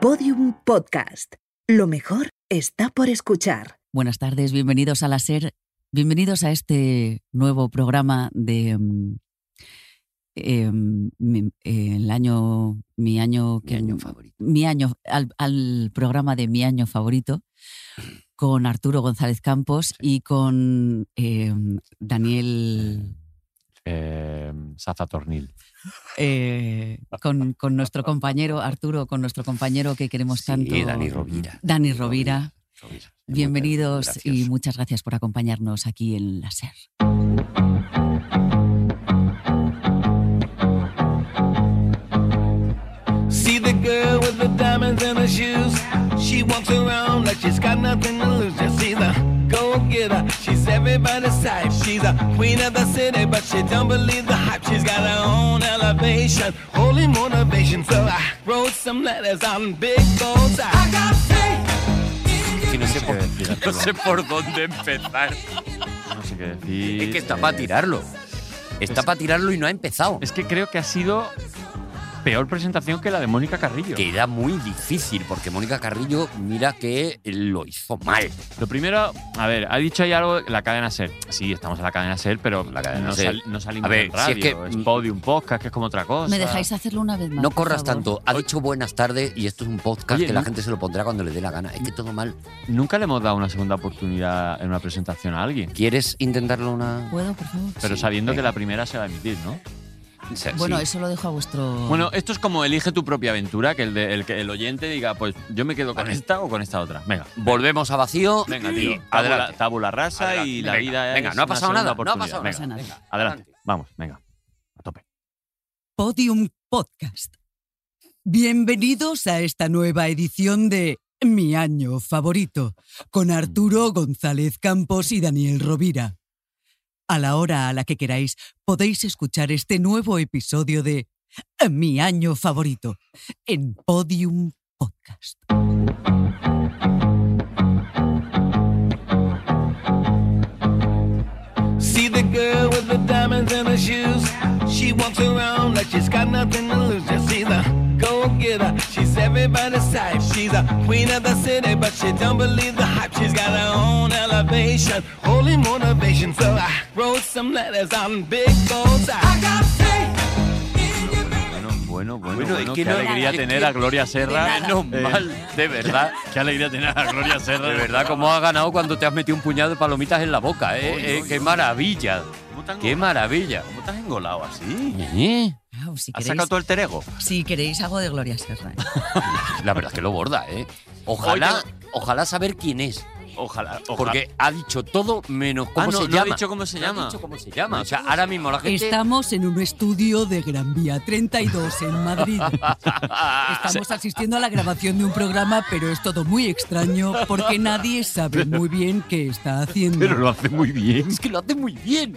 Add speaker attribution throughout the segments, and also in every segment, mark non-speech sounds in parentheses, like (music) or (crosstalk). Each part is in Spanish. Speaker 1: Podium Podcast. Lo mejor está por escuchar.
Speaker 2: Buenas tardes, bienvenidos a la SER, bienvenidos a este nuevo programa de mm, eh, mi, eh, el año, mi año,
Speaker 3: Mi año favorito.
Speaker 2: mi año al, al programa de mi año favorito con Arturo González Campos y con eh, Daniel,
Speaker 4: eh, Sazatornil.
Speaker 2: eh, con, con nuestro compañero Arturo, con nuestro compañero que queremos tanto,
Speaker 3: Sí, Dani Rovira.
Speaker 2: Dani Rovira.
Speaker 3: Rovira.
Speaker 2: Bienvenidos
Speaker 3: Gracias.
Speaker 2: y muchas gracias por acompañarnos aquí en la SER.
Speaker 5: See the girl with the diamonds and the shoes. She walks around like she's got nothing to lose. Just she's a go-getter. She's everybody's type. She's a queen of the city, but she don't believe the hype. She's got her own elevation, holy motivation. So I wrote some letters on big bullseye. I got
Speaker 3: Es que no sé por, no sé por dónde empezar.
Speaker 4: No sé qué decir.
Speaker 3: Es que está
Speaker 4: eh,
Speaker 3: para tirarlo. Está para tirarlo y no ha empezado.
Speaker 4: Es que creo que ha sido peor presentación que la de Mónica Carrillo.
Speaker 3: Que era muy difícil porque Mónica Carrillo, mira que lo hizo mal.
Speaker 4: Lo primero, a ver, ha dicho ahí algo la cadena ser. Sí, estamos en la cadena ser, pero
Speaker 3: La cadena
Speaker 4: no,
Speaker 3: SER.
Speaker 4: no salimos
Speaker 3: A ver,
Speaker 4: en
Speaker 3: si
Speaker 4: radio.
Speaker 3: es
Speaker 4: es,
Speaker 3: que-
Speaker 4: podium podcast, que es como otra cosa.
Speaker 2: ¿Me dejáis hacerlo una vez más?
Speaker 3: No
Speaker 2: por
Speaker 3: corras
Speaker 2: favor?
Speaker 3: tanto. Ha dicho buenas tardes y esto es un podcast
Speaker 4: Oye,
Speaker 3: que la
Speaker 4: no-
Speaker 3: gente se lo pondrá cuando le dé la gana. Es que todo mal.
Speaker 4: Nunca le hemos dado una segunda oportunidad en una presentación a alguien.
Speaker 3: ¿Quieres intentarlo una...?
Speaker 2: ¿Puedo, por favor?
Speaker 4: Pero
Speaker 3: Sí,
Speaker 4: sabiendo que
Speaker 3: venga.
Speaker 4: la primera se va a emitir, ¿no?
Speaker 3: O sea,
Speaker 2: Bueno,
Speaker 3: sí.
Speaker 2: eso lo dejo a vuestro.
Speaker 4: Bueno, esto es como elige tu propia aventura, que el, de- el, que el oyente diga, pues yo me quedo con esta o con esta otra. Venga.
Speaker 3: Volvemos a vacío.
Speaker 4: Venga,
Speaker 3: y
Speaker 4: tío. Tabula,
Speaker 3: Adelante.
Speaker 4: tabula rasa
Speaker 3: Adelante.
Speaker 4: y la
Speaker 3: Venga,
Speaker 4: vida
Speaker 3: venga,
Speaker 4: es
Speaker 3: no ha
Speaker 4: una
Speaker 3: pasado nada, no
Speaker 4: segunda
Speaker 3: ha pasado
Speaker 4: oportunidad.
Speaker 2: nada.
Speaker 4: Venga, adelante.
Speaker 3: Adelante.
Speaker 4: Vamos, venga. A tope.
Speaker 2: Podium Podcast. Bienvenidos a esta nueva edición de Mi Año Favorito,
Speaker 3: Mm.
Speaker 2: con Arturo González Campos y Daniel Rovira. A la hora a la que queráis, podéis escuchar este nuevo episodio de Mi Año Favorito en Podium Podcast.
Speaker 5: See the girl with the diamonds and the shoes. She walks around like she's got nothing to lose. Just she's a go-getter. She's everybody's type. She's a queen of the city, but she don't believe the hype. She's got her own elevation, holy motivation. So I wrote some letters on big bullseye. I got
Speaker 4: Bueno, bueno, bueno.
Speaker 3: Bueno, es
Speaker 4: bueno,
Speaker 3: que
Speaker 4: qué
Speaker 3: no-
Speaker 4: alegría
Speaker 3: es
Speaker 4: tener
Speaker 3: que-
Speaker 4: a Gloria Serra.
Speaker 3: Menos
Speaker 4: Eh,
Speaker 3: mal, de verdad.
Speaker 4: Qué alegría tener a Gloria Serra.
Speaker 3: De verdad, cómo ha ganado cuando te has metido un puñado de palomitas en la boca, ¿eh?
Speaker 4: Oy,
Speaker 3: Eh,
Speaker 4: oy,
Speaker 3: ¡Qué
Speaker 4: oy.
Speaker 3: maravilla!
Speaker 4: ¿Cómo te han
Speaker 3: ¡Qué
Speaker 4: engolado?
Speaker 3: maravilla!
Speaker 4: ¿Cómo te has engolado así?
Speaker 3: ¿Eh?
Speaker 2: si,
Speaker 4: ¿Has sacado tu alter ego?
Speaker 2: si queréis, hago de Gloria Serra. ¿eh?
Speaker 3: La verdad es que lo borda, ¿eh? Ojalá, ojalá saber quién es.
Speaker 4: Ojalá. ojalá.
Speaker 3: Porque ha dicho todo menos cómo
Speaker 4: Ah, no,
Speaker 3: se
Speaker 4: no
Speaker 3: llama.
Speaker 4: ha dicho cómo se
Speaker 3: No ha
Speaker 4: llama.
Speaker 3: dicho cómo se llama. O sea, ahora mismo la gente.
Speaker 2: Estamos en un estudio de Gran Vía 32 en
Speaker 3: (laughs)
Speaker 4: (laughs)
Speaker 2: Madrid.
Speaker 3: Ah,
Speaker 2: Estamos asistiendo a la grabación de un programa, pero es todo muy extraño
Speaker 3: (laughs)
Speaker 2: porque nadie sabe muy bien qué está haciendo.
Speaker 4: lo hace muy bien.
Speaker 3: Es que lo hace muy bien.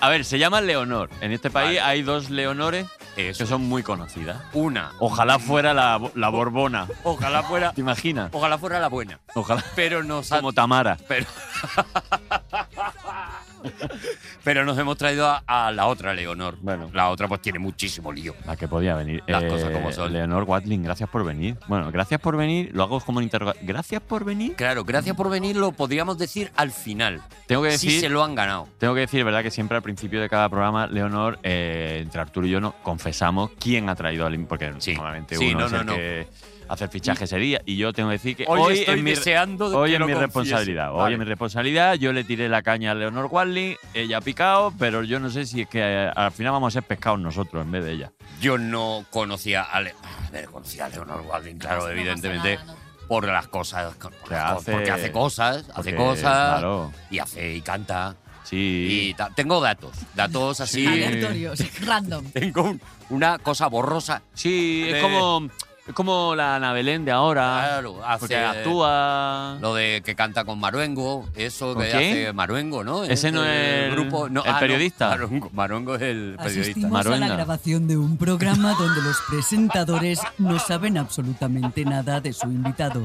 Speaker 4: A ver, se llama Leonor. En este país hay dos Leonores que
Speaker 3: Eso.
Speaker 4: son muy conocidas.
Speaker 3: Una.
Speaker 4: Ojalá fuera la, la Borbona.
Speaker 3: Ojalá fuera.
Speaker 4: ¿Te imaginas?
Speaker 3: Ojalá fuera la buena.
Speaker 4: Ojalá.
Speaker 3: Pero nos ha-
Speaker 4: Como Tamara.
Speaker 3: pero... pero nos hemos traído a, a la otra, Leonor.
Speaker 4: Bueno.
Speaker 3: La otra, pues tiene muchísimo lío.
Speaker 4: La que podía venir. Eh,
Speaker 3: Las cosas como son.
Speaker 4: Leonor Watling, gracias por venir. Bueno, gracias por venir. Lo hago como un interrogante. Gracias por venir.
Speaker 3: Claro, gracias por venir, lo podríamos decir al final.
Speaker 4: Tengo que
Speaker 3: Si
Speaker 4: decir,
Speaker 3: se lo han ganado.
Speaker 4: tengo que decir, verdad, que siempre al principio de cada programa, Leonor, eh, entre Arturo y yo, nos confesamos quién ha traído al. Porque
Speaker 3: Sí.
Speaker 4: normalmente
Speaker 3: Sí,
Speaker 4: uno
Speaker 3: no,
Speaker 4: es
Speaker 3: no,
Speaker 4: el
Speaker 3: no.
Speaker 4: que hace el fichaje ese día. Y yo tengo que decir que
Speaker 3: Hoy,
Speaker 4: hoy,
Speaker 3: estoy
Speaker 4: es mi,
Speaker 3: deseando
Speaker 4: hoy
Speaker 3: que
Speaker 4: es
Speaker 3: lo
Speaker 4: mi
Speaker 3: confiese.
Speaker 4: responsabilidad. Hoy
Speaker 3: Vale.
Speaker 4: es mi responsabilidad. Yo le tiré la caña a Leonor Watling. Ella ha picado, pero yo no sé si es que eh, al final vamos a ser pescados nosotros en vez de ella.
Speaker 3: Yo no conocía a, Le- a ver, conocía a Leonor Walding, claro, evidentemente, por las cosas. por
Speaker 4: Que
Speaker 3: las cosas,
Speaker 4: hace-
Speaker 3: porque hace cosas,
Speaker 4: Porque,
Speaker 3: hace cosas,
Speaker 4: Claro.
Speaker 3: y hace y canta.
Speaker 4: Sí.
Speaker 3: Y ta- tengo datos, datos Pues así.
Speaker 4: Sí.
Speaker 2: random.
Speaker 3: (laughs) Tengo un- una cosa borrosa.
Speaker 4: Sí,
Speaker 3: De-
Speaker 4: es como, es como la Ana Belén de ahora.
Speaker 3: Claro, hace.
Speaker 4: porque actúa.
Speaker 3: Lo de que canta con Maruengo, eso
Speaker 4: ¿Con
Speaker 3: que
Speaker 4: quién?
Speaker 3: hace Maruengo, ¿no?
Speaker 4: Ese no es el-
Speaker 3: grupo, no,
Speaker 4: el
Speaker 3: ah, no,
Speaker 4: periodista.
Speaker 3: Maruengo, Maruengo es el periodista.
Speaker 2: Asistimos a
Speaker 4: Maruenda.
Speaker 2: la grabación de un programa donde los presentadores no saben absolutamente nada de su invitado.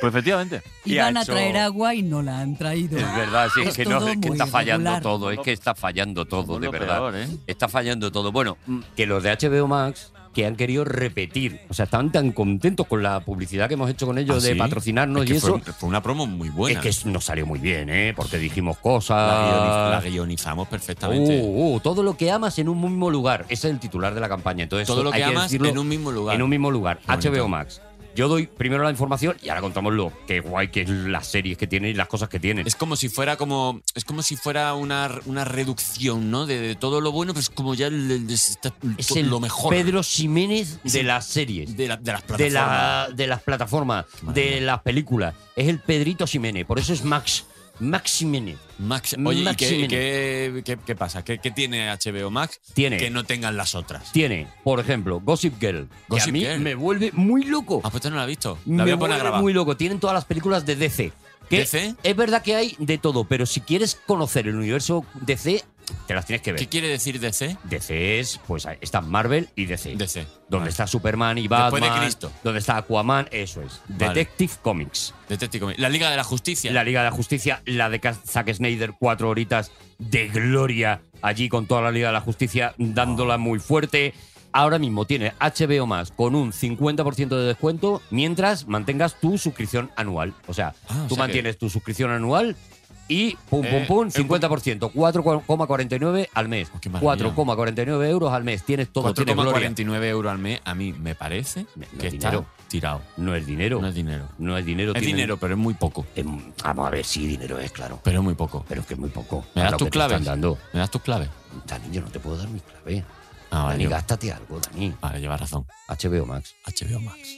Speaker 4: Pues efectivamente.
Speaker 3: (laughs) Y
Speaker 2: Iban
Speaker 3: ha
Speaker 2: a
Speaker 3: hecho-
Speaker 2: traer agua y no la han traído.
Speaker 3: Es verdad, sí, es,
Speaker 2: Es
Speaker 3: que, no,
Speaker 2: todo
Speaker 3: es que
Speaker 2: muy
Speaker 3: está fallando
Speaker 2: irregular.
Speaker 3: todo, es que está fallando todo,
Speaker 4: Somos
Speaker 3: de
Speaker 4: lo
Speaker 3: verdad.
Speaker 4: peor, ¿eh?
Speaker 3: Está fallando todo. Bueno, que los de HBO Max que han querido repetir. O sea, estaban tan contentos con la publicidad que hemos hecho con ellos
Speaker 6: ¿Ah,
Speaker 3: de
Speaker 6: sí?
Speaker 3: patrocinarnos
Speaker 6: Es
Speaker 3: y
Speaker 6: que
Speaker 3: eso.
Speaker 6: Fue, fue una promo muy buena. Pues
Speaker 3: Es que nos salió muy bien, ¿eh? Porque dijimos
Speaker 6: la, guioni- la
Speaker 3: cosas.
Speaker 6: guionizamos perfectamente.
Speaker 3: Uh, uh, todo lo que amas en un mismo lugar. Ese es el titular de la campaña. Entonces,
Speaker 6: Todo lo
Speaker 3: hay
Speaker 6: que amas
Speaker 3: decirlo
Speaker 6: en un mismo lugar.
Speaker 3: en un mismo lugar.
Speaker 6: Qué bonito.
Speaker 3: HBO Max. Yo doy primero la información y ahora contamos lo que guay que es las series que tienen y las cosas que tienen.
Speaker 6: Es como si fuera como. Es como si fuera una, una reducción, ¿no? De, de todo lo bueno, pero es como ya el- el- está-
Speaker 3: Es
Speaker 6: to-
Speaker 3: el
Speaker 6: Pues lo mejor (laughs)
Speaker 3: Pedro Ximénez
Speaker 6: Es
Speaker 3: de
Speaker 6: el-
Speaker 3: las series.
Speaker 6: de, la- de las
Speaker 3: de,
Speaker 6: plataformas.
Speaker 3: la- de las plataformas,
Speaker 6: Madre
Speaker 3: de
Speaker 6: mía.
Speaker 3: las películas. Es el Pedrito Ximénez, por eso es Max. Max Ximénez.
Speaker 6: Max. Oye, ¿y
Speaker 3: Max
Speaker 6: qué,
Speaker 3: Jiménez.
Speaker 6: qué- qué- qué pasa? ¿Qué, qué tiene HBO Max
Speaker 3: Tiene,
Speaker 6: que no tengan las otras?
Speaker 3: tiene, por ejemplo, Gossip Girl. que
Speaker 6: Gossip
Speaker 3: a mí
Speaker 6: Girl.
Speaker 3: me vuelve muy loco.
Speaker 6: Ah, pues tú no la has visto. La voy
Speaker 3: me
Speaker 6: a poner a
Speaker 3: vuelve
Speaker 6: grabar.
Speaker 3: muy loco. Tienen todas las películas de DC. Que
Speaker 6: ¿DC?
Speaker 3: Es verdad que hay de todo, pero si quieres conocer el universo DC, te las tienes que ver.
Speaker 6: ¿Qué quiere decir DC?
Speaker 3: DC es, pues está Marvel y DC.
Speaker 6: DC.
Speaker 3: Donde está Superman y Batman.
Speaker 6: Después de Cristo.
Speaker 3: Donde está Aquaman, eso es.
Speaker 6: Vale.
Speaker 3: Detective Comics.
Speaker 6: Detective Comics. La Liga de la Justicia.
Speaker 3: La Liga de la Justicia, la de Ka- Zack Snyder, cuatro horitas de gloria allí con toda la Liga de la Justicia dándola muy fuerte. Ahora mismo tiene HBO más con un 50% de descuento mientras mantengas tu suscripción anual. O sea,
Speaker 6: Ah, o sea
Speaker 3: tú
Speaker 6: que-
Speaker 3: mantienes tu suscripción anual y pum,
Speaker 6: Eh,
Speaker 3: pum, pum,
Speaker 6: eh,
Speaker 3: 50%, 4,49 al mes.
Speaker 6: Oh, qué maravilla.
Speaker 3: 4,49 euros al mes. Tienes todo, tienes gloria.
Speaker 6: 4,49 euros al mes, a mí me parece
Speaker 3: No, no
Speaker 6: que
Speaker 3: es
Speaker 6: está
Speaker 3: dinero.
Speaker 6: tirado.
Speaker 3: No es dinero.
Speaker 6: No es dinero.
Speaker 3: No es dinero.
Speaker 6: Es
Speaker 3: tienen-
Speaker 6: dinero, pero es muy poco.
Speaker 3: Em, Vamos a ver si dinero es, claro.
Speaker 6: Pero es muy poco.
Speaker 3: Pero es que es muy poco.
Speaker 6: ¿Me
Speaker 3: a
Speaker 6: das
Speaker 3: lo
Speaker 6: tus
Speaker 3: que te están
Speaker 6: claves?
Speaker 3: dando.
Speaker 6: ¿Me das tus claves?
Speaker 3: Dani, yo no te puedo dar mis claves.
Speaker 6: Ah, vale.
Speaker 3: Dani,
Speaker 6: yo-
Speaker 3: gástate algo, Dani.
Speaker 6: Vale, llevas razón.
Speaker 3: HBO Max.
Speaker 6: HBO Max.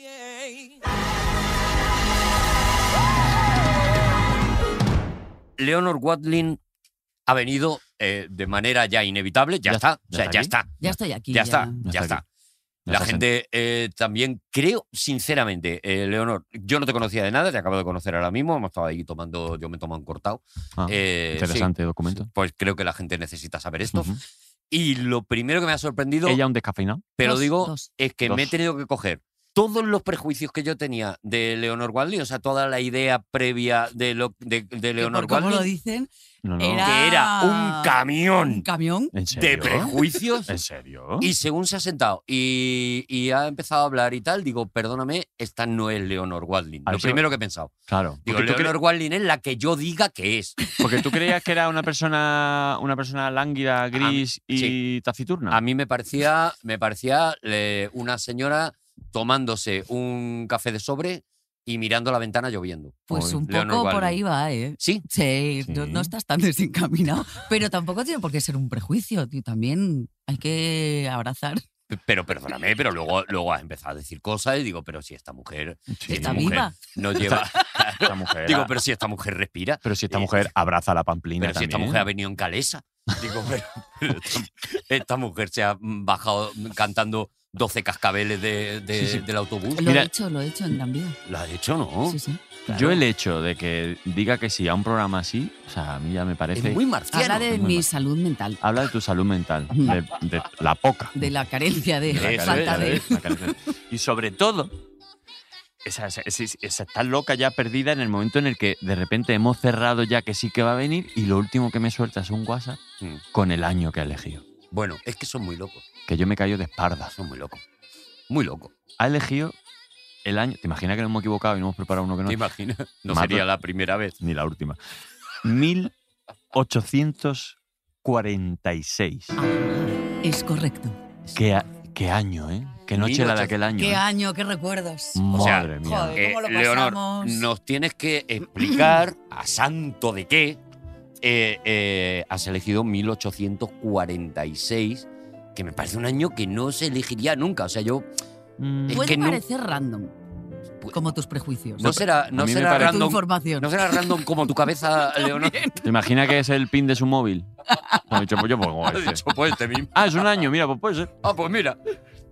Speaker 3: Leonor Watling ha venido eh, de manera ya inevitable. Ya,
Speaker 6: Ya-
Speaker 3: está. O
Speaker 6: ya
Speaker 3: sea,
Speaker 6: está
Speaker 3: ya
Speaker 6: aquí.
Speaker 3: está.
Speaker 2: Ya estoy aquí.
Speaker 3: Ya está.
Speaker 6: Ya
Speaker 3: Ya
Speaker 6: está
Speaker 3: está.
Speaker 6: aquí. Ya
Speaker 3: La
Speaker 6: está
Speaker 3: gente eh, también, creo, sinceramente, eh, Leonor, yo no te conocía de nada, te acabo de conocer ahora mismo, hemos estado ahí tomando, yo me tomo un cortado.
Speaker 6: Ah,
Speaker 3: Eh,
Speaker 6: Interesante
Speaker 3: sí,
Speaker 6: documento.
Speaker 3: pues creo que la gente necesita saber esto.
Speaker 6: Ujú.
Speaker 3: Y lo primero que me ha sorprendido,
Speaker 4: Ella un descafeinado.
Speaker 3: pero
Speaker 2: Dos,
Speaker 3: digo,
Speaker 2: dos.
Speaker 3: es que me he
Speaker 4: Dos.
Speaker 3: tenido que coger todos los prejuicios que yo tenía de Leonor Wadley, o sea, toda la idea previa de, lo, de, de Leonor
Speaker 2: como lo
Speaker 3: Wadley,
Speaker 2: dicen,
Speaker 4: No, no.
Speaker 2: Era-
Speaker 3: que era un
Speaker 2: un
Speaker 3: camión
Speaker 2: camión.
Speaker 4: ¿En
Speaker 3: de
Speaker 4: serio?
Speaker 3: prejuicios.
Speaker 4: ¿En serio?
Speaker 3: Y según se ha sentado y, y ha empezado a hablar y tal, digo, perdóname, esta no es Leonor Wadley.
Speaker 4: A
Speaker 3: Lo
Speaker 4: ver si-
Speaker 3: primero que he pensado.
Speaker 4: Claro.
Speaker 3: Digo,
Speaker 4: porque, tú
Speaker 3: Leonor Wadley es la que yo diga que es.
Speaker 4: cre- porque tú creías que era una persona una persona lánguida, gris y taciturna.
Speaker 3: A mí me parecía, me parecía eh, una señora tomándose un café de sobre y mirando la ventana lloviendo.
Speaker 2: Pues un poco
Speaker 3: Leonor
Speaker 2: por
Speaker 3: Wadley.
Speaker 2: ahí va, ¿eh?
Speaker 3: Sí,
Speaker 2: Sí, No,
Speaker 6: Sí.
Speaker 2: no estás tan (laughs) desencaminado, pero tampoco tiene por qué ser un prejuicio. tío, También hay que abrazar.
Speaker 3: Pero perdóname, pero luego, luego has empezado a decir cosas y digo, pero si esta mujer
Speaker 4: Sí,
Speaker 2: Está
Speaker 4: mujer.
Speaker 2: viva.
Speaker 3: no lleva.
Speaker 4: Esta mujer.
Speaker 3: (laughs) digo, pero si esta mujer respira.
Speaker 4: Pero si esta
Speaker 3: Eh,
Speaker 4: mujer abraza a la pamplina
Speaker 3: Pero si esta
Speaker 4: también.
Speaker 3: mujer ha venido en calesa. Digo, pero, pero esta, esta mujer se ha bajado cantando 12 cascabeles de, de- del autobús.
Speaker 2: Lo
Speaker 4: Mira-
Speaker 2: he hecho, lo he hecho en Gran Vía.
Speaker 3: La ha hecho, ¿no?
Speaker 2: Sí, sí.
Speaker 4: Yo el hecho de que diga que sí a un programa así, o sea, a mí ya me
Speaker 3: Es
Speaker 4: parece...
Speaker 3: muy marciano.
Speaker 2: Habla de
Speaker 4: es muy
Speaker 2: mi
Speaker 4: mal.
Speaker 2: salud mental,
Speaker 4: Habla de tu
Speaker 2: (laughs)
Speaker 4: salud mental, de, de la poca.
Speaker 2: de la carencia de,
Speaker 4: De la
Speaker 3: Eso
Speaker 2: falta
Speaker 3: es,
Speaker 2: de. (laughs)
Speaker 4: La carencia. (laughs) Y sobre todo, esa, esa- esa- esa está loca ya perdida en el momento en el que de repente hemos cerrado ya que sí que va a venir y lo último que me suelta es un WhatsApp
Speaker 3: Mm.
Speaker 4: con el año que ha elegido.
Speaker 3: Bueno, es que son muy locos.
Speaker 4: Que yo me callo de espaldas.
Speaker 3: Son muy locos. Muy locos.
Speaker 4: Ha elegido el año. ¿Te imaginas que nos hemos equivocado y no hemos preparado uno que no
Speaker 3: ¿Te
Speaker 4: es?
Speaker 3: imaginas? No
Speaker 4: Mato-
Speaker 3: sería la primera vez.
Speaker 4: Ni la última. 1846.
Speaker 3: Ah,
Speaker 2: Es correcto.
Speaker 4: ¿Qué, a- qué año, eh? Qué noche la
Speaker 3: 1800.
Speaker 4: de aquel año.
Speaker 2: Qué
Speaker 4: eh?
Speaker 2: año, qué recuerdos.
Speaker 3: sea,
Speaker 4: Madre mía.
Speaker 2: joder. ¿Cómo lo
Speaker 3: Eh, Leonor,
Speaker 2: pasamos?
Speaker 3: nos tienes que explicar a santo de qué eh, eh, has elegido 1846, que me parece un año que no se elegiría nunca. O sea, yo.
Speaker 4: Mm.
Speaker 3: Es
Speaker 2: Puede
Speaker 3: que no-
Speaker 2: parecer random, como tus prejuicios.
Speaker 3: No será,
Speaker 4: a
Speaker 3: no
Speaker 4: mí me
Speaker 3: será
Speaker 4: parece-
Speaker 2: Pero tu
Speaker 3: random.
Speaker 2: información.
Speaker 3: No será random como tu cabeza, Leonor.
Speaker 4: ¿Te imaginas que es el pin de su móvil? Ha dicho, pues yo
Speaker 3: (laughs)
Speaker 4: pongo
Speaker 3: Has
Speaker 4: este.
Speaker 3: dicho, pues este mismo.
Speaker 4: Ah, es un año, mira, pues puede ser.
Speaker 3: Ah, pues mira.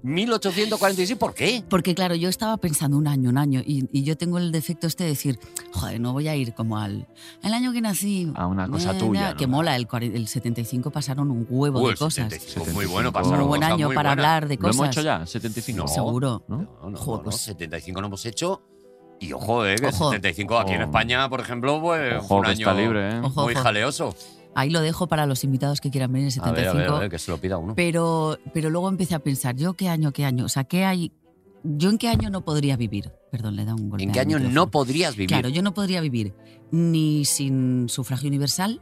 Speaker 3: 1846, ¿por qué?
Speaker 2: Porque claro, yo estaba pensando un año, un año, y, y yo tengo el defecto este de decir, joder, no voy a ir como al el año que nací.
Speaker 4: A una cosa
Speaker 2: Eh,
Speaker 4: tuya.
Speaker 2: nada,
Speaker 4: ¿no?
Speaker 2: Que mola, el, cuare- el 75 pasaron un huevo
Speaker 3: Uy,
Speaker 2: de cosas.
Speaker 3: 75, muy bueno,
Speaker 4: 75.
Speaker 3: pasaron
Speaker 2: Un buen
Speaker 3: cosas
Speaker 2: año
Speaker 3: muy
Speaker 2: para
Speaker 3: buenas.
Speaker 2: hablar de
Speaker 4: ¿Lo
Speaker 2: cosas.
Speaker 4: hemos hecho ya? 75.
Speaker 3: No.
Speaker 2: Seguro.
Speaker 4: ¿no?
Speaker 3: No, no,
Speaker 2: Joder,
Speaker 3: no,
Speaker 2: pues-
Speaker 3: 75 no hemos hecho. Y ojo, eh, que
Speaker 2: Ojo.
Speaker 3: 75 aquí en
Speaker 4: Ojo.
Speaker 3: España, por ejemplo, pues fue
Speaker 4: Ojo,
Speaker 3: un
Speaker 4: que
Speaker 3: año
Speaker 4: está libre, ¿eh?
Speaker 2: Ojo,
Speaker 3: muy
Speaker 2: ojo.
Speaker 3: jaleoso.
Speaker 2: Ahí lo dejo para los invitados que quieran venir en el
Speaker 7: A ver,
Speaker 2: 75.
Speaker 7: a ver, a ver, que se lo pida uno.
Speaker 2: Pero, pero luego empecé a pensar, ¿yo qué año, qué año? O sea, ¿qué hay? ¿Yo en qué año no podría vivir? Perdón, le da un golpe.
Speaker 3: ¿En qué
Speaker 2: al
Speaker 3: año
Speaker 2: micrófono.
Speaker 3: no podrías vivir?
Speaker 2: Claro, yo no podría vivir ni sin sufragio universal,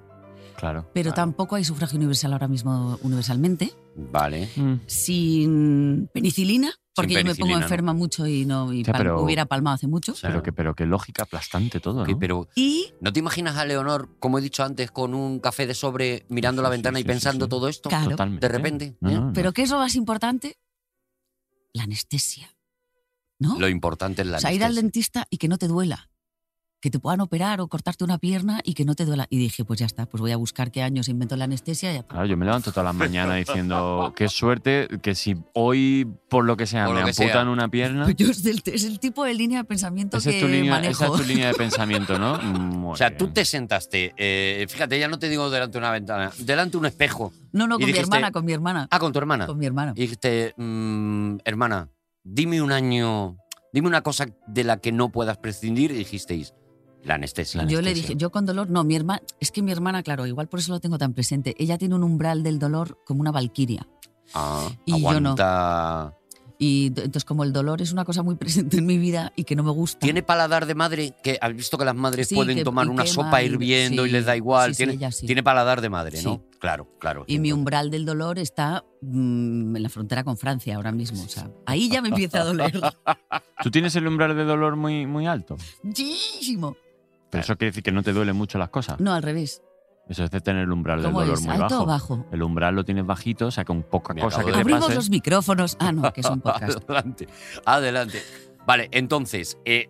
Speaker 4: Claro.
Speaker 2: pero
Speaker 3: Claro.
Speaker 2: tampoco hay sufragio universal ahora mismo universalmente,
Speaker 3: Vale.
Speaker 2: Mm.
Speaker 4: Mm.
Speaker 2: sin penicilina, porque yo me
Speaker 3: penicilina,
Speaker 2: pongo
Speaker 3: ¿no?
Speaker 2: enferma mucho y no y
Speaker 4: Ya,
Speaker 2: pal-
Speaker 4: pero-
Speaker 2: hubiera palmado hace mucho.
Speaker 4: Pero, que, pero que lógica aplastante todo,
Speaker 3: Ok,
Speaker 4: ¿no?
Speaker 3: pero
Speaker 2: Y
Speaker 3: ¿no te imaginas a Leonor, como he dicho antes, con un café de sobre mirando
Speaker 4: Sí,
Speaker 3: la
Speaker 4: sí,
Speaker 3: ventana
Speaker 4: sí,
Speaker 3: y
Speaker 4: sí,
Speaker 3: pensando
Speaker 4: sí.
Speaker 3: todo esto?
Speaker 2: Claro.
Speaker 4: Totalmente.
Speaker 3: De repente,
Speaker 4: No,
Speaker 3: ¿eh?
Speaker 4: no, no.
Speaker 2: pero ¿qué es lo más importante? La anestesia. ¿No?
Speaker 3: Lo importante es la
Speaker 2: O sea, ir al
Speaker 3: anestesia.
Speaker 2: dentista y que no te duela. Que te puedan operar o cortarte una pierna y que no te duela. Y dije, pues ya está, pues voy a buscar qué año se inventó la anestesia. y ya-
Speaker 4: Claro, yo me levanto todas las mañanas diciendo qué suerte que si hoy, por lo que sea,
Speaker 3: Por
Speaker 4: me
Speaker 3: lo que
Speaker 4: amputan
Speaker 3: sea.
Speaker 4: una pierna.
Speaker 2: (laughs) Yo es, del- es el tipo de línea de pensamiento
Speaker 4: Esa
Speaker 2: que
Speaker 4: es, tu línea, esa
Speaker 2: manejo.
Speaker 4: es tu línea de pensamiento, ¿no?
Speaker 3: O sea, tú te sentaste, eh, fíjate, ya no te digo delante de una ventana, delante de un espejo.
Speaker 2: (laughs) No, no,
Speaker 3: y
Speaker 2: con mi
Speaker 3: dijiste-
Speaker 2: hermana, con mi hermana.
Speaker 3: Ah, con tu hermana.
Speaker 2: Con mi hermana.
Speaker 3: Y dijiste, mm, hermana, dime un año, dime una cosa de la que no puedas prescindir. Y dijisteis, la anestesia.
Speaker 2: Yo le dije, yo con dolor, no, mi hermana, es que mi hermana, claro, igual por eso lo tengo tan presente. Ella tiene un umbral del dolor como una valquiria.
Speaker 3: Ah,
Speaker 2: y yo no.
Speaker 3: aguanta.
Speaker 2: Y d- entonces, como el dolor es una cosa muy (laughs) presente en mi vida y que no me gusta.
Speaker 3: Tiene paladar de madre, que has visto que las madres
Speaker 2: Sí,
Speaker 3: pueden
Speaker 2: que-
Speaker 3: tomar
Speaker 2: y
Speaker 3: una
Speaker 2: quema
Speaker 3: sopa
Speaker 2: y-
Speaker 3: hirviendo y
Speaker 2: sí,
Speaker 3: les da igual.
Speaker 2: sí, sí,
Speaker 3: tiene,
Speaker 2: ella sí.
Speaker 3: tiene paladar de madre, ¿no?
Speaker 2: Sí.
Speaker 3: Claro, claro.
Speaker 2: Y mi umbral del dolor está mm, en la frontera con Francia ahora mismo. O sea, ahí ya me empieza a doler.
Speaker 4: ¿Tú tienes el umbral de dolor muy, muy alto.
Speaker 2: Muchísimo.
Speaker 4: Pero eso quiere decir que no te duelen mucho las cosas.
Speaker 2: No, al revés.
Speaker 4: Eso es de tener el umbral del
Speaker 2: ¿Cómo
Speaker 4: dolor
Speaker 2: es?
Speaker 4: muy
Speaker 2: ¿Alto
Speaker 4: bajo.
Speaker 2: o bajo?
Speaker 4: El umbral lo tienes bajito, o sea, con poca
Speaker 3: Me
Speaker 4: cosa
Speaker 3: acabo
Speaker 4: que
Speaker 3: de-
Speaker 4: te
Speaker 2: Abrimos
Speaker 4: pase.
Speaker 2: los micrófonos. Ah, no, que es un
Speaker 3: (laughs)
Speaker 2: podcast.
Speaker 3: Adelante, adelante. Vale, entonces, eh,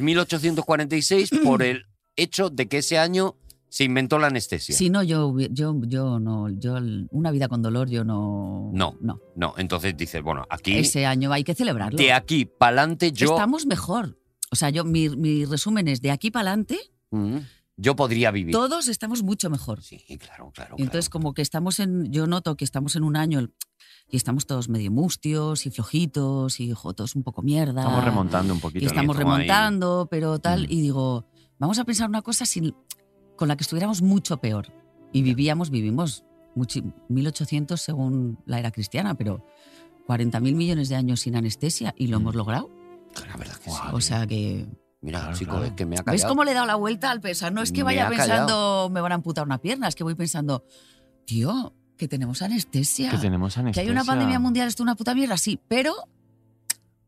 Speaker 2: (clears throat)
Speaker 3: 1846 por el hecho de que ese año se inventó la anestesia.
Speaker 2: Si no, yo, hubi- yo, yo no, yo el- una vida con dolor, yo no.
Speaker 3: No. No, entonces dices, bueno, aquí,
Speaker 2: Ese año hay que celebrarlo.
Speaker 3: de aquí para adelante yo,
Speaker 2: Estamos mejor. O sea, yo, mi, mi resumen es de aquí para adelante,
Speaker 3: Mm, yo podría vivir.
Speaker 2: todos estamos mucho mejor.
Speaker 3: Sí, claro, claro.
Speaker 2: Y entonces,
Speaker 3: claro.
Speaker 2: como que estamos en. Yo noto que estamos en un año el- y estamos todos medio mustios y flojitos y jo, todos un poco mierda.
Speaker 4: Estamos remontando un
Speaker 2: Y
Speaker 4: poquito.
Speaker 2: estamos
Speaker 3: estamos ahí.
Speaker 2: remontando, pero tal.
Speaker 4: Mm.
Speaker 2: Y digo, vamos a pensar una cosa sin, con la que estuviéramos mucho peor. Y vivíamos, vivimos muchi- 1800 según la era cristiana, pero 40.000 millones de años sin anestesia y lo
Speaker 4: Mm.
Speaker 2: hemos logrado.
Speaker 3: La verdad que sí.
Speaker 2: O sea que.
Speaker 3: Mira,
Speaker 4: Claro,
Speaker 3: chico,
Speaker 4: claro.
Speaker 3: es que me ha callado.
Speaker 2: ¿Ves cómo le he dado la vuelta al pensar? No es que
Speaker 3: Me
Speaker 2: vaya
Speaker 3: ha
Speaker 2: pensando, me van a amputar una pierna, es que voy pensando, tío, que tenemos anestesia.
Speaker 4: Que tenemos
Speaker 2: Que
Speaker 4: anestesia.
Speaker 2: hay una pandemia mundial, esto es una puta mierda, sí, pero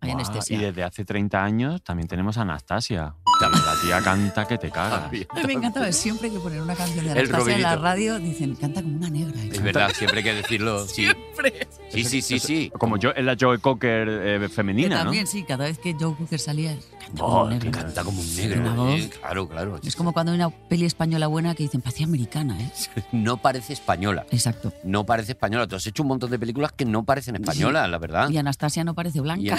Speaker 2: hay
Speaker 4: Guau,
Speaker 2: anestesia.
Speaker 4: Y desde hace 30 años también tenemos a Anastasia. La tía canta que te cagas.
Speaker 2: Ay, me
Speaker 4: (laughs)
Speaker 2: encantaba siempre que poner una canción de
Speaker 3: El
Speaker 2: Anastasia en la
Speaker 3: Robinito.
Speaker 2: radio, dicen, canta como una negra.
Speaker 3: Es verdad, siempre hay que decirlo. Sí, sí, sí, sí. sí.
Speaker 4: Como yo, es la Joe Cocker eh,
Speaker 2: Que
Speaker 4: femenina, ¿no?
Speaker 2: también, sí, cada vez que Joe Cooker salía, canta como
Speaker 4: Oh,
Speaker 2: un negro.
Speaker 3: Canta como un
Speaker 2: Una
Speaker 3: negro.
Speaker 2: voz.
Speaker 3: ¿eh? Claro, claro.
Speaker 2: Es como cuando hay una peli española buena que dicen, parecía americana, ¿eh?
Speaker 3: (laughs) No parece española.
Speaker 2: Exacto.
Speaker 3: No parece española. Tú has hecho un montón de películas que no parecen españolas, la verdad.
Speaker 2: Y Anastasia no parece
Speaker 3: Y
Speaker 2: blanca.
Speaker 3: en-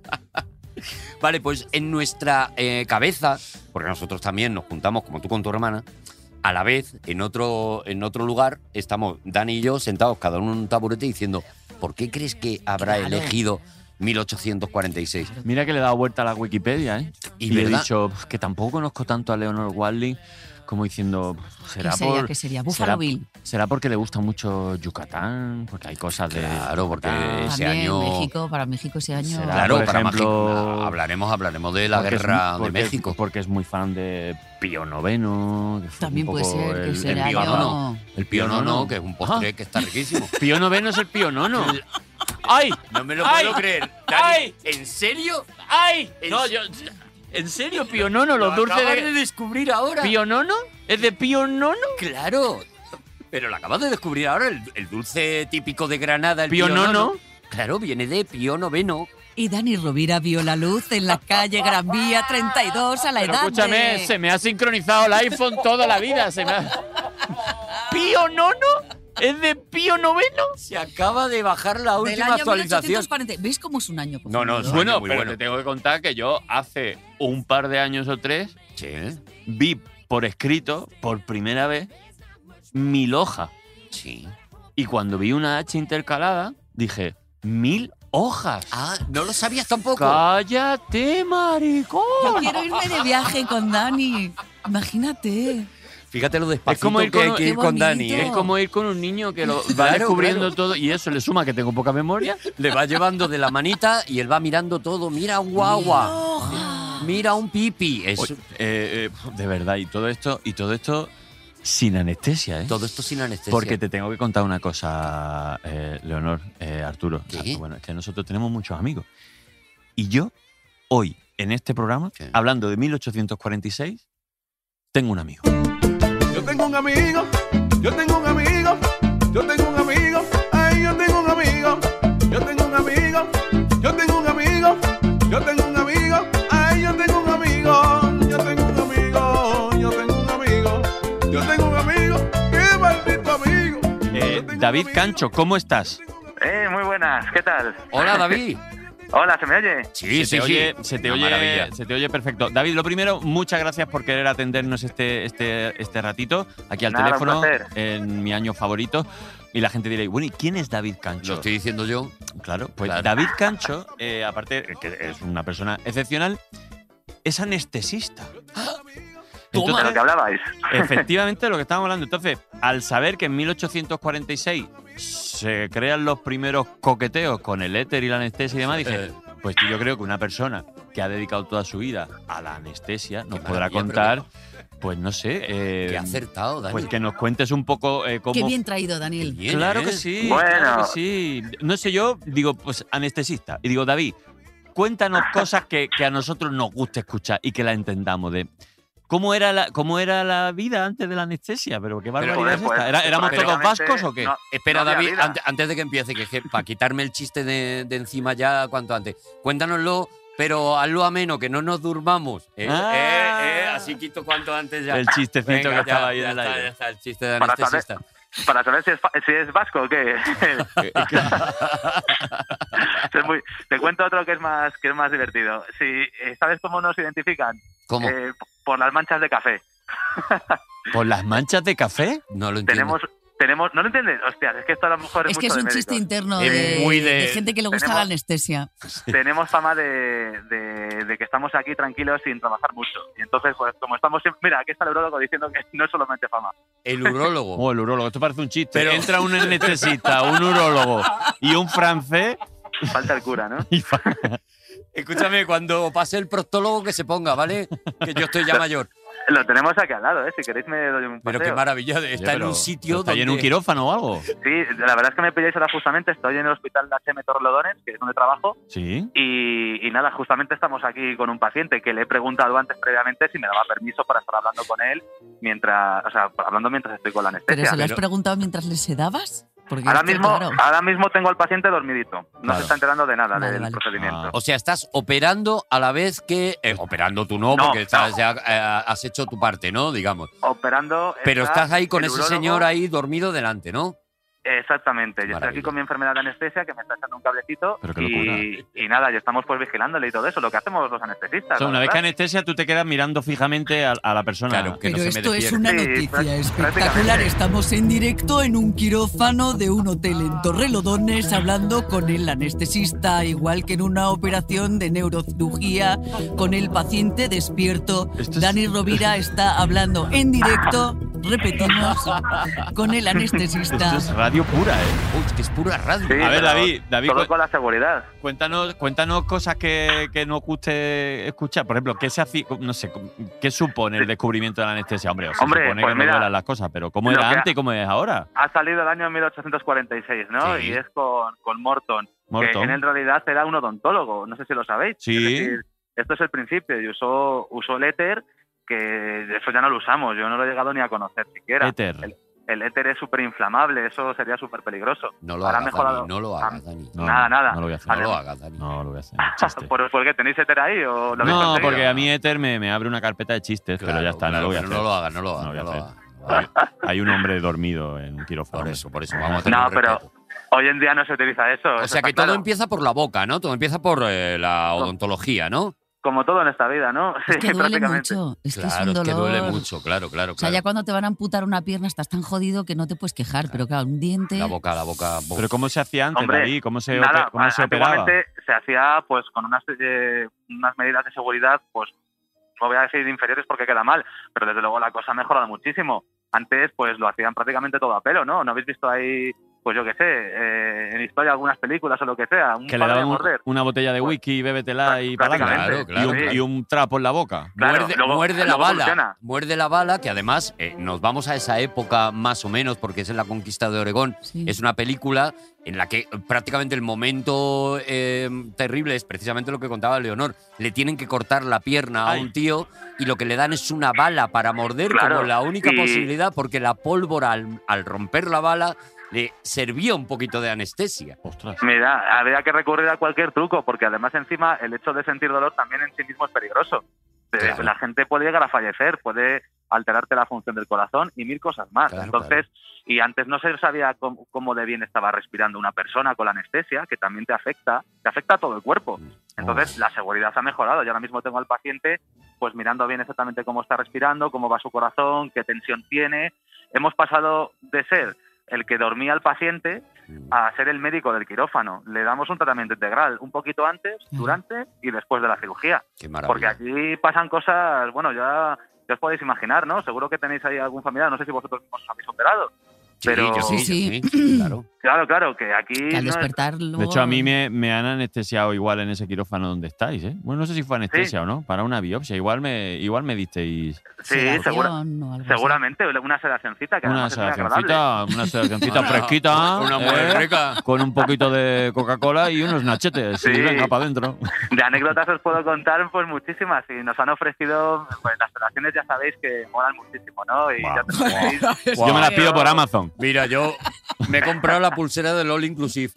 Speaker 3: (laughs) vale, pues en nuestra eh, cabeza, porque nosotros también nos juntamos, como tú con tu hermana, a la vez, en otro, en otro lugar, estamos Dani y yo sentados cada uno en un taburete diciendo, ¿por qué crees que habrá
Speaker 2: Claro.
Speaker 3: elegido 1846?
Speaker 4: Mira que le he dado vuelta a la Wikipedia, ¿eh?
Speaker 3: Y,
Speaker 4: Y, le he
Speaker 3: verdad,
Speaker 4: dicho "Pf, que tampoco conozco tanto a Leonor Wadley como diciendo, "Pf, será
Speaker 2: ¿Qué sería?
Speaker 4: por...
Speaker 2: ¿Qué sería?
Speaker 4: será-
Speaker 2: Buffalo Bill.
Speaker 4: ¿Será porque le gusta mucho Yucatán? Porque hay cosas de.
Speaker 3: Claro, porque
Speaker 4: Yucatán.
Speaker 2: (laughs)
Speaker 3: ese
Speaker 2: También
Speaker 3: año-
Speaker 2: México, para México ese año...
Speaker 4: Será,
Speaker 3: claro,
Speaker 4: Ah, por
Speaker 3: para
Speaker 4: ejemplo,
Speaker 3: México, hablaremos, hablaremos de la
Speaker 4: Porque es
Speaker 3: guerra
Speaker 4: mu-
Speaker 3: de
Speaker 4: porque es-
Speaker 3: México.
Speaker 4: porque es muy fan de Pío IX. que fue
Speaker 2: También
Speaker 4: un
Speaker 2: puede
Speaker 4: poco
Speaker 2: ser que
Speaker 4: el-
Speaker 2: será
Speaker 4: el Pío
Speaker 3: año-
Speaker 4: IX.
Speaker 2: yo...
Speaker 3: El pío
Speaker 4: Pío
Speaker 3: no,
Speaker 4: Nono.
Speaker 3: que es un postre que está
Speaker 4: (laughs)
Speaker 3: riquísimo.
Speaker 4: Pío IX es el
Speaker 3: (laughs)
Speaker 4: Pío Nono. ¡Ay!
Speaker 3: No me lo
Speaker 4: ¡Ay!
Speaker 3: puedo creer. Dani,
Speaker 4: ¡Ay!
Speaker 3: ¿En serio?
Speaker 4: ¡Ay!
Speaker 3: En-
Speaker 4: No, yo. ¿En serio, Pío Nono? Los
Speaker 3: Lo
Speaker 4: dulces
Speaker 3: acabas de
Speaker 4: de.
Speaker 3: descubrir ahora.
Speaker 4: ¿Pío Nono? ¿Es de Pío Nono?
Speaker 3: Claro. Pero lo acabas de descubrir ahora, el, el dulce típico de Granada, el
Speaker 4: Pío Nono.
Speaker 3: Claro, viene de Pío Noveno.
Speaker 2: Y Dani Rovira vio la luz en la calle Gran Vía 32 a la
Speaker 4: Pero
Speaker 2: edad
Speaker 4: escúchame,
Speaker 2: de...
Speaker 4: se me ha sincronizado el iPhone toda la vida. Se me ha- ¿Pío Nono? ¿Es de Pío IX?
Speaker 3: Se acaba de bajar la
Speaker 2: del
Speaker 3: última
Speaker 2: año
Speaker 3: actualización.
Speaker 2: 1840. ¿Veis cómo es un año?
Speaker 3: No, no,
Speaker 2: confundido?
Speaker 3: es
Speaker 4: Bueno,
Speaker 3: muy
Speaker 4: pero
Speaker 3: bueno.
Speaker 4: te tengo que contar que yo hace un par de años o tres
Speaker 3: Sí,
Speaker 4: vi por escrito, por primera vez, mil hojas.
Speaker 3: sí.
Speaker 4: Y cuando vi una H intercalada, dije, mil hojas.
Speaker 3: Ah, no lo sabías tampoco.
Speaker 4: ¡Cállate,
Speaker 2: Yo
Speaker 4: maricón!
Speaker 2: quiero irme de viaje con Dani. Imagínate.
Speaker 3: Fíjate lo despacito
Speaker 4: Es como ir
Speaker 3: que
Speaker 4: con
Speaker 3: hay
Speaker 4: un-
Speaker 3: que
Speaker 2: Qué
Speaker 3: ir con Dani,
Speaker 2: bonito.
Speaker 3: ¿eh?
Speaker 4: Es como ir con un niño
Speaker 3: (laughs)
Speaker 4: que lo va
Speaker 3: Claro,
Speaker 4: descubriendo
Speaker 3: claro.
Speaker 4: todo y eso le suma que tengo poca memoria.
Speaker 3: Le va llevando de la manita y él va mirando todo. Mira un guagua. Mira un pipi. Es-
Speaker 4: Oye, eh, eh, de verdad, y todo esto, y todo esto sin anestesia, ¿eh?
Speaker 3: todo esto sin anestesia.
Speaker 4: Porque te tengo que contar una cosa, eh, Leonor, eh, Arturo.
Speaker 3: ¿Qué?
Speaker 4: Bueno, es que nosotros tenemos muchos amigos. Y yo, hoy, en este programa,
Speaker 3: Sí.
Speaker 4: hablando de 1846, tengo un amigo.
Speaker 8: Yo tengo un amigo, yo tengo un amigo, yo tengo un amigo, ay, yo tengo un amigo, yo tengo un amigo, yo tengo un amigo, yo tengo un amigo, ay, yo tengo un amigo, yo tengo un amigo, yo tengo un amigo, yo tengo un amigo, qué maldito amigo.
Speaker 4: Eh, David Cancho, ¿cómo estás?
Speaker 9: Eh, muy buenas, ¿qué tal?
Speaker 3: Hola, David.
Speaker 9: (laughs) Hola, ¿se me oye?
Speaker 3: Sí,
Speaker 4: se, te oye, se, te
Speaker 3: Una
Speaker 4: oye,
Speaker 3: maravilla.
Speaker 4: se te oye perfecto. David, lo primero, muchas gracias por querer atendernos este, este, este ratito aquí al
Speaker 9: Nada, un
Speaker 4: teléfono
Speaker 9: placer.
Speaker 4: en mi año favorito. Y la gente dirá, bueno, ¿y quién es David
Speaker 3: Lo
Speaker 4: Cancho?
Speaker 3: estoy diciendo yo.
Speaker 4: Claro, pues
Speaker 3: Claro.
Speaker 4: David Cancho, eh, aparte de que es una persona excepcional, es anestesista.
Speaker 9: De lo que hablabais. (laughs)
Speaker 3: Eh,
Speaker 4: Efectivamente, lo que estábamos hablando. Entonces, al saber que en 1846 se crean los primeros coqueteos con el éter y la anestesia y demás, dije,
Speaker 3: Eh.
Speaker 4: pues yo creo que una persona que ha dedicado toda su vida a la anestesia nos
Speaker 3: Qué
Speaker 4: podrá
Speaker 3: maravilla,
Speaker 4: contar, pues no sé, eh,
Speaker 3: Qué acertado, Dani.
Speaker 4: pues que nos cuentes un poco eh, cómo...
Speaker 2: Qué bien traído,
Speaker 3: Qué
Speaker 2: Daniel.
Speaker 3: bien,
Speaker 4: claro
Speaker 3: ¿eh?
Speaker 4: que sí,
Speaker 9: Bueno.
Speaker 4: claro que sí. No sé, yo digo, pues anestesista. Y digo, David,
Speaker 9: (laughs)
Speaker 4: cuéntanos cosas que, que a nosotros nos gusta escuchar y que la entendamos de. ¿Cómo era, la, ¿Cómo era la vida antes de la anestesia? Pero qué barbaridad
Speaker 9: Joder,
Speaker 4: es
Speaker 9: pues,
Speaker 4: esta. ¿Era- ¿Éramos todos
Speaker 9: prácticamente
Speaker 4: vascos o qué?
Speaker 9: no-
Speaker 3: Espera,
Speaker 9: no había
Speaker 3: David,
Speaker 9: vida.
Speaker 3: ante- antes de que empiece, que, que para quitarme el chiste de, de encima ya cuanto antes. Cuéntanoslo, pero hazlo ameno, que no nos durmamos. ¿eh?
Speaker 4: Ah.
Speaker 3: Eh, eh, así quito cuanto antes ya.
Speaker 4: El chistecito
Speaker 3: Venga,
Speaker 4: que
Speaker 3: ya,
Speaker 4: estaba
Speaker 3: (laughs)
Speaker 4: ahí
Speaker 3: ya
Speaker 4: en el
Speaker 3: está,
Speaker 4: aire.
Speaker 3: ya está, el chiste de
Speaker 9: Para saber-
Speaker 3: anestesista.
Speaker 9: Para saber si es, fa- si es vasco
Speaker 3: (laughs)
Speaker 9: o qué. (laughs) Es muy- te cuento otro que es más, que es más divertido. Si, eh, ¿Sabes cómo nos identifican?
Speaker 3: ¿Cómo?
Speaker 9: Eh, p- por las manchas de café.
Speaker 4: ¿Por las manchas de café?
Speaker 3: no lo entiendo.
Speaker 9: Tenemos, tenemos, ¿no lo entiendes? Hostia, es que esto a lo mejor es,
Speaker 2: Es que es
Speaker 9: mucho
Speaker 2: un
Speaker 9: de
Speaker 2: chiste
Speaker 9: médicos.
Speaker 2: interno
Speaker 3: Es
Speaker 2: de,
Speaker 3: muy de-
Speaker 2: de gente que le gusta la
Speaker 9: tenemos-
Speaker 2: anestesia.
Speaker 9: (laughs) tenemos fama de, de- de que estamos aquí tranquilos sin trabajar mucho. Y entonces, pues como estamos... siempre- Mira, aquí está el urologo diciendo que no es solamente fama.
Speaker 3: El urólogo.
Speaker 4: (laughs) Oh, el urólogo, esto parece un chiste.
Speaker 3: Pero-
Speaker 4: Entra un anestesista, un urólogo y un francés.
Speaker 9: (laughs) Falta el cura, ¿no?
Speaker 4: y fa-
Speaker 3: (laughs) Escúchame, cuando pase el proctólogo que se ponga, ¿vale? Que yo
Speaker 4: (laughs)
Speaker 3: estoy ya mayor.
Speaker 9: Lo tenemos aquí al lado, ¿eh? Si queréis me doy un
Speaker 3: Pero
Speaker 9: paseo.
Speaker 3: qué maravilla, está
Speaker 4: Oye,
Speaker 3: en
Speaker 4: pero-
Speaker 3: un sitio
Speaker 4: pero Está ahí en
Speaker 3: donde-
Speaker 4: un quirófano o algo.
Speaker 9: Sí, la verdad es que me pilláis ahora justamente. Estoy en el hospital de HM Torrelodones, que es donde trabajo.
Speaker 4: Sí.
Speaker 9: Y, y nada, justamente estamos aquí con un paciente que le he preguntado antes previamente si me daba permiso para estar hablando con él mientras... O sea, hablando mientras estoy con la
Speaker 2: ¿Pero
Speaker 9: anestesia.
Speaker 2: se lo has
Speaker 3: pero-
Speaker 2: preguntado mientras le sedabas? Porque
Speaker 9: Ahora
Speaker 2: esto,
Speaker 9: mismo,
Speaker 2: claro.
Speaker 9: ahora mismo tengo al paciente dormidito. No
Speaker 4: Claro.
Speaker 9: se está enterando de nada
Speaker 2: Vale,
Speaker 9: del
Speaker 2: vale.
Speaker 9: procedimiento.
Speaker 4: Ah.
Speaker 3: O sea, estás operando a la vez que. eh, operando tú no,
Speaker 9: No,
Speaker 3: porque estás-
Speaker 9: no.
Speaker 3: ya, eh, has hecho tu parte, ¿no? Digamos.
Speaker 9: Operando.
Speaker 3: Pero
Speaker 9: está
Speaker 3: estás ahí con
Speaker 9: el
Speaker 3: ese
Speaker 9: urólogo.
Speaker 3: señor ahí dormido delante, ¿no?
Speaker 9: Exactamente. Yo estoy
Speaker 3: Maravilla.
Speaker 9: aquí con mi enfermedad de anestesia que me está echando un cablecito.
Speaker 4: Pero qué
Speaker 9: y, y nada, y estamos pues vigilándole y todo eso, lo que hacemos los
Speaker 4: O
Speaker 9: anestesistas.
Speaker 4: sea,
Speaker 9: la
Speaker 4: una vez que
Speaker 9: verdad.
Speaker 4: anestesia, tú te quedas mirando fijamente a, a la persona.
Speaker 3: Claro, que no
Speaker 1: Pero
Speaker 3: se me
Speaker 1: esto es
Speaker 3: despierte.
Speaker 1: una
Speaker 9: Sí,
Speaker 1: noticia
Speaker 9: prácticamente.
Speaker 1: espectacular. Estamos en directo en un quirófano de un hotel en Torrelodones hablando con el anestesista, igual que en una operación de neurocirugía con el paciente despierto.
Speaker 4: Esto es-
Speaker 1: Dani Rovira está hablando en directo, repetimos, con el anestesista.
Speaker 4: Esto es radio pura, ¿eh?
Speaker 3: Uy, que es pura radio.
Speaker 9: Sí,
Speaker 4: A ver,
Speaker 9: pero
Speaker 4: David, David,
Speaker 9: Todo
Speaker 4: cu-
Speaker 9: con la seguridad.
Speaker 4: cuéntanos, cuéntanos cosas que, que nos guste escuchar. Por ejemplo, ¿qué se hacía, no sé, qué supone el descubrimiento de la anestesia? Hombre, o sea,
Speaker 9: Hombre,
Speaker 4: supone
Speaker 9: pues
Speaker 4: que no
Speaker 9: mira,
Speaker 4: duelan las cosas, pero ¿cómo
Speaker 9: lo
Speaker 4: era
Speaker 9: que ha-
Speaker 4: antes y cómo es ahora?
Speaker 9: Ha salido el año 1846, ¿no?
Speaker 3: Sí.
Speaker 9: Y es con, con Morton,
Speaker 4: Morton.
Speaker 9: que en realidad era un odontólogo, no sé si lo sabéis.
Speaker 4: Sí.
Speaker 9: Es decir, esto es el principio, y usó, usó el éter, que eso ya no lo usamos, yo no lo he llegado ni a conocer siquiera.
Speaker 4: Éter.
Speaker 9: El éter es súper inflamable, eso sería súper peligroso.
Speaker 3: No lo
Speaker 9: Ahora
Speaker 3: hagas,
Speaker 9: ha mejorado.
Speaker 3: Dani. No lo hagas, Dani.
Speaker 4: No, no,
Speaker 9: nada, nada.
Speaker 4: No lo voy a hacer.
Speaker 3: No
Speaker 9: Vale.
Speaker 3: lo hagas, Dani.
Speaker 4: No lo voy a
Speaker 9: (laughs)
Speaker 4: hacer. un chiste.
Speaker 9: ¿Por, ¿Por qué tenéis éter ahí? O lo habéis
Speaker 4: No,
Speaker 9: conseguido?
Speaker 4: porque a mí Éter me, me abre una carpeta de chistes, pero ya está,
Speaker 3: Claro,
Speaker 4: no lo voy a
Speaker 3: pero
Speaker 4: hacer.
Speaker 3: No lo hagas, no lo hagas.
Speaker 4: No lo
Speaker 3: No
Speaker 4: voy a
Speaker 3: lo
Speaker 4: hacer.
Speaker 3: hagas, no lo hagas.
Speaker 4: Hay un hombre dormido en un quirófano.
Speaker 3: Por eso, por eso. Vamos a tener
Speaker 9: No,
Speaker 3: un
Speaker 9: pero-
Speaker 3: respeto.
Speaker 9: Hoy en día no se utiliza eso.
Speaker 3: O
Speaker 9: eso
Speaker 3: sea
Speaker 9: está
Speaker 3: que todo
Speaker 9: claro.
Speaker 3: empieza por la boca, ¿no? Todo empieza por eh, la odontología, ¿no?
Speaker 9: Como todo en esta vida, ¿no? Sí,
Speaker 2: Es que duele
Speaker 9: prácticamente.
Speaker 2: mucho. Es que es
Speaker 3: claro,
Speaker 2: un dolor.
Speaker 3: que duele mucho, claro, claro,
Speaker 2: O sea,
Speaker 3: claro.
Speaker 2: ya cuando te van a amputar una pierna estás tan jodido que no te puedes quejar, pero claro, un diente.
Speaker 3: La boca, la boca. bo-
Speaker 4: Pero ¿cómo se hacía antes,
Speaker 9: Hombre,
Speaker 4: David? ¿Cómo se,
Speaker 9: Nada,
Speaker 4: ope- cómo se operaba?
Speaker 9: antiguamente se hacía pues con unas, eh, unas medidas de seguridad pues no voy a decir inferiores porque queda mal, pero desde luego la cosa ha mejorado muchísimo. Antes, pues lo hacían prácticamente todo a pelo, ¿no? ¿No habéis visto ahí, pues yo qué sé, eh, en historia algunas películas o lo que sea? Un
Speaker 4: Que le
Speaker 9: padre
Speaker 4: daban
Speaker 9: a
Speaker 4: un-
Speaker 9: morder.
Speaker 4: una botella de
Speaker 9: Pues,
Speaker 4: whisky, bébetela y para
Speaker 9: prácticamente,
Speaker 4: y, un-
Speaker 9: sí.
Speaker 4: y un trapo en la boca.
Speaker 9: Claro,
Speaker 3: muerde,
Speaker 9: luego-
Speaker 3: muerde la
Speaker 9: luego
Speaker 3: bala.
Speaker 9: evoluciona.
Speaker 3: Muerde la bala, que además eh, nos vamos a esa época más o menos, porque es en la conquista de Oregón.
Speaker 2: Sí.
Speaker 3: Es una película en la que eh, prácticamente el momento eh, terrible es precisamente lo que contaba Leonor. Le tienen que cortar la pierna a
Speaker 4: Ay.
Speaker 3: un tío y lo que le dan es una bala para morder
Speaker 9: Claro,
Speaker 3: como la única
Speaker 9: y-
Speaker 3: posibilidad, porque la pólvora al, al romper la bala le servía un poquito de anestesia.
Speaker 4: Ostras.
Speaker 9: Mira, habría que recurrir a cualquier truco, porque además encima el hecho de sentir dolor también en sí mismo es peligroso. Eh,
Speaker 3: Claro.
Speaker 9: La gente puede llegar a fallecer, puede alterarte la función del corazón y mil cosas más.
Speaker 3: Claro,
Speaker 9: Entonces, y antes no se sabía cómo, cómo de bien estaba respirando una persona con la anestesia, que también te afecta, te afecta a todo el cuerpo.
Speaker 3: Mm.
Speaker 9: Entonces, la seguridad ha mejorado. Yo ahora mismo tengo al paciente pues mirando bien exactamente cómo está respirando, cómo va su corazón, qué tensión tiene. Hemos pasado de ser el que dormía al paciente
Speaker 3: Mm.
Speaker 9: a ser el médico del quirófano. Le damos un tratamiento integral, un poquito antes, durante y después de la cirugía.
Speaker 3: Qué maravilla.
Speaker 9: Porque aquí pasan cosas, bueno, ya, ya os podéis imaginar, ¿no? Seguro que tenéis ahí algún familiar, no sé si vosotros mismos os habéis operado.
Speaker 3: Sí,
Speaker 9: pero-
Speaker 3: yo sí,
Speaker 2: Sí,
Speaker 3: yo sí, claro.
Speaker 9: Claro, claro, que aquí...
Speaker 2: Que al
Speaker 9: no es-
Speaker 2: despertar luego-
Speaker 4: De hecho, a mí me, me han anestesiado igual en ese quirófano donde estáis, ¿eh? Bueno, no sé si fue anestesia o no, para una biopsia. Igual me, igual me disteis
Speaker 9: sí,
Speaker 2: sedación
Speaker 9: segura-
Speaker 2: o algo así.
Speaker 9: seguramente una sedacioncita que
Speaker 4: una
Speaker 9: además es muy agradable.
Speaker 4: sedacioncita, una sedacioncita
Speaker 3: Una-
Speaker 4: fresquita,
Speaker 3: Una
Speaker 4: ¿eh?
Speaker 3: mujer rica.
Speaker 4: con un poquito de Coca-Cola y unos nachetes. Y
Speaker 9: Sí.
Speaker 4: venga, para adentro.
Speaker 9: De anécdotas os puedo contar pues muchísimas y nos han ofrecido, pues las relaciones ya sabéis que molan muchísimo, ¿no? Y ya tenéis- (laughs)
Speaker 4: Yo me las pido por Amazon.
Speaker 7: Mira, yo
Speaker 3: Me he comprado la pulsera del All Inclusive.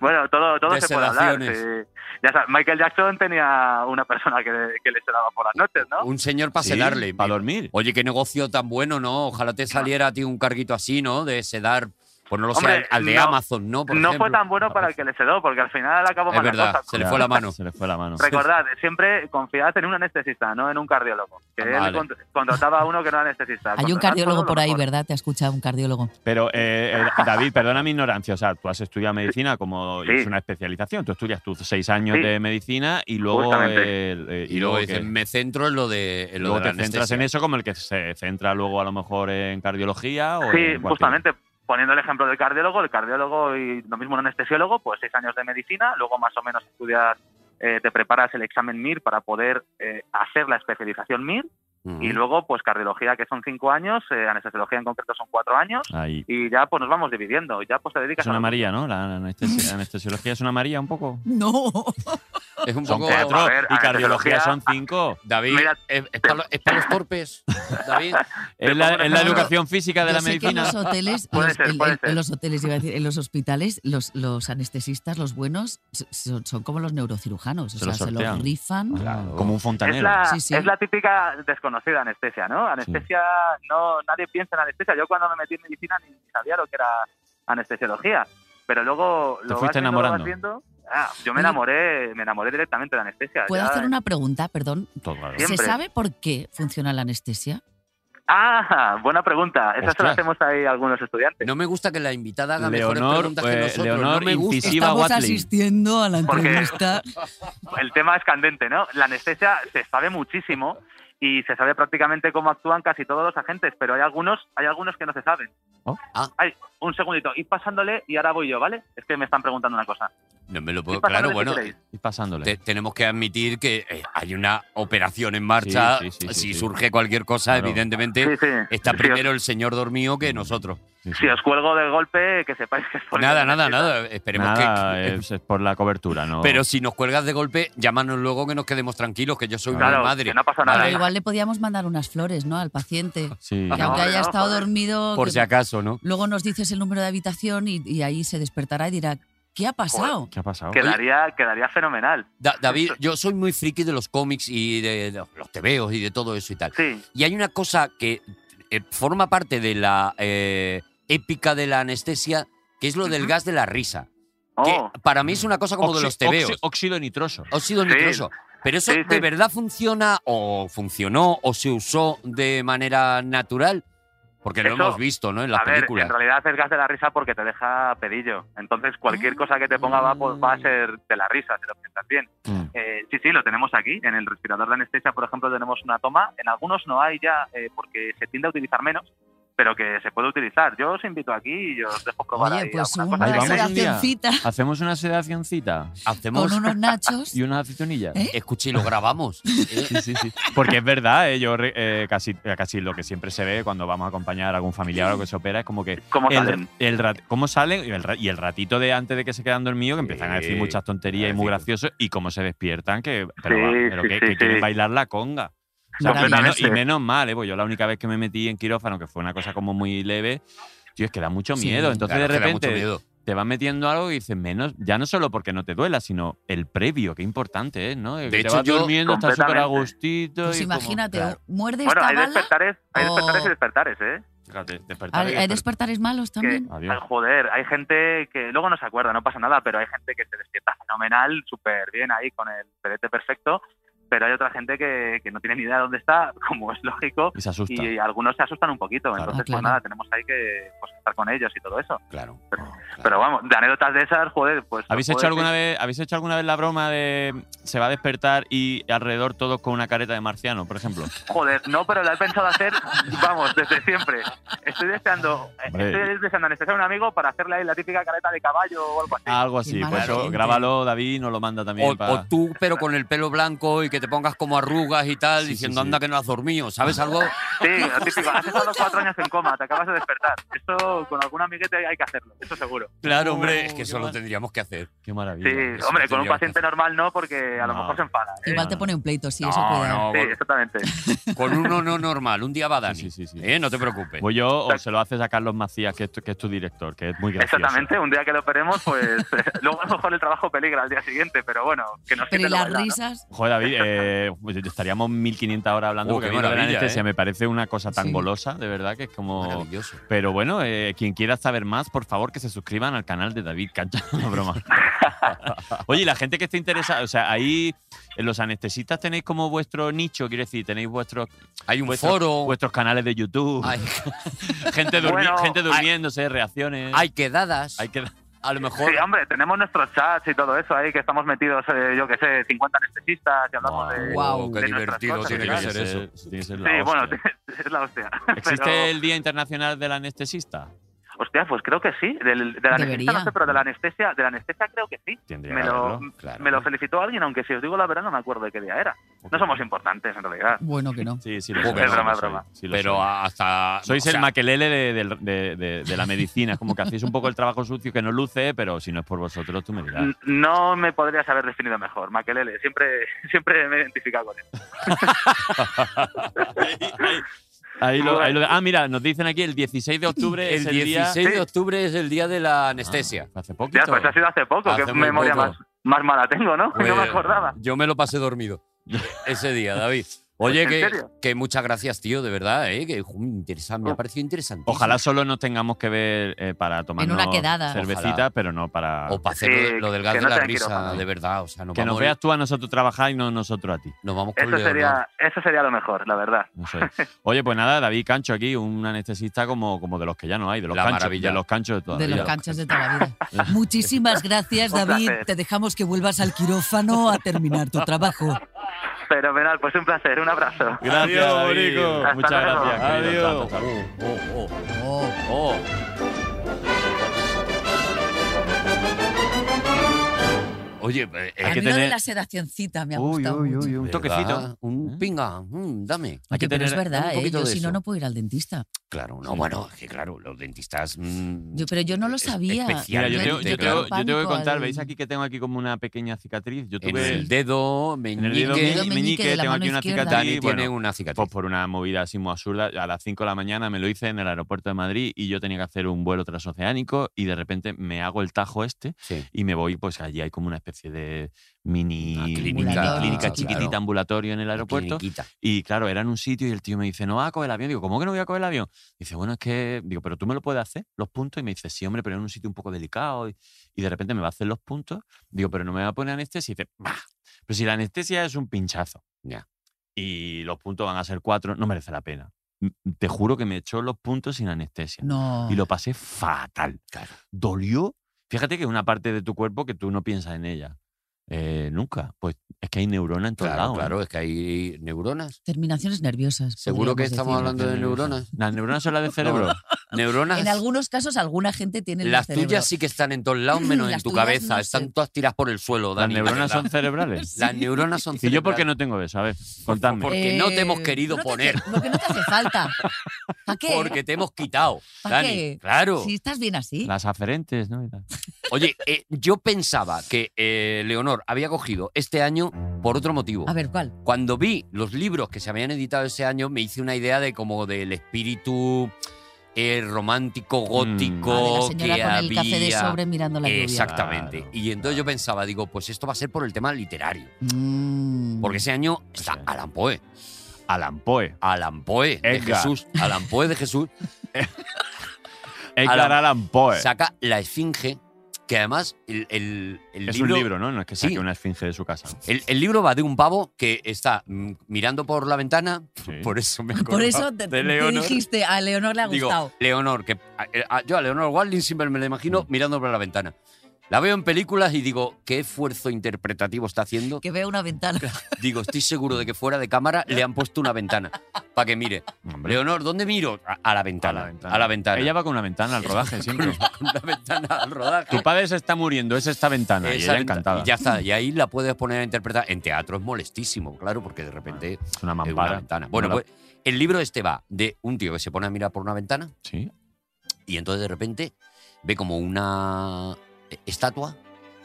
Speaker 9: Bueno, todo, todo
Speaker 3: De
Speaker 9: se puede hablar.
Speaker 3: sedaciones.
Speaker 9: sí. Ya sabes, Michael Jackson tenía una persona que, que le sedaba por las noches, ¿no?
Speaker 3: Un señor para
Speaker 4: Sí,
Speaker 3: sedarle.
Speaker 4: Para dormir.
Speaker 3: Oye, qué negocio tan bueno, ¿no? Ojalá te saliera a ti un carguito así, ¿no? De sedar, pues no lo sé,
Speaker 9: Hombre,
Speaker 3: al, al de
Speaker 9: no-
Speaker 3: Amazon, ¿no? Por
Speaker 9: no fue
Speaker 3: ejemplo.
Speaker 9: tan bueno para el que le sedó, porque al final acabó
Speaker 3: Es
Speaker 9: mal
Speaker 3: verdad,
Speaker 9: la cosa.
Speaker 3: se le fue la mano.
Speaker 4: Se le fue la mano.
Speaker 9: (laughs) Recordad, siempre confiad en un anestesista, no en un cardiólogo. Que él
Speaker 4: Vale.
Speaker 9: cont- contrataba a uno que no era anestesista.
Speaker 2: Hay un
Speaker 9: Contratad
Speaker 2: cardiólogo
Speaker 9: solo
Speaker 2: por
Speaker 9: lo
Speaker 2: ahí,
Speaker 9: mejor.
Speaker 2: ¿verdad? Te ha escuchado un cardiólogo.
Speaker 4: Pero, eh,
Speaker 9: (laughs)
Speaker 4: eh, David, perdona mi ignorancia. O sea, tú has estudiado medicina como
Speaker 9: Sí.
Speaker 4: es una especialización. Tú estudias tus seis años
Speaker 9: Sí.
Speaker 4: de medicina y luego.
Speaker 9: Justamente.
Speaker 4: el- eh,
Speaker 3: Y luego
Speaker 4: luego
Speaker 3: dicen, eh,
Speaker 4: qué?
Speaker 3: me centro en lo de, en lo
Speaker 4: Luego
Speaker 3: de la
Speaker 4: te centras
Speaker 3: anestesia.
Speaker 4: en eso como el que se centra luego a lo mejor en cardiología o
Speaker 9: Sí,
Speaker 4: en cualquier-
Speaker 9: justamente poniendo el ejemplo del cardiólogo, el cardiólogo y lo mismo un anestesiólogo, pues seis años de medicina, luego más o menos estudias, eh, te preparas el examen MIR para poder eh, hacer la especialización MIR
Speaker 3: Ujú.
Speaker 9: y luego pues cardiología que son cinco años, eh, anestesiología en concreto son cuatro años
Speaker 4: Ahí.
Speaker 9: y ya pues nos vamos dividiendo, ya pues te dedicas
Speaker 4: Ah, Es una
Speaker 9: a...
Speaker 4: amarilla, ¿no? La anestesi- anestesiología es una amarilla un poco.
Speaker 1: No.
Speaker 3: Es un
Speaker 4: Son
Speaker 3: poco.
Speaker 9: cuatro.
Speaker 4: cuatro
Speaker 9: a ver,
Speaker 4: y cardiología
Speaker 9: anestesiología-
Speaker 4: son cinco.
Speaker 3: David, eh,
Speaker 9: Mira-
Speaker 3: es, para
Speaker 9: (laughs)
Speaker 3: los torpes. David,
Speaker 4: Es la,
Speaker 9: pongo
Speaker 4: es la
Speaker 9: una-
Speaker 4: educación física de
Speaker 2: Yo
Speaker 4: la
Speaker 2: sé que en
Speaker 4: medicina.
Speaker 2: los hoteles,
Speaker 9: (laughs) Puede
Speaker 2: los-
Speaker 9: ser,
Speaker 2: en-
Speaker 9: puede
Speaker 2: en-
Speaker 9: ser.
Speaker 2: en los hoteles, iba a decir, en los hospitales, los, los anestesistas, los buenos, so- son, son como los neurocirujanos. O
Speaker 4: Se
Speaker 2: sea,
Speaker 4: los
Speaker 2: se los
Speaker 4: sortean.
Speaker 2: rifan.
Speaker 4: Claro, Como un fontanero.
Speaker 9: Es la,
Speaker 2: Sí, sí.
Speaker 9: es la típica desconocida anestesia, ¿no? Anestesia, no, nadie piensa en anestesia. Yo cuando me metí en medicina ni sabía lo que era anestesiología. Pero luego lo
Speaker 4: fuiste
Speaker 9: vas viendo, lo vas
Speaker 4: enamorando.
Speaker 9: viendo. Ah, yo me
Speaker 2: Oye.
Speaker 9: enamoré, me enamoré directamente de la anestesia.
Speaker 2: ¿Puedo
Speaker 9: ya.
Speaker 2: hacer una pregunta? Perdón.
Speaker 4: Todo, claro.
Speaker 9: Siempre.
Speaker 2: ¿Se sabe por qué funciona la anestesia?
Speaker 9: Ah, buena pregunta. Esa se la
Speaker 4: Ostras.
Speaker 9: hacemos ahí a algunos estudiantes.
Speaker 3: no me gusta que la invitada haga mejores
Speaker 4: Leonor,
Speaker 3: preguntas que
Speaker 4: eh,
Speaker 3: nosotros.
Speaker 4: Leonor
Speaker 3: no me gusta.
Speaker 4: incisiva.
Speaker 1: Estamos
Speaker 4: Watling.
Speaker 1: asistiendo a la
Speaker 9: Porque- (laughs)
Speaker 1: entrevista.
Speaker 9: El tema es candente, ¿no? La anestesia se sabe muchísimo y se sabe prácticamente cómo actúan casi todos los agentes, pero hay algunos, hay algunos que no se saben.
Speaker 4: Oh.
Speaker 3: Ah.
Speaker 9: Ay, un segundito, y pasándole y ahora voy yo, ¿vale? Es que me están preguntando una cosa.
Speaker 3: No me lo
Speaker 9: Id
Speaker 3: puedo.
Speaker 9: pasándole
Speaker 3: Claro,
Speaker 9: si
Speaker 3: bueno,
Speaker 9: queréis.
Speaker 4: Y pasándole.
Speaker 3: Te- tenemos que admitir que eh, hay una operación en marcha.
Speaker 4: Sí, sí, sí, sí,
Speaker 3: si
Speaker 4: sí.
Speaker 3: surge cualquier cosa,
Speaker 4: Claro. Mm.
Speaker 3: evidentemente
Speaker 9: Sí, sí.
Speaker 3: está
Speaker 9: Si
Speaker 3: primero el señor dormido que nosotros.
Speaker 4: Sí,
Speaker 9: os-
Speaker 4: sí.
Speaker 9: Si os cuelgo de golpe, que sepáis que es por
Speaker 3: Nada, nada, nada. Esperemos
Speaker 4: Nada,
Speaker 3: que.
Speaker 4: es, es por la cobertura, ¿no?
Speaker 3: Pero si nos cuelgas de golpe, llámanos luego que nos quedemos tranquilos, que yo soy
Speaker 9: Claro,
Speaker 3: una madre.
Speaker 9: que no pasa nada.
Speaker 2: Pero
Speaker 9: Vale.
Speaker 2: igual le podíamos mandar unas flores, ¿no? Al paciente.
Speaker 4: Sí.
Speaker 2: Que
Speaker 9: No,
Speaker 2: aunque haya
Speaker 9: no,
Speaker 2: estado
Speaker 9: joder.
Speaker 2: dormido,
Speaker 3: Por
Speaker 2: que
Speaker 3: si acaso, ¿no?
Speaker 2: luego nos dices el número de habitación y, y ahí se despertará y dirá, ¿qué ha pasado?
Speaker 4: ¿Qué ha pasado?
Speaker 9: Quedaría, quedaría fenomenal.
Speaker 3: Da- David, yo soy muy friki de los cómics y de de los tebeos y de todo eso y tal.
Speaker 9: Sí,
Speaker 3: Y hay una cosa que eh, forma parte de la eh, épica de la anestesia, que es lo del
Speaker 9: Ujú.
Speaker 3: gas de la risa.
Speaker 9: oh,
Speaker 3: Que para mí es una cosa como de
Speaker 4: Oxi-
Speaker 3: los tebeos.
Speaker 4: oxi- Óxido nitroso.
Speaker 3: óxido
Speaker 9: Sí.
Speaker 3: nitroso. Pero eso
Speaker 9: Sí,
Speaker 3: de
Speaker 9: sí.
Speaker 3: verdad funciona o funcionó o se usó de manera natural.
Speaker 7: Porque lo
Speaker 9: Eso,
Speaker 7: hemos visto, ¿no? En las
Speaker 9: a ver,
Speaker 7: películas.
Speaker 9: en realidad es gas de la risa porque te deja pedillo. Entonces, cualquier cosa que te ponga va, por- va a ser de la risa, si lo piensas bien.
Speaker 4: Mm.
Speaker 9: Eh, sí, sí, lo tenemos aquí. En el respirador de anestesia, por ejemplo, tenemos una toma. En algunos no hay ya eh, porque se tiende a utilizar menos, pero que se puede utilizar. Yo os invito aquí y os dejo probar
Speaker 2: Oye,
Speaker 9: ahí
Speaker 2: pues
Speaker 9: alguna
Speaker 2: una
Speaker 9: cosa.
Speaker 4: Ahí vamos un día.
Speaker 2: sedacioncita
Speaker 4: Hacemos una sedacioncita
Speaker 2: con
Speaker 7: Hacemos.
Speaker 2: unos nachos.
Speaker 4: (laughs) y unas aceitonillas.
Speaker 2: ¿Eh?
Speaker 7: Escucha, y lo grabamos.
Speaker 4: (laughs) Sí, sí, sí. Porque es verdad, eh, yo re- eh, casi, eh, casi lo que siempre se ve cuando vamos a acompañar a algún familiar o algo que se opera es como que.
Speaker 9: ¿Cómo
Speaker 4: El,
Speaker 9: salen?
Speaker 4: el rat- ¿Cómo salen? Y el, ra- y el ratito de antes de que se quedan dormidos, que empiezan a decir
Speaker 7: Sí,
Speaker 4: muchas tonterías y muy
Speaker 7: pobrecito.
Speaker 4: graciosos, y cómo se despiertan, que, pero,
Speaker 9: Sí,
Speaker 4: va, pero
Speaker 9: sí,
Speaker 4: que,
Speaker 9: sí,
Speaker 4: que quieren
Speaker 9: sí.
Speaker 4: bailar la conga. O sea, y, menos,
Speaker 9: Completamente.
Speaker 4: y menos mal, ¿eh? Pues yo la única vez que me metí en quirófano, que fue una cosa como muy leve, tío, es que da mucho
Speaker 2: Sí.
Speaker 4: miedo. Entonces,
Speaker 7: Claro,
Speaker 4: de
Speaker 7: es que da mucho
Speaker 4: repente,
Speaker 7: miedo.
Speaker 4: te vas metiendo algo y dices menos, ya no solo porque no te duela, sino el previo, que importante es, ¿no? De te
Speaker 7: hecho,
Speaker 4: vas
Speaker 7: yo-
Speaker 4: durmiendo, estás súper a
Speaker 9: Completamente.
Speaker 4: gustito.
Speaker 2: Pues
Speaker 4: y como-
Speaker 2: imagínate,
Speaker 4: Claro,
Speaker 2: muerde
Speaker 9: Bueno,
Speaker 2: esta
Speaker 9: hay
Speaker 2: bala.
Speaker 9: despertares, hay
Speaker 2: o-
Speaker 9: despertares y despertares, ¿eh?
Speaker 4: fíjate, despertar
Speaker 2: Hay
Speaker 4: y
Speaker 2: hay
Speaker 4: despertar.
Speaker 2: despertares malos
Speaker 9: Que,
Speaker 2: también.
Speaker 4: Adiós.
Speaker 9: ay, joder, hay gente que luego no se acuerda, no pasa nada, pero hay gente que se despierta fenomenal, súper bien ahí con el pelete perfecto, pero hay otra gente que, que no tiene ni idea de dónde está, (laughs) como es lógico,
Speaker 4: Y se asusta.
Speaker 9: y algunos se asustan un poquito, entonces
Speaker 2: Ah, claro.
Speaker 9: pues nada, tenemos ahí que pues, estar con ellos y todo eso.
Speaker 7: Claro.
Speaker 9: Pero, pero vamos, de anécdotas de esas, joder, pues...
Speaker 4: ¿Habéis
Speaker 9: os
Speaker 4: hecho,
Speaker 9: puedo
Speaker 4: alguna
Speaker 9: decir-
Speaker 4: vez, ¿Habéis hecho alguna vez la broma de se va a despertar y alrededor todos con una careta de marciano, por ejemplo?
Speaker 9: Joder, no, pero la he pensado hacer, (laughs) vamos, desde siempre. Estoy deseando,
Speaker 4: Hombre.
Speaker 9: estoy deseando anestesiar a un amigo para hacerle ahí la típica careta de caballo o algo así.
Speaker 4: Algo así.
Speaker 2: mala
Speaker 4: Pues eso,
Speaker 2: gente.
Speaker 4: grábalo, David, nos lo manda también.
Speaker 7: O,
Speaker 4: para-
Speaker 7: o tú, pero con el pelo blanco y que te pongas como arrugas y tal,
Speaker 4: Sí, sí,
Speaker 7: diciendo,
Speaker 4: sí.
Speaker 7: anda que no has dormido, ¿sabes
Speaker 4: (laughs)
Speaker 7: algo?
Speaker 9: Sí, lo típico. Has estado cuatro años en coma, te acabas de despertar. Esto con algún amiguete hay que hacerlo, eso seguro.
Speaker 7: Claro, hombre,
Speaker 4: Oh,
Speaker 7: es que
Speaker 4: qué
Speaker 7: eso lo
Speaker 4: mal.
Speaker 7: tendríamos que hacer.
Speaker 4: Qué
Speaker 9: Sí,
Speaker 4: maravilla.
Speaker 7: eso lo
Speaker 9: hombre, con un
Speaker 7: tendríamos que
Speaker 9: paciente normal no, porque a lo
Speaker 4: No.
Speaker 9: mejor se enfada. ¿eh?
Speaker 2: Igual te pone un pleito, sí, eso cuidado.
Speaker 7: no,
Speaker 9: Sí,
Speaker 7: con,
Speaker 9: exactamente.
Speaker 7: (laughs) con uno no normal, un día va Dani.
Speaker 4: Sí, sí, sí, sí.
Speaker 7: ¿eh? No te preocupes.
Speaker 4: Voy yo o Pues se lo haces a Carlos Macías, que es tu, que es tu director, que es muy gracioso.
Speaker 9: Exactamente, un día que lo operemos, pues (laughs) luego a lo mejor el trabajo peligra al día siguiente, pero bueno, que nos
Speaker 2: Pero y
Speaker 9: quiten lo
Speaker 2: las
Speaker 9: bailado, ¿no?
Speaker 2: risas.
Speaker 4: Joder, David, eh, (laughs) pues estaríamos 1500 horas hablando
Speaker 7: Uh,
Speaker 4: porque
Speaker 7: qué
Speaker 4: a mí lo de la
Speaker 7: maravilla,
Speaker 4: anestesia
Speaker 7: eh.
Speaker 4: me parece una cosa tan
Speaker 2: Sí.
Speaker 4: golosa, de verdad, que es como…
Speaker 7: Maravilloso.
Speaker 4: Pero bueno, eh, quien quiera saber más, por favor, que se suscriban al canal de David Cancha. (laughs) No, broma. Oye, y la gente que esté interesada, o sea, ahí eh, los anestesistas tenéis como vuestro nicho, quiero decir, tenéis vuestros,
Speaker 7: Hay un
Speaker 4: vuestros,
Speaker 7: foro.
Speaker 4: vuestros canales de YouTube,
Speaker 7: Hay,
Speaker 4: (laughs) gente, durmi-
Speaker 9: Bueno,
Speaker 4: gente
Speaker 9: hay-
Speaker 4: durmiéndose, reacciones.
Speaker 7: hay quedadas.
Speaker 4: Hay que-
Speaker 7: a lo mejor.
Speaker 9: Sí, hombre, tenemos nuestros chats y todo eso ahí, que estamos metidos, eh, yo qué sé, 50 anestesistas y hablamos
Speaker 4: Guau.
Speaker 9: de...
Speaker 2: Guau.
Speaker 7: qué
Speaker 9: de nuestras
Speaker 7: divertido
Speaker 9: cosas,
Speaker 7: tiene
Speaker 9: ¿verdad?
Speaker 7: que ser eso.
Speaker 4: tiene que ser la
Speaker 9: Sí, bueno,
Speaker 4: hostia.
Speaker 9: (laughs) es la
Speaker 4: (laughs)
Speaker 9: hostia.
Speaker 4: ¿Existe
Speaker 9: Pero-
Speaker 4: el Día Internacional del Anestesista?
Speaker 9: Hostia, pues creo que sí. Del, de la anestesia
Speaker 2: Debería.
Speaker 9: no sé, pero de la anestesia, de la anestesia creo que sí.
Speaker 4: Tendría
Speaker 9: Me
Speaker 4: que
Speaker 9: lo,
Speaker 4: haberlo, claro.
Speaker 9: me lo felicitó alguien, aunque si os digo la verdad no me acuerdo de qué día era. No somos importantes en realidad.
Speaker 2: Bueno que no.
Speaker 4: Sí, sí, lo
Speaker 7: Es
Speaker 4: soy,
Speaker 9: broma,
Speaker 4: lo
Speaker 9: es
Speaker 4: soy,
Speaker 9: broma.
Speaker 4: sí lo
Speaker 7: Pero
Speaker 4: soy.
Speaker 7: hasta.
Speaker 4: Sois
Speaker 7: Ah, o
Speaker 4: el
Speaker 7: sea,
Speaker 4: maquelele de, del- de- de- de la medicina, como que hacéis un poco el trabajo sucio que no luce, pero si no es por vosotros, tú me dirás.
Speaker 9: N- No me podrías haber definido mejor, Maquelele. Siempre, (laughs) siempre me he identificado con él.
Speaker 4: Ahí lo- ahí lo- ah, mira, nos dicen aquí el 16 de octubre
Speaker 7: El
Speaker 4: es el día…
Speaker 7: 16 de octubre es el día de la anestesia.
Speaker 4: Ah, hace poquito.
Speaker 9: Ya, pues ha sido hace poco,
Speaker 7: Hace
Speaker 9: qué
Speaker 7: muy
Speaker 9: memoria
Speaker 7: poco.
Speaker 9: más, más mala tengo, ¿no? (laughs)
Speaker 7: Pues,
Speaker 9: no me acordaba.
Speaker 7: Yo me lo pasé
Speaker 4: (laughs)
Speaker 7: dormido ese día, David. Oye,
Speaker 9: Pues, ¿En
Speaker 7: que,
Speaker 9: serio?
Speaker 7: que muchas gracias, tío, de verdad, ¿eh? Que jo, interesa- me ha parecido interesante.
Speaker 4: Ojalá solo nos tengamos que ver eh, para tomar
Speaker 2: una quedada.
Speaker 4: cervecita,
Speaker 7: Ojalá.
Speaker 4: pero no para…
Speaker 7: O para hacer lo de- lo del gas
Speaker 9: Que
Speaker 7: de
Speaker 9: no
Speaker 7: la
Speaker 9: te quiero,
Speaker 7: risa,
Speaker 9: Juanma.
Speaker 7: de verdad. O sea, nos
Speaker 4: que nos
Speaker 7: vamos,
Speaker 4: veas tú a nosotros trabajar y no nosotros a ti.
Speaker 7: nos vamos con
Speaker 9: Eso
Speaker 7: el
Speaker 9: sería, eso sería lo mejor, la verdad.
Speaker 4: No sé. Oye, pues nada, David Cancho aquí, un anestesista como, como de los que ya no hay, de los
Speaker 7: La
Speaker 4: canchos.
Speaker 7: maravilla.
Speaker 4: De los canchos de toda
Speaker 2: De
Speaker 4: la
Speaker 2: los
Speaker 4: vida.
Speaker 2: canchas de toda la
Speaker 3: (laughs)
Speaker 2: vida. Muchísimas gracias,
Speaker 9: Un
Speaker 2: David.
Speaker 9: placer.
Speaker 2: Te dejamos que vuelvas al quirófano a terminar tu trabajo.
Speaker 9: (laughs) Fenomenal, pues un placer, un abrazo.
Speaker 4: Gracias,
Speaker 7: Adiós,
Speaker 4: David.
Speaker 7: Bonico.
Speaker 9: Hasta
Speaker 4: Muchas
Speaker 9: luego.
Speaker 4: gracias. querido. Hasta,
Speaker 7: Adiós.
Speaker 4: hasta.
Speaker 7: Oh, oh,
Speaker 2: Oh.
Speaker 7: oh, oh. Oye, eh,
Speaker 2: A
Speaker 4: que
Speaker 2: mí lo de
Speaker 4: tener-
Speaker 2: la sedacioncita me ha
Speaker 4: Uy,
Speaker 2: gustado
Speaker 4: uy,
Speaker 2: mucho.
Speaker 4: uy, un toquecito.
Speaker 7: ¿verdad? Un
Speaker 4: ¿Eh?
Speaker 7: pinga, mm, dame.
Speaker 4: Hay que
Speaker 2: Oye, pero es
Speaker 4: tener
Speaker 2: verdad,
Speaker 7: un
Speaker 2: ¿eh?
Speaker 7: poquito
Speaker 2: yo
Speaker 7: de
Speaker 2: si no,
Speaker 7: eso.
Speaker 2: no puedo ir al dentista.
Speaker 7: Claro, no, bueno, es que claro, los dentistas. mm,
Speaker 2: Yo- pero yo no lo
Speaker 7: es-
Speaker 2: sabía.
Speaker 4: Ah, Mira, yo
Speaker 7: especialmente,
Speaker 4: tengo, yo,
Speaker 2: Realmente,
Speaker 4: tengo,
Speaker 7: claro.
Speaker 2: claro.
Speaker 4: yo tengo que
Speaker 2: Pánico
Speaker 4: contar,
Speaker 2: al-
Speaker 4: veis aquí que tengo aquí como una pequeña cicatriz. Yo
Speaker 7: En
Speaker 4: tuve
Speaker 7: el dedo, meñique,
Speaker 4: en el dedo meñi-
Speaker 2: meñique
Speaker 4: meñique,
Speaker 2: de la
Speaker 4: tengo
Speaker 2: mano
Speaker 4: aquí una
Speaker 2: izquierda.
Speaker 4: cicatriz.
Speaker 7: Dani
Speaker 4: y
Speaker 7: tiene
Speaker 4: bueno,
Speaker 7: una cicatriz.
Speaker 4: Pues por una movida así muy absurda, a las 5 de la mañana me lo hice en el aeropuerto de Madrid y yo tenía que hacer un vuelo transoceánico y de repente me hago el tajo este
Speaker 7: Sí.
Speaker 4: y me voy, pues allí hay como una especie de mini
Speaker 7: Una
Speaker 4: mini
Speaker 2: clínica,
Speaker 4: clínica
Speaker 2: claro.
Speaker 4: chiquitita ambulatorio en el aeropuerto
Speaker 7: Cliniquita.
Speaker 4: Y claro, era en un sitio y el tío me dice, no vas a coger el avión. Digo, ¿cómo que no voy a coger el avión? Dice, bueno, es que, digo, pero tú me lo puedes hacer, los puntos. Y me dice, sí, hombre, pero en un sitio un poco delicado. Y, y de repente me va a hacer los puntos. Digo, pero no me va a poner anestesia. Y dice, bah, pero si la anestesia es un pinchazo.
Speaker 7: Ya.
Speaker 4: Y los puntos van a ser cuatro, no merece la pena. te juro que me echó los puntos sin anestesia.
Speaker 2: No.
Speaker 4: Y lo pasé fatal. Dolió. Fíjate que es una parte de tu cuerpo que tú no piensas en ella. Eh, nunca. Pues es que hay neuronas en todos
Speaker 3: Claro,
Speaker 4: lados. ¿eh?
Speaker 3: claro, es que hay neuronas.
Speaker 2: Terminaciones nerviosas.
Speaker 3: Seguro que
Speaker 2: podríamos
Speaker 3: estamos
Speaker 2: decir.
Speaker 3: hablando de neuronas.
Speaker 4: Las neuronas son las del cerebro.
Speaker 3: (laughs) Neuronas.
Speaker 2: En algunos casos, alguna gente tiene en el
Speaker 3: Las
Speaker 2: cerebro.
Speaker 3: tuyas sí que están en todos
Speaker 2: (clears throat)
Speaker 3: lados, menos
Speaker 2: Las
Speaker 3: en tu
Speaker 2: tuyas
Speaker 3: cabeza.
Speaker 2: no
Speaker 3: están
Speaker 2: sé.
Speaker 3: todas tiradas por el suelo,
Speaker 4: Las
Speaker 3: Dani.
Speaker 4: neuronas
Speaker 3: la verdad.
Speaker 4: son cerebrales.
Speaker 3: (laughs) Las neuronas son
Speaker 4: (laughs) ¿Y yo por qué
Speaker 3: cerebrales.
Speaker 4: no tengo eso? A ver, contadme.
Speaker 3: Porque no te hemos querido
Speaker 2: Eh, no te
Speaker 3: poner.
Speaker 2: hace- porque no te hace falta. ¿Para qué?
Speaker 3: Porque te hemos quitado,
Speaker 2: ¿Pa'
Speaker 3: Dani.
Speaker 2: qué?
Speaker 3: Claro.
Speaker 2: Si estás bien
Speaker 4: (laughs)
Speaker 2: así.
Speaker 4: Las aferentes, ¿no? Y tal.
Speaker 3: Oye, eh, yo pensaba que eh, Leonor había cogido este año por otro motivo.
Speaker 2: A ver, ¿cuál?
Speaker 3: Cuando vi los libros que se habían editado ese año, me hice una idea de como del espíritu eh, romántico,
Speaker 4: Mm.
Speaker 2: Ah, de
Speaker 3: gótico
Speaker 2: la señora
Speaker 3: que
Speaker 2: con el
Speaker 3: había.
Speaker 2: café de sobre mirando la lluvia.
Speaker 3: Exactamente.
Speaker 4: Claro,
Speaker 3: y entonces yo pensaba, digo, pues esto va a ser por el tema literario.
Speaker 2: Mm.
Speaker 3: Porque ese año está
Speaker 4: Pues Sí.
Speaker 3: Alan Poe.
Speaker 4: Alan Poe.
Speaker 3: Alan Poe de
Speaker 4: Edgar.
Speaker 3: Jesús. Alan Poe de Jesús
Speaker 4: (laughs) Edgar Allan Poe.
Speaker 3: saca La Esfinge, que además el, el- el
Speaker 4: Es
Speaker 3: libro,
Speaker 4: un libro, ¿no? No es que saque
Speaker 3: Sí.
Speaker 4: una esfinge de su casa.
Speaker 3: El, el libro va de un pavo que está mm, mirando por la ventana.
Speaker 4: Sí.
Speaker 3: (laughs) Por eso me
Speaker 2: Por
Speaker 3: acordaba
Speaker 2: eso te,
Speaker 3: de
Speaker 2: te
Speaker 3: Leonor.
Speaker 2: dijiste, a Leonor le ha
Speaker 3: Digo,
Speaker 2: gustado.
Speaker 3: Leonor, que a- eh, a- yo a Leonor Walding siempre me la
Speaker 4: Mm.
Speaker 3: imagino mirando por la ventana. La veo en películas y digo, ¿qué esfuerzo interpretativo está haciendo?
Speaker 2: que vea una ventana.
Speaker 3: (laughs) Digo, estoy seguro de que fuera de cámara le han puesto una ventana para que mire.
Speaker 4: Hombre,
Speaker 3: Leonor, ¿dónde miro? A, a la ventana. A la ventana.
Speaker 4: Ella va con una ventana
Speaker 3: (laughs)
Speaker 4: al rodaje siempre.
Speaker 3: con la ventana al rodaje.
Speaker 4: tu padre se está muriendo, es esta ventana. y
Speaker 3: Esa
Speaker 4: ella
Speaker 3: venta-
Speaker 4: encantada.
Speaker 3: y ya está. Y ahí la puedes poner a interpretar. En teatro es molestísimo, claro, porque de repente
Speaker 4: Ah, Es una
Speaker 3: es una
Speaker 4: mampara.
Speaker 3: ventana. Bueno,
Speaker 4: No la-
Speaker 3: pues el libro este va de un tío que se pone a mirar por una ventana
Speaker 4: Sí.
Speaker 3: y entonces de repente ve como una eh, estatua,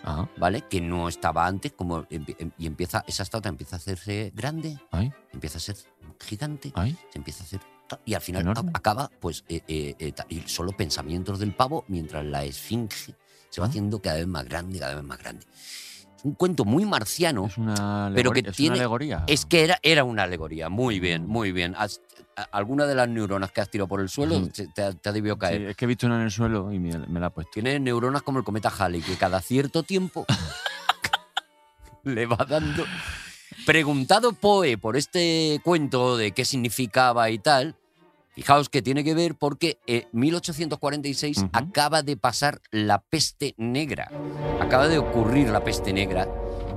Speaker 4: Ajá.
Speaker 3: ¿vale? Que no estaba antes, como empie- em- y empieza, esa estatua empieza a hacerse grande,
Speaker 4: Ay,
Speaker 3: empieza a ser gigante,
Speaker 4: ay.
Speaker 3: se empieza a hacer. ta- Y al final
Speaker 4: Enorme.
Speaker 3: a- acaba, pues, eh, eh, eh, ta- y solo pensamientos del pavo mientras la esfinge se va
Speaker 4: Ah.
Speaker 3: haciendo cada vez más grande, cada vez más grande. Es un cuento muy marciano.
Speaker 4: Es una,
Speaker 3: Pero
Speaker 4: alegor-
Speaker 3: que
Speaker 4: es una
Speaker 3: tiene-
Speaker 4: alegoría.
Speaker 3: Es que era, era una alegoría. Muy bien, muy bien. Has- a- alguna de las neuronas que has tirado por el suelo
Speaker 4: Ujú.
Speaker 3: se- te, ha- te ha debido
Speaker 4: Sí,
Speaker 3: caer.
Speaker 4: es que he visto una en el suelo y me, me la ha puesto.
Speaker 3: Tiene neuronas como el cometa Halley, que cada cierto tiempo (laughs) le va dando. Preguntado Poe por este cuento de qué significaba y tal, fijaos que tiene que ver porque eh, en 1846
Speaker 4: Ujú.
Speaker 3: acaba de pasar la peste negra. Acaba de ocurrir la peste negra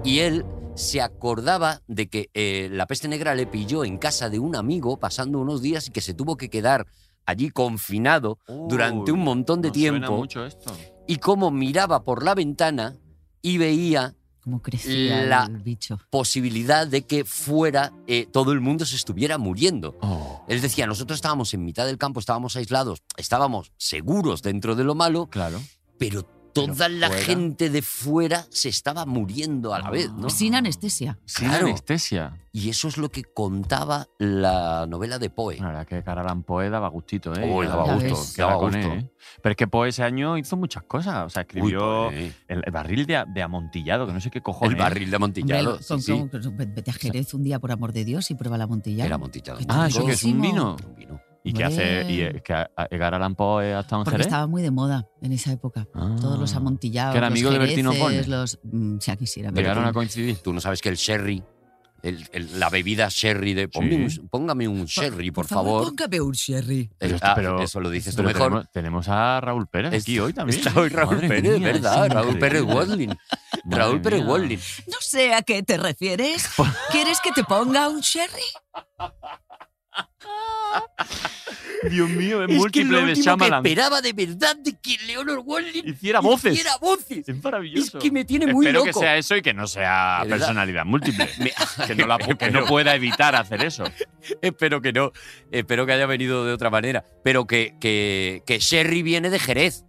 Speaker 3: y él se acordaba de que eh, la peste negra le pilló en casa de un amigo pasando unos días y que se tuvo que quedar allí confinado durante un
Speaker 4: Uy,
Speaker 3: montón de
Speaker 4: nos
Speaker 3: tiempo
Speaker 4: Suena mucho esto.
Speaker 3: y cómo miraba por la ventana y veía
Speaker 2: Como crecía
Speaker 3: La-
Speaker 2: el bicho.
Speaker 3: posibilidad de que fuera eh, todo el mundo se estuviera muriendo.
Speaker 4: Oh,
Speaker 3: Él decía, nosotros estábamos en mitad del campo, estábamos aislados, estábamos seguros dentro de lo malo,
Speaker 4: claro.
Speaker 3: pero toda la
Speaker 4: fuera.
Speaker 3: gente de fuera se estaba muriendo a la vez, ¿no?
Speaker 2: Sin anestesia.
Speaker 4: Sin
Speaker 3: Claro.
Speaker 4: anestesia.
Speaker 3: Y eso es lo que contaba la novela de Poe.
Speaker 4: La verdad que Caralan Poe daba gustito, ¿eh?
Speaker 3: Uy, daba
Speaker 2: Ya
Speaker 3: gusto,
Speaker 2: ves.
Speaker 4: Queda
Speaker 3: daba
Speaker 4: con
Speaker 3: gusto.
Speaker 4: él, ¿eh? Pero es que Poe ese año hizo muchas cosas. O sea, escribió
Speaker 3: Uy, Poe.
Speaker 4: el, el barril de, de amontillado, que no sé qué cojones.
Speaker 3: el barril de
Speaker 2: Hombre,
Speaker 3: Montillado.
Speaker 2: con-
Speaker 3: sí, sí.
Speaker 2: con- con- vete a Jerez un día, por amor de Dios, y prueba la Montilla.
Speaker 3: Era Montillado.
Speaker 4: Ah, eso que es un
Speaker 2: Riquísimo.
Speaker 4: vino.
Speaker 3: Un vino.
Speaker 4: ¿Y qué hace? ¿Y
Speaker 2: Hombre.
Speaker 4: eh, que a- a- Edgar Allan Poe hasta un
Speaker 2: Porque
Speaker 4: jerez?
Speaker 2: estaba muy de moda en esa época.
Speaker 4: Ah.
Speaker 2: Todos los amontillados.
Speaker 4: Que era amigo
Speaker 2: los
Speaker 4: de Bertino
Speaker 2: jereces,
Speaker 4: Borne.
Speaker 2: los mm, Ya quisiera.
Speaker 4: Llegaron
Speaker 2: Bertino.
Speaker 4: a coincidir.
Speaker 3: Tú no sabes que el sherry, el- el- la bebida sherry de. "Ponme
Speaker 4: Sí.
Speaker 3: un- póngame un sherry, por, favor.
Speaker 1: Póngame un sherry.
Speaker 3: Eh,
Speaker 4: esto-
Speaker 3: ah, eso lo dices tú
Speaker 4: pero
Speaker 3: mejor.
Speaker 4: Tenemos, tenemos a Raúl Pérez
Speaker 3: Es-
Speaker 4: aquí hoy también.
Speaker 3: Está hoy Raúl
Speaker 4: Madre
Speaker 3: Pérez,
Speaker 4: mía,
Speaker 3: ¿verdad?
Speaker 4: es
Speaker 3: Raúl Pérez
Speaker 4: increíble.
Speaker 3: Wadlin.
Speaker 4: Madre
Speaker 3: Raúl Pérez
Speaker 4: mía.
Speaker 3: Wadlin.
Speaker 2: No sé a qué te refieres. ¿Quieres que te ponga un sherry?
Speaker 4: (laughs) Dios mío, es,
Speaker 3: Es que lo
Speaker 4: múltiple de
Speaker 3: último que
Speaker 4: Shyamalan.
Speaker 3: esperaba de verdad de que Leonor Wadlin
Speaker 4: Hiciera voces.
Speaker 3: hiciera voces.
Speaker 4: Es maravilloso.
Speaker 3: Es que me tiene muy
Speaker 4: Espero
Speaker 3: loco.
Speaker 4: que sea eso y que no sea
Speaker 3: De verdad.
Speaker 4: personalidad múltiple.
Speaker 3: (laughs) Me-
Speaker 4: que no, la, pu- que no
Speaker 3: Espero-
Speaker 4: pueda evitar hacer eso.
Speaker 3: (laughs) Espero que no. Espero que haya venido de otra manera. Pero que, que, que Sherry viene de Jerez.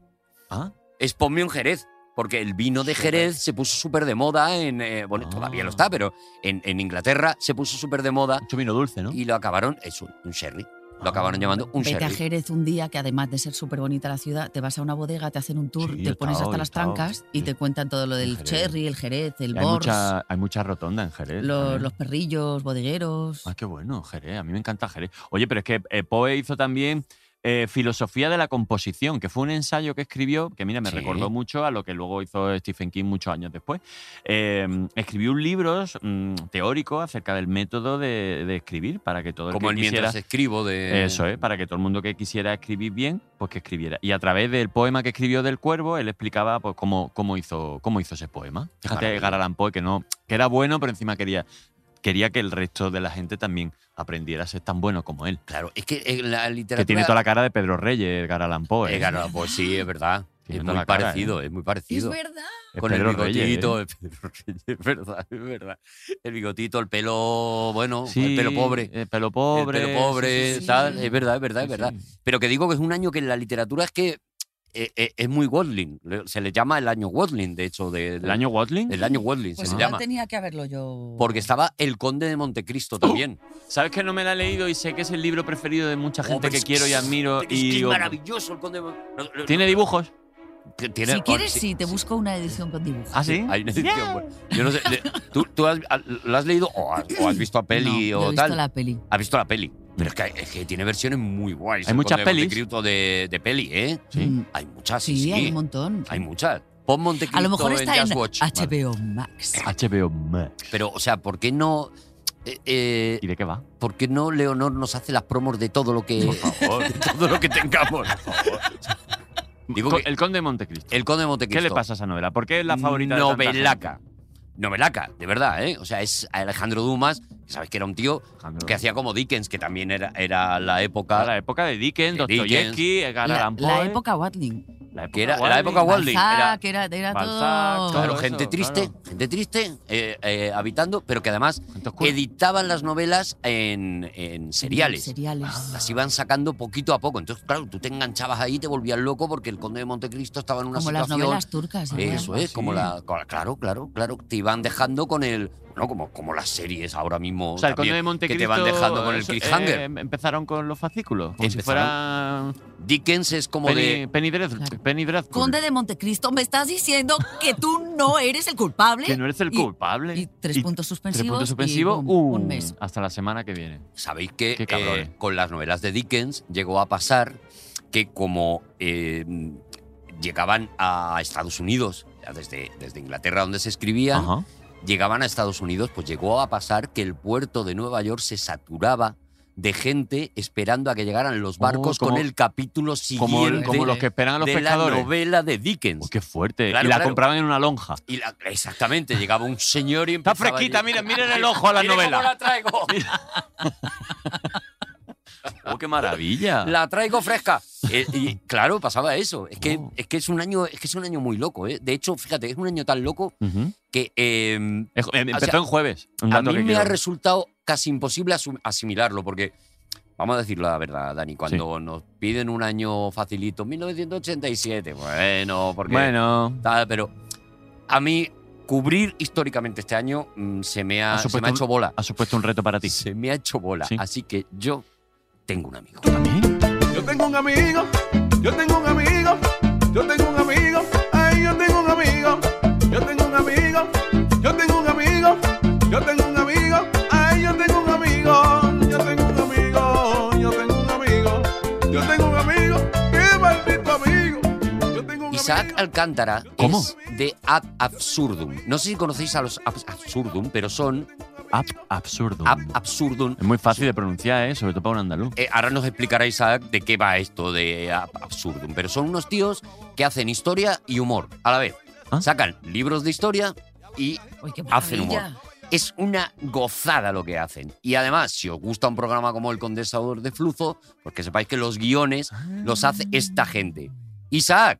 Speaker 4: Ah.
Speaker 3: Es ponme un Jerez. Porque el vino de Jerez se puso súper de moda en. eh, bueno,
Speaker 4: Ah.
Speaker 3: todavía lo está, pero en, en Inglaterra se puso súper de moda
Speaker 4: Mucho vino dulce, ¿no?
Speaker 3: y lo acabaron. Es un, un sherry. Lo
Speaker 4: Ah.
Speaker 3: acabaron llamando un
Speaker 2: Vete a
Speaker 3: sherry.
Speaker 2: Jerez un día, que además de ser súper bonita la ciudad, te vas a una bodega, te hacen un tour,
Speaker 4: Sí, yo he
Speaker 2: te pones hasta
Speaker 4: estado, yo he
Speaker 2: las
Speaker 4: estado.
Speaker 2: trancas y
Speaker 4: Sí.
Speaker 2: te cuentan todo lo del
Speaker 4: Jerez.
Speaker 2: cherry, el jerez, el
Speaker 4: Y hay,
Speaker 2: bors,
Speaker 4: mucha, hay mucha rotonda en Jerez.
Speaker 2: los,
Speaker 4: también.
Speaker 2: los perrillos, bodegueros.
Speaker 4: Ah, qué bueno, Jerez. A mí me encanta Jerez. Oye, pero es que eh, Poe hizo también eh, Filosofía de la composición, que fue un ensayo que escribió, que mira, me
Speaker 3: Sí.
Speaker 4: recordó mucho a lo que luego hizo Stephen King muchos años después. Eh, escribió un libro mm, teórico acerca del método de, de escribir para que todo el
Speaker 3: Como
Speaker 4: que
Speaker 3: el
Speaker 4: quisiera-
Speaker 3: mientras escribo de.
Speaker 4: eso es, para que todo el mundo que quisiera escribir bien, pues que escribiera. Y a través del poema que escribió del cuervo, él explicaba pues, cómo, cómo, hizo, cómo hizo ese poema. Fíjate,
Speaker 3: Maravilla.
Speaker 4: Garalán Poe, que, no, que era bueno, pero encima quería, quería que el resto de la gente también aprendiera a ser tan bueno como él.
Speaker 3: Claro, es que eh, la literatura.
Speaker 4: Que tiene toda la cara de Pedro Reyes, Garalán Poe.
Speaker 3: Eh, claro, pues sí, es verdad.
Speaker 4: Tiene
Speaker 3: es
Speaker 4: toda
Speaker 3: muy
Speaker 4: la cara, ¿eh?
Speaker 3: parecido, es muy
Speaker 2: Es
Speaker 3: parecido.
Speaker 2: verdad.
Speaker 4: Es
Speaker 3: Con
Speaker 4: Pedro
Speaker 3: el
Speaker 4: Reyes, ¿eh?
Speaker 3: bigotito, es Pedro (laughs) Reyes, es verdad, es verdad. El bigotito, el pelo, bueno,
Speaker 4: Sí,
Speaker 3: el pelo pobre.
Speaker 4: El pelo pobre.
Speaker 3: el pelo pobre,
Speaker 4: sí, sí, sí.
Speaker 3: tal, es verdad, es verdad,
Speaker 4: Sí,
Speaker 3: es verdad.
Speaker 4: sí.
Speaker 3: Pero que digo que es un año que en la literatura es que eh, eh, es muy Watling. Le- Se le llama el año Watling, de hecho. De,
Speaker 4: ¿El año Watling?
Speaker 3: El año Watling,
Speaker 2: Pues
Speaker 3: se le
Speaker 2: igual
Speaker 3: llama.
Speaker 2: tenía que haberlo yo.
Speaker 3: Porque estaba El Conde de Montecristo también.
Speaker 4: ¿Sabes que no me la he leído y sé que es el libro preferido de mucha gente
Speaker 3: Hombre,
Speaker 4: que
Speaker 3: es
Speaker 4: quiero y admiro?
Speaker 3: Es
Speaker 4: y
Speaker 3: que es
Speaker 4: digo,
Speaker 3: maravilloso El Conde de Montecristo.
Speaker 4: ¿Tiene dibujos?
Speaker 2: si
Speaker 3: oh,
Speaker 2: quieres, sí, te busco una edición con dibujos.
Speaker 4: ¿Ah, sí?
Speaker 3: Hay una edición, bueno. Yo
Speaker 2: (laughs)
Speaker 3: no sé. de- ¿Tú, tú has, lo has leído o has, o has visto a peli
Speaker 2: No, yo
Speaker 3: o
Speaker 2: he visto
Speaker 3: tal?
Speaker 2: la peli.
Speaker 3: Has visto la peli. Pero es que, es que tiene versiones muy guays.
Speaker 4: Hay
Speaker 3: El
Speaker 4: muchas
Speaker 3: Conde de
Speaker 4: pelis.
Speaker 3: Montecristo de, de peli, ¿eh?
Speaker 4: Sí.
Speaker 2: Mm,
Speaker 3: Hay muchas, sí.
Speaker 2: Sí,
Speaker 3: sí.
Speaker 2: hay un montón.
Speaker 3: Hay muchas. Pon Montecristo
Speaker 2: A lo mejor
Speaker 3: en
Speaker 2: está en
Speaker 3: Just Watch.
Speaker 2: HBO Max.
Speaker 4: HBO Max.
Speaker 3: Pero, o sea, ¿por qué no. eh, eh,
Speaker 4: ¿Y de qué va?
Speaker 3: ¿Por qué no Leonor nos hace las promos de todo lo que. de todo lo que tengamos. Digo
Speaker 4: Co-
Speaker 3: que-
Speaker 4: El Conde de Montecristo.
Speaker 3: El Conde de Montecristo.
Speaker 4: ¿Qué le pasa a esa novela? ¿Por qué (laughs) es la favorita de tanta
Speaker 3: Novelaca. Novelaca, de verdad, ¿eh? O sea, es Alejandro Dumas, que sabes que era un tío
Speaker 4: gente, Alejandro?
Speaker 3: que hacía como Dickens, que también era, era la
Speaker 4: Era
Speaker 3: época.
Speaker 4: la época de Dickens,
Speaker 3: De
Speaker 4: Dostoyevsky, Edgar
Speaker 2: La,
Speaker 4: Allan Poe.
Speaker 2: la época Watling.
Speaker 4: la época
Speaker 3: que era- la
Speaker 4: Wally.
Speaker 3: época Wall- Walding,
Speaker 2: Balzac, que era, era
Speaker 4: Balzac,
Speaker 2: todo.
Speaker 3: Claro,
Speaker 4: Claro,
Speaker 3: gente
Speaker 4: eso,
Speaker 3: triste,
Speaker 4: claro.
Speaker 3: gente triste, eh, eh, habitando, pero que además
Speaker 4: Gente oscura.
Speaker 3: editaban las novelas en, en seriales. Ah,
Speaker 2: Seriales.
Speaker 3: Las iban sacando poquito a poco. Entonces, claro, tú te enganchabas ahí y te volvías loco porque el conde de Montecristo estaba en una
Speaker 2: Como las
Speaker 3: situación.
Speaker 2: novelas turcas. ¿eh?
Speaker 3: Eso es, como la. con- Claro, claro, claro. Te iban dejando con el. No, como, como las series ahora mismo.
Speaker 4: O sea, el Conde
Speaker 3: también,
Speaker 4: de Montecristo.
Speaker 3: Que te van dejando con el
Speaker 4: eso,
Speaker 3: cliffhanger.
Speaker 4: eh, empezaron con los fascículos. Como si
Speaker 3: Empezaron.
Speaker 4: fuera
Speaker 3: Dickens es como
Speaker 4: Penny,
Speaker 3: de.
Speaker 4: Penny Dreadful.
Speaker 2: Claro.
Speaker 4: Penny Dreadful.
Speaker 2: Conde de Montecristo, me estás diciendo que tú no eres el culpable.
Speaker 4: Que no eres el
Speaker 2: Y-
Speaker 4: culpable.
Speaker 2: Y tres puntos suspensivos.
Speaker 4: Tres
Speaker 2: y
Speaker 4: puntos suspensivos.
Speaker 2: boom,
Speaker 4: uh,
Speaker 2: un mes.
Speaker 4: Hasta la semana que viene.
Speaker 3: Sabéis que
Speaker 4: Qué cabrón.
Speaker 3: eh, con las novelas de Dickens llegó a pasar que como eh, llegaban a Estados Unidos, ya desde, desde Inglaterra donde se escribían,
Speaker 4: Ajá.
Speaker 3: llegaban a Estados Unidos, pues llegó a pasar que el puerto de Nueva York se saturaba de gente esperando a que llegaran los barcos
Speaker 4: Oh, como-
Speaker 3: con el capítulo siguiente
Speaker 4: Como, como los que esperan a los
Speaker 3: de la
Speaker 4: pescadores.
Speaker 3: novela de Dickens.
Speaker 4: Oh, qué fuerte.
Speaker 3: Claro,
Speaker 4: y la
Speaker 3: claro.
Speaker 4: compraban en una lonja.
Speaker 3: Y la- exactamente, llegaba un señor y
Speaker 4: Está
Speaker 3: empezaba
Speaker 4: fresquita,
Speaker 3: allí.
Speaker 4: miren,
Speaker 3: (laughs)
Speaker 4: miren el ojo a la
Speaker 3: Miren cómo
Speaker 4: novela.
Speaker 3: la
Speaker 4: (laughs)
Speaker 3: traigo.
Speaker 4: Oh, qué maravilla.
Speaker 3: La traigo
Speaker 4: (laughs)
Speaker 3: fresca. Eh, y claro, pasaba eso. Es que,
Speaker 4: Oh.
Speaker 3: es que es un año, es que es un año muy loco. ¿eh? De hecho, fíjate, es un año tan loco
Speaker 4: Ujú.
Speaker 3: que eh,
Speaker 4: Ejo- em-
Speaker 3: O
Speaker 4: Empezó
Speaker 3: sea,
Speaker 4: en jueves. un
Speaker 3: a
Speaker 4: dato
Speaker 3: mí
Speaker 4: que
Speaker 3: me ha
Speaker 4: quiero-
Speaker 3: resultado casi imposible asu- asimilarlo, porque vamos a decir la verdad, Dani, cuando nos piden un año facilito, 1987, bueno, porque
Speaker 4: Bueno,
Speaker 3: tal, pero a mí cubrir históricamente este año mm, se me ha,
Speaker 4: Ha
Speaker 3: se me ha
Speaker 4: supuesto un-
Speaker 3: hecho bola.
Speaker 4: ha supuesto un reto para ti.
Speaker 3: Se me ha hecho bola.
Speaker 4: Sí.
Speaker 3: Así que yo tengo un amigo.
Speaker 8: Yo tengo un amigo, yo tengo un amigo, yo tengo un amigo, ay, yo tengo un amigo, yo tengo un amigo, yo tengo un amigo, yo tengo un amigo, ay, yo tengo un amigo, yo tengo un amigo, yo tengo un amigo, yo tengo un amigo, qué maldito amigo, yo tengo un
Speaker 3: Isaac
Speaker 8: amigo.
Speaker 3: Alcántara
Speaker 4: ¿Cómo?
Speaker 3: es de Ad Absurdum. No sé si conocéis a los Ab Absurdum, pero son
Speaker 4: Ab absurdo.
Speaker 3: Ab Absurdum.
Speaker 4: es muy fácil de pronunciar, ¿eh? sobre todo para un andaluz.
Speaker 3: Eh, ahora nos explicará Isaac de qué va esto de Ab Absurdum, pero son unos tíos que hacen historia y humor a la vez.
Speaker 4: ¿Ah?
Speaker 3: Sacan libros de historia y
Speaker 2: Uy, qué
Speaker 3: Hacen humor.
Speaker 2: maravilla.
Speaker 3: es una gozada lo que hacen. Y además, si os gusta un programa como El Condensador de Flujo, porque sepáis que los guiones
Speaker 4: Ah.
Speaker 3: los hace esta gente. Isaac,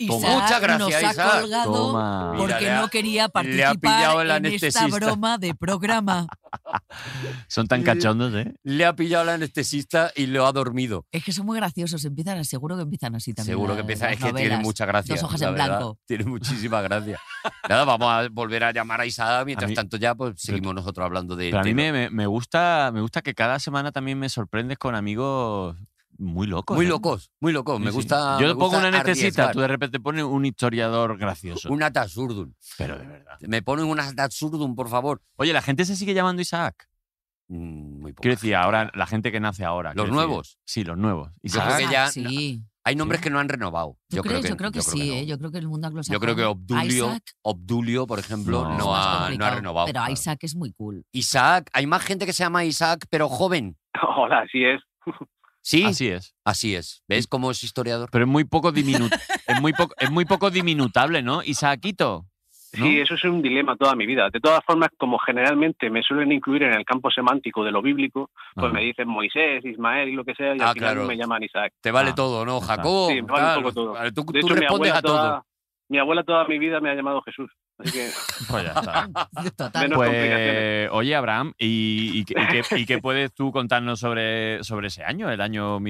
Speaker 2: Isaac
Speaker 3: Muchas gracias,
Speaker 2: nos ha
Speaker 3: Isaac.
Speaker 2: colgado
Speaker 4: Toma.
Speaker 2: porque
Speaker 3: Mira, le ha-
Speaker 2: no quería
Speaker 3: le ha pillado
Speaker 2: participar
Speaker 3: el
Speaker 2: en esta
Speaker 3: anestesista.
Speaker 2: broma de programa.
Speaker 4: Son tan cachondos, ¿eh?
Speaker 3: le ha pillado el anestesista y lo ha dormido.
Speaker 2: Es que son muy graciosos. Empiezan, seguro que empiezan así también.
Speaker 3: Seguro que
Speaker 2: las-
Speaker 3: empieza,
Speaker 2: las
Speaker 3: es que tiene
Speaker 2: novelas.
Speaker 3: mucha gracia.
Speaker 2: Dos hojas
Speaker 3: la
Speaker 2: en
Speaker 3: verdad.
Speaker 2: blanco.
Speaker 3: Tiene
Speaker 2: (laughs)
Speaker 3: muchísima gracia. Nada, vamos a volver a llamar a Isaac. Mientras
Speaker 4: mí-
Speaker 3: tanto, ya pues seguimos nosotros hablando de.
Speaker 4: Pero a mí
Speaker 3: tema.
Speaker 4: me, me- me gusta, me gusta que cada semana también me sorprendes con amigos muy locos.
Speaker 3: Muy
Speaker 4: ¿eh?
Speaker 3: locos, muy locos.
Speaker 4: Sí,
Speaker 3: me
Speaker 4: sí.
Speaker 3: gusta.
Speaker 4: Yo
Speaker 3: me
Speaker 4: pongo
Speaker 3: gusta
Speaker 4: una necesita,
Speaker 3: arriesgar.
Speaker 4: tú de repente pones un historiador gracioso.
Speaker 3: Un atazurdum.
Speaker 4: Pero de verdad.
Speaker 3: Me ponen un atazurdum, por favor.
Speaker 4: Oye, la gente se sigue llamando Isaac.
Speaker 3: mm, muy poco.
Speaker 4: Quiero decir, ahora, la gente que nace ahora.
Speaker 3: Los
Speaker 4: quiero
Speaker 3: nuevos.
Speaker 4: decir. Sí, los nuevos. Y
Speaker 3: Yo
Speaker 4: que-
Speaker 3: creo que ya-
Speaker 2: Sí.
Speaker 3: Hay nombres que no han renovado.
Speaker 2: ¿Tú
Speaker 3: Yo creo
Speaker 2: crees?
Speaker 3: que,
Speaker 2: yo creo que
Speaker 3: yo
Speaker 6: (laughs)
Speaker 2: sí,
Speaker 3: no.
Speaker 2: ¿eh? Yo creo que el mundo anglosajón.
Speaker 3: Yo creo que Obdulio,
Speaker 2: Isaac
Speaker 3: Obdulio por ejemplo,
Speaker 4: No,
Speaker 3: no,
Speaker 2: es más
Speaker 3: ha, no ha
Speaker 2: complicado,
Speaker 3: renovado.
Speaker 2: Pero Isaac es muy cool.
Speaker 3: Isaac, hay más gente que se llama Isaac, pero joven.
Speaker 9: Hola, así es.
Speaker 3: Sí, así,
Speaker 4: Así es.
Speaker 3: es. ¿Ves cómo es historiador?
Speaker 4: Pero es muy
Speaker 3: (laughs)
Speaker 4: poco diminu- es, muy poco, es muy poco diminutable, ¿no? Isaquito. ¿no?
Speaker 6: Sí, eso es un dilema toda mi vida. De todas formas, como generalmente me suelen incluir en el campo semántico de lo bíblico, pues
Speaker 4: Ah.
Speaker 6: me dicen Moisés, Ismael y lo que sea, y
Speaker 3: Ah,
Speaker 6: al final
Speaker 3: claro.
Speaker 6: me llaman Isaac.
Speaker 3: Te vale
Speaker 4: Ah,
Speaker 3: todo, ¿no?
Speaker 4: está.
Speaker 3: Jacob.
Speaker 6: Sí, me vale un
Speaker 3: tal,
Speaker 6: poco todo.
Speaker 3: vale, Tú,
Speaker 6: De
Speaker 3: tú
Speaker 6: hecho, mi
Speaker 3: respondes
Speaker 6: abuela,
Speaker 3: a todo.
Speaker 6: toda, mi abuela toda mi vida me ha llamado Jesús. Así
Speaker 3: (laughs)
Speaker 6: que (laughs)
Speaker 4: Pues ya está.
Speaker 2: Total.
Speaker 6: Menos-
Speaker 4: Pues,
Speaker 6: complicaciones.
Speaker 4: oye, Abraham, ¿y, y qué- y qué,
Speaker 6: (laughs)
Speaker 4: y qué puedes tú contarnos sobre, sobre ese año, el año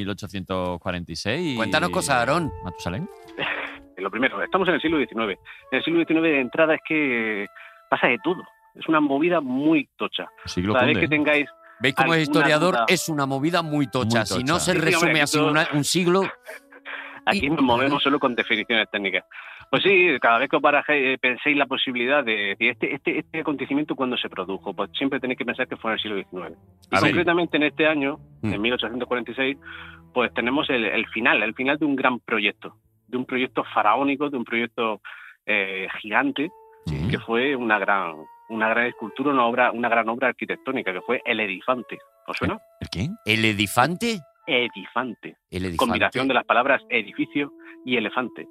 Speaker 4: 1846?
Speaker 3: Cuéntanos cosas, Aarón.
Speaker 4: ¿Matusalén?
Speaker 6: lo primero, estamos en el siglo XIX. En el siglo XIX de entrada es que pasa de todo. Es una movida muy tocha.
Speaker 4: Siglo
Speaker 6: Cada vez
Speaker 4: Conde,
Speaker 6: que
Speaker 4: ¿eh?
Speaker 6: tengáis
Speaker 3: ¿Veis cómo es
Speaker 6: Alguna
Speaker 3: historiador?
Speaker 6: duda.
Speaker 3: Es una movida muy tocha.
Speaker 4: Muy
Speaker 3: Si
Speaker 4: tocha. ¿Eh?
Speaker 3: no se
Speaker 6: Sí, hombre,
Speaker 3: resume así
Speaker 6: todo-
Speaker 3: una- un siglo,
Speaker 6: Aquí
Speaker 2: Y-
Speaker 6: nos movemos solo con definiciones técnicas. Pues sí, cada vez que os barajéis, eh, penséis la posibilidad de de este, este, este acontecimiento cuando se produjo, pues siempre tenéis que pensar que fue en el siglo XIX. Y
Speaker 3: A ver.
Speaker 6: concretamente en este año,
Speaker 3: Mm.
Speaker 6: en 1846, pues tenemos el, el final, el final de un gran proyecto, de un proyecto faraónico, de un proyecto eh, gigante, que fue una gran, una gran escultura, una obra, una gran obra arquitectónica, que fue el Edifante. ¿Os suena?
Speaker 4: ¿El quién?
Speaker 3: el edifante.
Speaker 6: Edifante.
Speaker 3: El edifante.
Speaker 6: Combinación de las palabras edificio y elefante.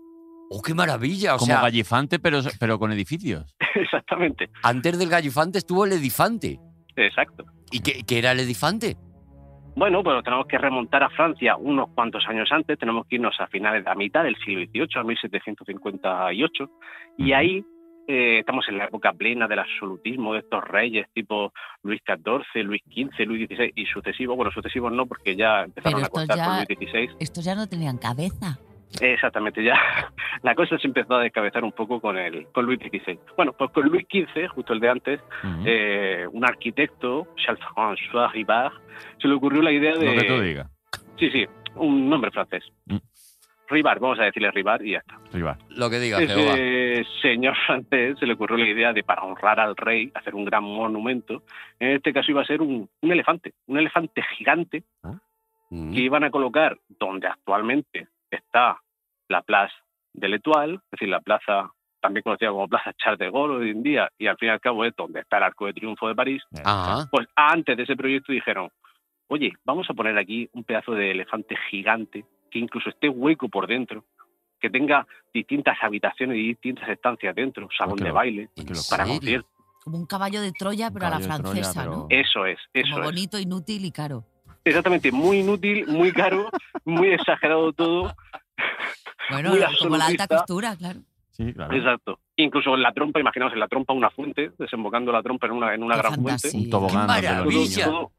Speaker 3: ¡Oh, qué maravilla! O
Speaker 4: Como
Speaker 3: sea,
Speaker 4: gallifante, pero, pero con edificios.
Speaker 6: (laughs) Exactamente.
Speaker 3: antes del gallifante estuvo el edifante.
Speaker 6: Exacto.
Speaker 3: ¿Y qué, qué era el edifante?
Speaker 6: Bueno, pero tenemos que remontar a Francia unos cuantos años antes, tenemos que irnos a finales, a mitad del siglo XVIII, a 1758, y ahí eh, estamos en la época plena del absolutismo de estos reyes tipo Luis XIV, Luis XV, Luis XVI y sucesivos. Bueno, sucesivos no, porque ya
Speaker 2: Pero
Speaker 6: empezaron a
Speaker 2: estos
Speaker 6: contar
Speaker 2: ya-
Speaker 6: con Luis XVI.
Speaker 2: Estos ya no tenían cabeza.
Speaker 6: Exactamente, ya (laughs) la cosa se empezó a descabezar un poco con, el, con Luis XVI. Bueno, pues con Luis XV, justo el de antes,
Speaker 4: Ujú.
Speaker 6: eh, un arquitecto, Charles-François Ribard, se le ocurrió la idea de...
Speaker 4: Lo que tú digas,
Speaker 6: Sí, sí, un nombre francés.
Speaker 4: Mm.
Speaker 6: Ribard, vamos a decirle Ribard y ya está.
Speaker 4: rival.
Speaker 3: Lo que diga Jehová.
Speaker 6: Ese señor (laughs) francés se le ocurrió la idea de, para honrar al rey, hacer un gran monumento. En este caso iba a ser un, un elefante, un elefante gigante
Speaker 3: Mm.
Speaker 6: que iban a colocar donde actualmente está la Plaza de l'Etoile, es decir, la plaza también conocida como Plaza Charles de Gaulle hoy en día, y al fin y al cabo es donde está el Arco de Triunfo de París,
Speaker 3: Ajá.
Speaker 6: pues antes de ese proyecto dijeron, oye, vamos a poner aquí un pedazo de elefante gigante que incluso esté hueco por dentro, que tenga distintas habitaciones y distintas estancias dentro, salón
Speaker 4: qué
Speaker 6: de
Speaker 4: lo-
Speaker 6: baile,
Speaker 3: ¿En
Speaker 6: para
Speaker 3: serio?
Speaker 6: conciertos.
Speaker 2: Como un caballo de Troya, pero a la
Speaker 4: Caballo de Troya,
Speaker 2: francesa, ¿no?
Speaker 4: pero-
Speaker 6: Eso es, eso
Speaker 2: Como
Speaker 6: es.
Speaker 2: bonito, inútil y caro.
Speaker 6: Exactamente, muy inútil, muy caro, muy exagerado todo.
Speaker 2: Bueno,
Speaker 6: Muy
Speaker 2: como la alta
Speaker 6: absolutista.
Speaker 2: costura, claro.
Speaker 4: Sí, claro.
Speaker 6: Exacto. Incluso en la trompa, imaginaos, en la trompa una fuente, desembocando la trompa en una, en una
Speaker 2: Qué
Speaker 6: gran fuente.
Speaker 2: fantasía.
Speaker 4: Un tobogán.
Speaker 3: ¡Qué
Speaker 4: de los
Speaker 6: Todo-
Speaker 3: maravilla!
Speaker 4: niños.
Speaker 6: todo-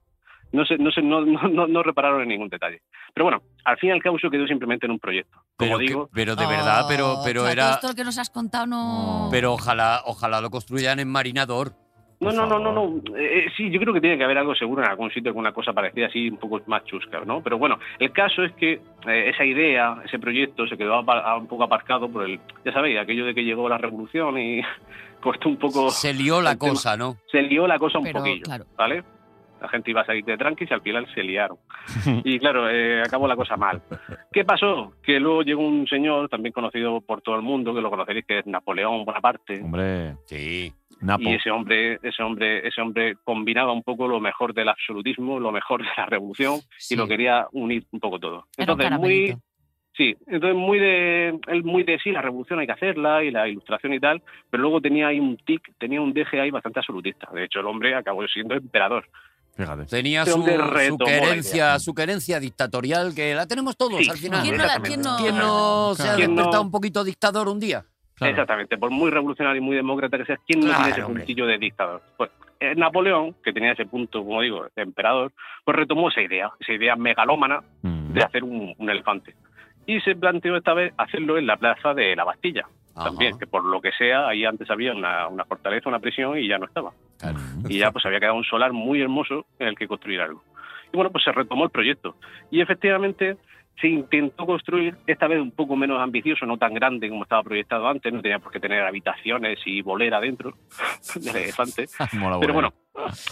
Speaker 6: no, sé, no, sé, no, no, no- no repararon en ningún detalle. Pero bueno, al fin y al cabo eso quedó simplemente en un proyecto. Como
Speaker 3: Pero, que-
Speaker 6: digo,
Speaker 3: pero de verdad, pero,
Speaker 2: Oh,
Speaker 3: pero
Speaker 2: tía, Todo
Speaker 3: era.
Speaker 2: esto lo que nos has contado no.
Speaker 3: Pero ojalá, ojalá lo construyan en Marinador.
Speaker 6: No,
Speaker 4: Por
Speaker 6: no, no, no,
Speaker 4: favor.
Speaker 6: no. Eh, eh, sí, yo creo que tiene que haber algo seguro en algún sitio, alguna cosa parecida, así un poco más chusca, ¿no? Pero bueno, el caso es que eh, esa idea, ese proyecto se quedó apa- a- un poco aparcado por el, ya sabéis, aquello de que llegó la revolución y (laughs) costó un poco,
Speaker 3: Se lió la
Speaker 6: el tema.
Speaker 3: cosa, ¿no?
Speaker 6: se lió la cosa un
Speaker 2: Pero,
Speaker 6: poquillo,
Speaker 2: claro.
Speaker 6: ¿vale? La gente iba a salir de tranquis y al final se liaron. Y claro, eh, acabó la cosa mal. ¿Qué pasó? Que luego llegó un señor, también conocido por todo el mundo, que lo conoceréis, que es Napoleón Bonaparte.
Speaker 4: Hombre,
Speaker 3: Sí.
Speaker 4: Napo.
Speaker 6: y ese hombre ese hombre ese hombre combinaba un poco lo mejor del absolutismo lo mejor de la revolución
Speaker 2: Sí.
Speaker 6: y lo quería unir un poco todo
Speaker 2: Era un
Speaker 6: entonces muy
Speaker 2: caramelito.
Speaker 6: sí entonces muy de él muy de sí la revolución hay que hacerla y la ilustración y tal pero luego tenía ahí un tic tenía un deje ahí bastante absolutista de hecho el hombre acabó siendo emperador
Speaker 4: Fíjate.
Speaker 3: Tenía
Speaker 6: Este
Speaker 3: su,
Speaker 6: hombre
Speaker 3: su
Speaker 6: retomó la
Speaker 3: querencia, su querencia dictatorial, que la tenemos todos
Speaker 6: Sí.
Speaker 3: al final.
Speaker 2: ¿Quién no, la- quién no-
Speaker 3: ¿Quién no se ha
Speaker 6: ¿Quién no?
Speaker 3: despertado un poquito dictador un día?
Speaker 4: Claro.
Speaker 6: Exactamente, por muy revolucionario y muy demócrata que seas, ¿quién
Speaker 3: Claro,
Speaker 6: no tiene ese
Speaker 3: hombre.
Speaker 6: puntillo de dictador? Pues eh, Napoleón, que tenía ese punto, como digo, de emperador, pues retomó esa idea, esa idea megalómana
Speaker 4: Mm.
Speaker 6: de hacer un, un elefante. Y se planteó esta vez hacerlo en la plaza de la Bastilla,
Speaker 3: Ajá,
Speaker 6: también, que por lo que sea, ahí antes había una, una fortaleza, una prisión y ya no estaba.
Speaker 3: claro.
Speaker 6: Y ya pues había quedado un solar muy hermoso en el que construir algo. Y bueno, pues se retomó el proyecto. Y efectivamente se intentó construir, esta vez un poco menos ambicioso, no tan grande como estaba proyectado antes, no tenía por qué tener habitaciones y bolera dentro del elefante.
Speaker 4: Mola
Speaker 6: Pero
Speaker 4: bueno.
Speaker 6: bueno,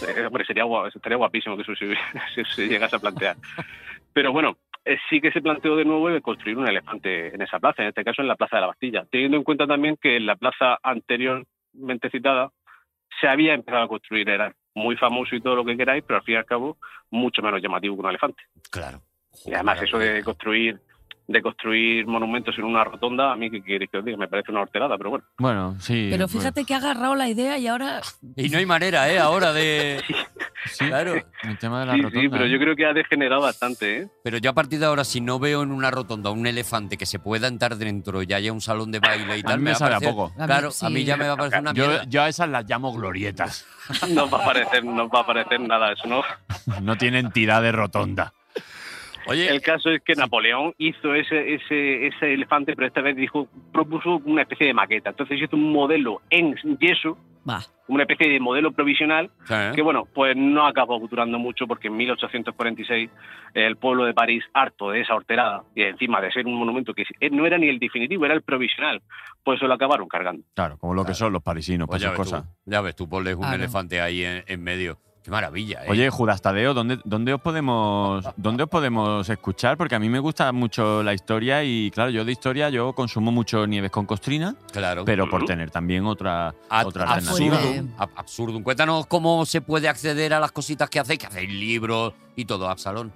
Speaker 6: Eh, hombre, sería guau- estaría guapísimo que eso se, se- (laughs) se llegase a plantear. Pero bueno, eh, sí que se planteó de nuevo de construir un elefante en esa plaza, en este caso en la Plaza de la Bastilla, teniendo en cuenta también que en la plaza anteriormente citada se había empezado a construir, era muy famoso y todo lo que queráis, pero al fin y al cabo mucho menos llamativo que un elefante.
Speaker 3: Claro.
Speaker 6: Y además eso de construir de construir monumentos en una rotonda, a mí que queréis que os diga, me parece una horterada, pero bueno.
Speaker 4: Bueno, sí.
Speaker 2: Pero
Speaker 4: pues,
Speaker 2: fíjate que ha agarrado la idea y ahora
Speaker 6: Ah,
Speaker 3: Y no hay manera, ¿eh? Ahora
Speaker 6: (laughs)
Speaker 3: de.
Speaker 4: sí,
Speaker 3: Claro.
Speaker 4: El tema de la
Speaker 6: Sí,
Speaker 4: rotonda.
Speaker 6: sí, pero
Speaker 4: ¿eh?
Speaker 6: yo creo que ha degenerado bastante, ¿eh?
Speaker 3: Pero yo a partir de ahora, si no veo en una rotonda un elefante que se pueda entrar dentro y haya un salón de baile y tal,
Speaker 4: mí me
Speaker 3: va
Speaker 4: sabe a
Speaker 3: parecer-
Speaker 4: poco.
Speaker 2: A mí,
Speaker 3: Claro, a mí
Speaker 2: sí.
Speaker 3: ya me va a parecer una
Speaker 4: Yo,
Speaker 3: mierda.
Speaker 4: yo a esas las llamo glorietas.
Speaker 6: (laughs) No va a parecer, no va a parecer nada eso, ¿no?
Speaker 4: No tiene entidad de rotonda.
Speaker 3: Oye,
Speaker 6: El caso es que Napoleón hizo ese, ese, ese elefante, pero esta vez dijo, propuso una especie de maqueta. Entonces hizo un modelo en yeso,
Speaker 2: va.
Speaker 6: una especie de modelo provisional,
Speaker 3: o sea, ¿eh?
Speaker 6: que bueno, pues no acabó durando mucho porque en 1846 el pueblo de París, harto de esa horterada, y encima de ser un monumento que no era ni el definitivo, era el provisional, pues se lo acabaron cargando.
Speaker 4: Claro, como lo que son los parisinos,
Speaker 3: Pues ya
Speaker 4: para esas
Speaker 3: ves,
Speaker 4: cosas.
Speaker 3: tú, ya ves tú, ponle un
Speaker 2: Claro.
Speaker 3: elefante ahí en, en medio. Qué maravilla, ¿eh?
Speaker 4: Oye, Judas Tadeo, ¿dónde, dónde,
Speaker 3: (laughs)
Speaker 4: os podemos, ¿dónde os podemos escuchar? Porque a mí me gusta mucho la historia y, claro, yo de historia yo consumo mucho Nieves con Costrina,
Speaker 3: claro.
Speaker 4: pero por tener también otra,
Speaker 3: A-
Speaker 4: otra alternativa.
Speaker 3: absurdum, ab- absurdum. Cuéntanos cómo se puede acceder a las cositas que hacéis, que hacéis libros y todo, Absalón.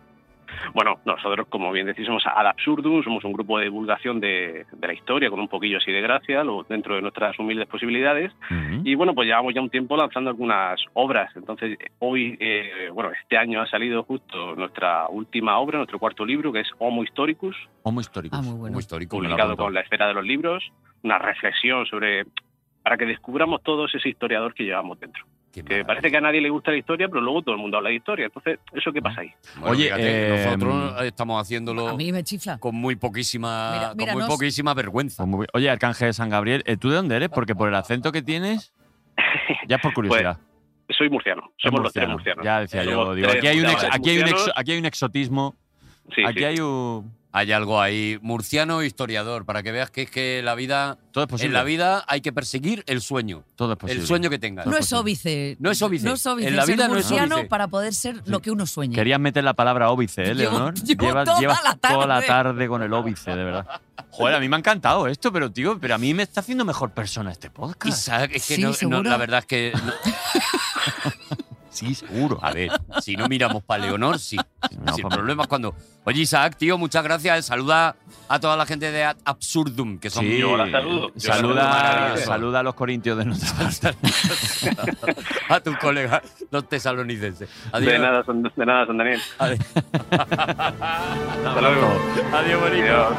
Speaker 6: Bueno, nosotros, como bien decís, somos Ad Absurdum, somos un grupo de divulgación de, de la historia con un poquillo así de gracia, lo- dentro de nuestras humildes posibilidades.
Speaker 4: Ujú.
Speaker 6: Y bueno, pues llevamos ya un tiempo lanzando algunas obras. Entonces, eh, hoy, eh, bueno, este año ha salido justo nuestra última obra, nuestro cuarto libro, que es Homo Historicus,
Speaker 4: Homo histórico.
Speaker 2: Ah, muy bueno.
Speaker 3: Como histórico. me lo
Speaker 6: publicado
Speaker 3: apunto.
Speaker 6: con la esfera de los libros, una reflexión sobre para que descubramos todos ese historiador que llevamos dentro.
Speaker 3: Qué
Speaker 6: Que
Speaker 3: maravilla.
Speaker 6: parece que a nadie le gusta la historia, pero luego todo el mundo habla de historia. Entonces, ¿eso qué pasa ahí?
Speaker 3: Ah. Bueno,
Speaker 4: Oye,
Speaker 3: fíjate,
Speaker 4: eh,
Speaker 3: nosotros estamos haciéndolo
Speaker 2: A mí me chifla.
Speaker 3: con muy poquísima,
Speaker 2: Mira,
Speaker 3: con muy
Speaker 2: míranos.
Speaker 3: poquísima vergüenza.
Speaker 4: Pues muy bien. Oye, Arcángel de San Gabriel, ¿eh, ¿tú de dónde eres? Porque por el acento que tienes,
Speaker 3: (laughs)
Speaker 4: ya
Speaker 3: Pues,
Speaker 4: es por curiosidad.
Speaker 6: Soy murciano,
Speaker 4: Es
Speaker 6: somos los tres
Speaker 4: murciano.
Speaker 6: murcianos.
Speaker 4: Ya decía yo,
Speaker 6: Somos
Speaker 4: digo,
Speaker 6: tres
Speaker 4: aquí hay un, ex-
Speaker 6: chavales
Speaker 4: aquí hay un, ex-
Speaker 6: murcianos.
Speaker 4: aquí hay un exotismo,
Speaker 6: Sí,
Speaker 4: aquí
Speaker 6: sí.
Speaker 4: hay un...
Speaker 3: Hay algo ahí, murciano historiador, para que veas que es que la vida,
Speaker 4: Todo es posible.
Speaker 3: en la vida hay que perseguir el sueño,
Speaker 4: Todo es posible.
Speaker 3: el sueño que tengas.
Speaker 2: No
Speaker 4: pues
Speaker 2: es
Speaker 4: sí.
Speaker 2: óbice.
Speaker 3: No es óbice.
Speaker 2: No es óbice
Speaker 3: En la
Speaker 2: ser
Speaker 3: vida no es
Speaker 2: murciano
Speaker 3: óbice.
Speaker 2: para poder ser lo que uno sueña.
Speaker 4: Querías meter la palabra óbice, ¿eh,
Speaker 2: Llevo-
Speaker 4: Leonor?
Speaker 2: llevo
Speaker 4: llevas
Speaker 2: toda
Speaker 4: llevas
Speaker 2: la
Speaker 4: toda la
Speaker 2: tarde.
Speaker 4: tarde con el óbice, de verdad. Joder, a mí me ha encantado esto, pero tío, pero a mí me está haciendo mejor persona este
Speaker 3: Y
Speaker 4: podcast.
Speaker 3: sabes, es que
Speaker 2: Sí,
Speaker 3: no- no,
Speaker 2: seguro.
Speaker 3: la verdad es que no-
Speaker 4: Sí, seguro.
Speaker 3: A ver, si no miramos para Leonor, sí.
Speaker 4: Si no,
Speaker 3: Sin
Speaker 4: pa-
Speaker 3: problemas cuando. Oye, Isaac, tío, muchas gracias. eh. Saluda a toda la gente de Ad Absurdum, que son. eh,
Speaker 4: Sí,
Speaker 6: Yo la saludo. Yo la saludo
Speaker 4: Saluda,
Speaker 6: maravilloso.
Speaker 4: saluda a los corintios de nuestra
Speaker 3: (laughs)
Speaker 4: parte.
Speaker 3: a tus colegas, los
Speaker 6: De
Speaker 3: tesalonicenses. Adiós.
Speaker 6: nada, San- de nada, San Daniel.
Speaker 3: (laughs)
Speaker 4: Hasta
Speaker 6: luego.
Speaker 4: Adiós, bonito.
Speaker 6: Adiós.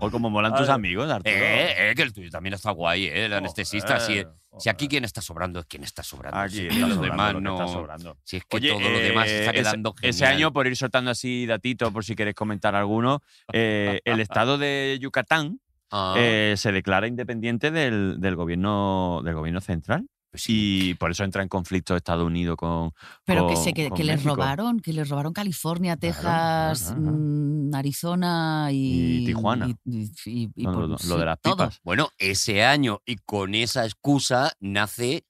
Speaker 4: O como molan tus amigos, Arturo.
Speaker 3: Ah,
Speaker 4: Ah,
Speaker 3: Eh, eh, que el tuyo también está guay, eh, el anestesista. Si, si aquí quien está sobrando es quien está sobrando.
Speaker 4: (laughs) Aquí,
Speaker 3: si es que los demás
Speaker 4: está
Speaker 3: no.
Speaker 4: sobrando.
Speaker 3: Si es que
Speaker 4: Oye,
Speaker 3: todo lo demás
Speaker 4: eh,
Speaker 3: está
Speaker 4: ese-
Speaker 3: quedando
Speaker 4: ese,
Speaker 3: genial.
Speaker 4: año, por ir soltando así datitos, por si queréis comentar alguno, eh, el estado de Yucatán
Speaker 3: Ah,
Speaker 4: eh, se declara independiente del, del gobierno, del gobierno central.
Speaker 3: pues sí.
Speaker 4: Y por eso entra en conflicto Estados Unidos con.
Speaker 2: Pero que,
Speaker 4: con-
Speaker 2: sé que,
Speaker 4: con
Speaker 2: que les
Speaker 4: México.
Speaker 2: robaron, que les robaron California, Texas,
Speaker 4: ajá, ajá.
Speaker 2: mm, Arizona y,
Speaker 4: Y Tijuana.
Speaker 2: y- y- y- y
Speaker 4: No,
Speaker 2: por-
Speaker 4: lo, lo
Speaker 2: sí,
Speaker 4: de las
Speaker 2: todo.
Speaker 4: pipas.
Speaker 3: Bueno, ese año y con esa excusa nace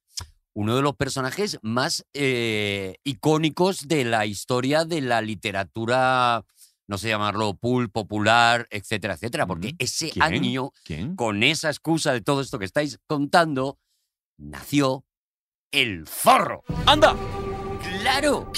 Speaker 3: uno de los personajes más eh, icónicos de la historia de la literatura, no sé llamarlo, pool, popular, etcétera, etcétera, porque
Speaker 4: Mm,
Speaker 3: ese
Speaker 4: ¿quién?
Speaker 3: año,
Speaker 4: ¿Quién?
Speaker 3: con esa excusa de todo esto que estáis contando, nació el zorro.
Speaker 4: ¡Anda!
Speaker 3: ¡Claro!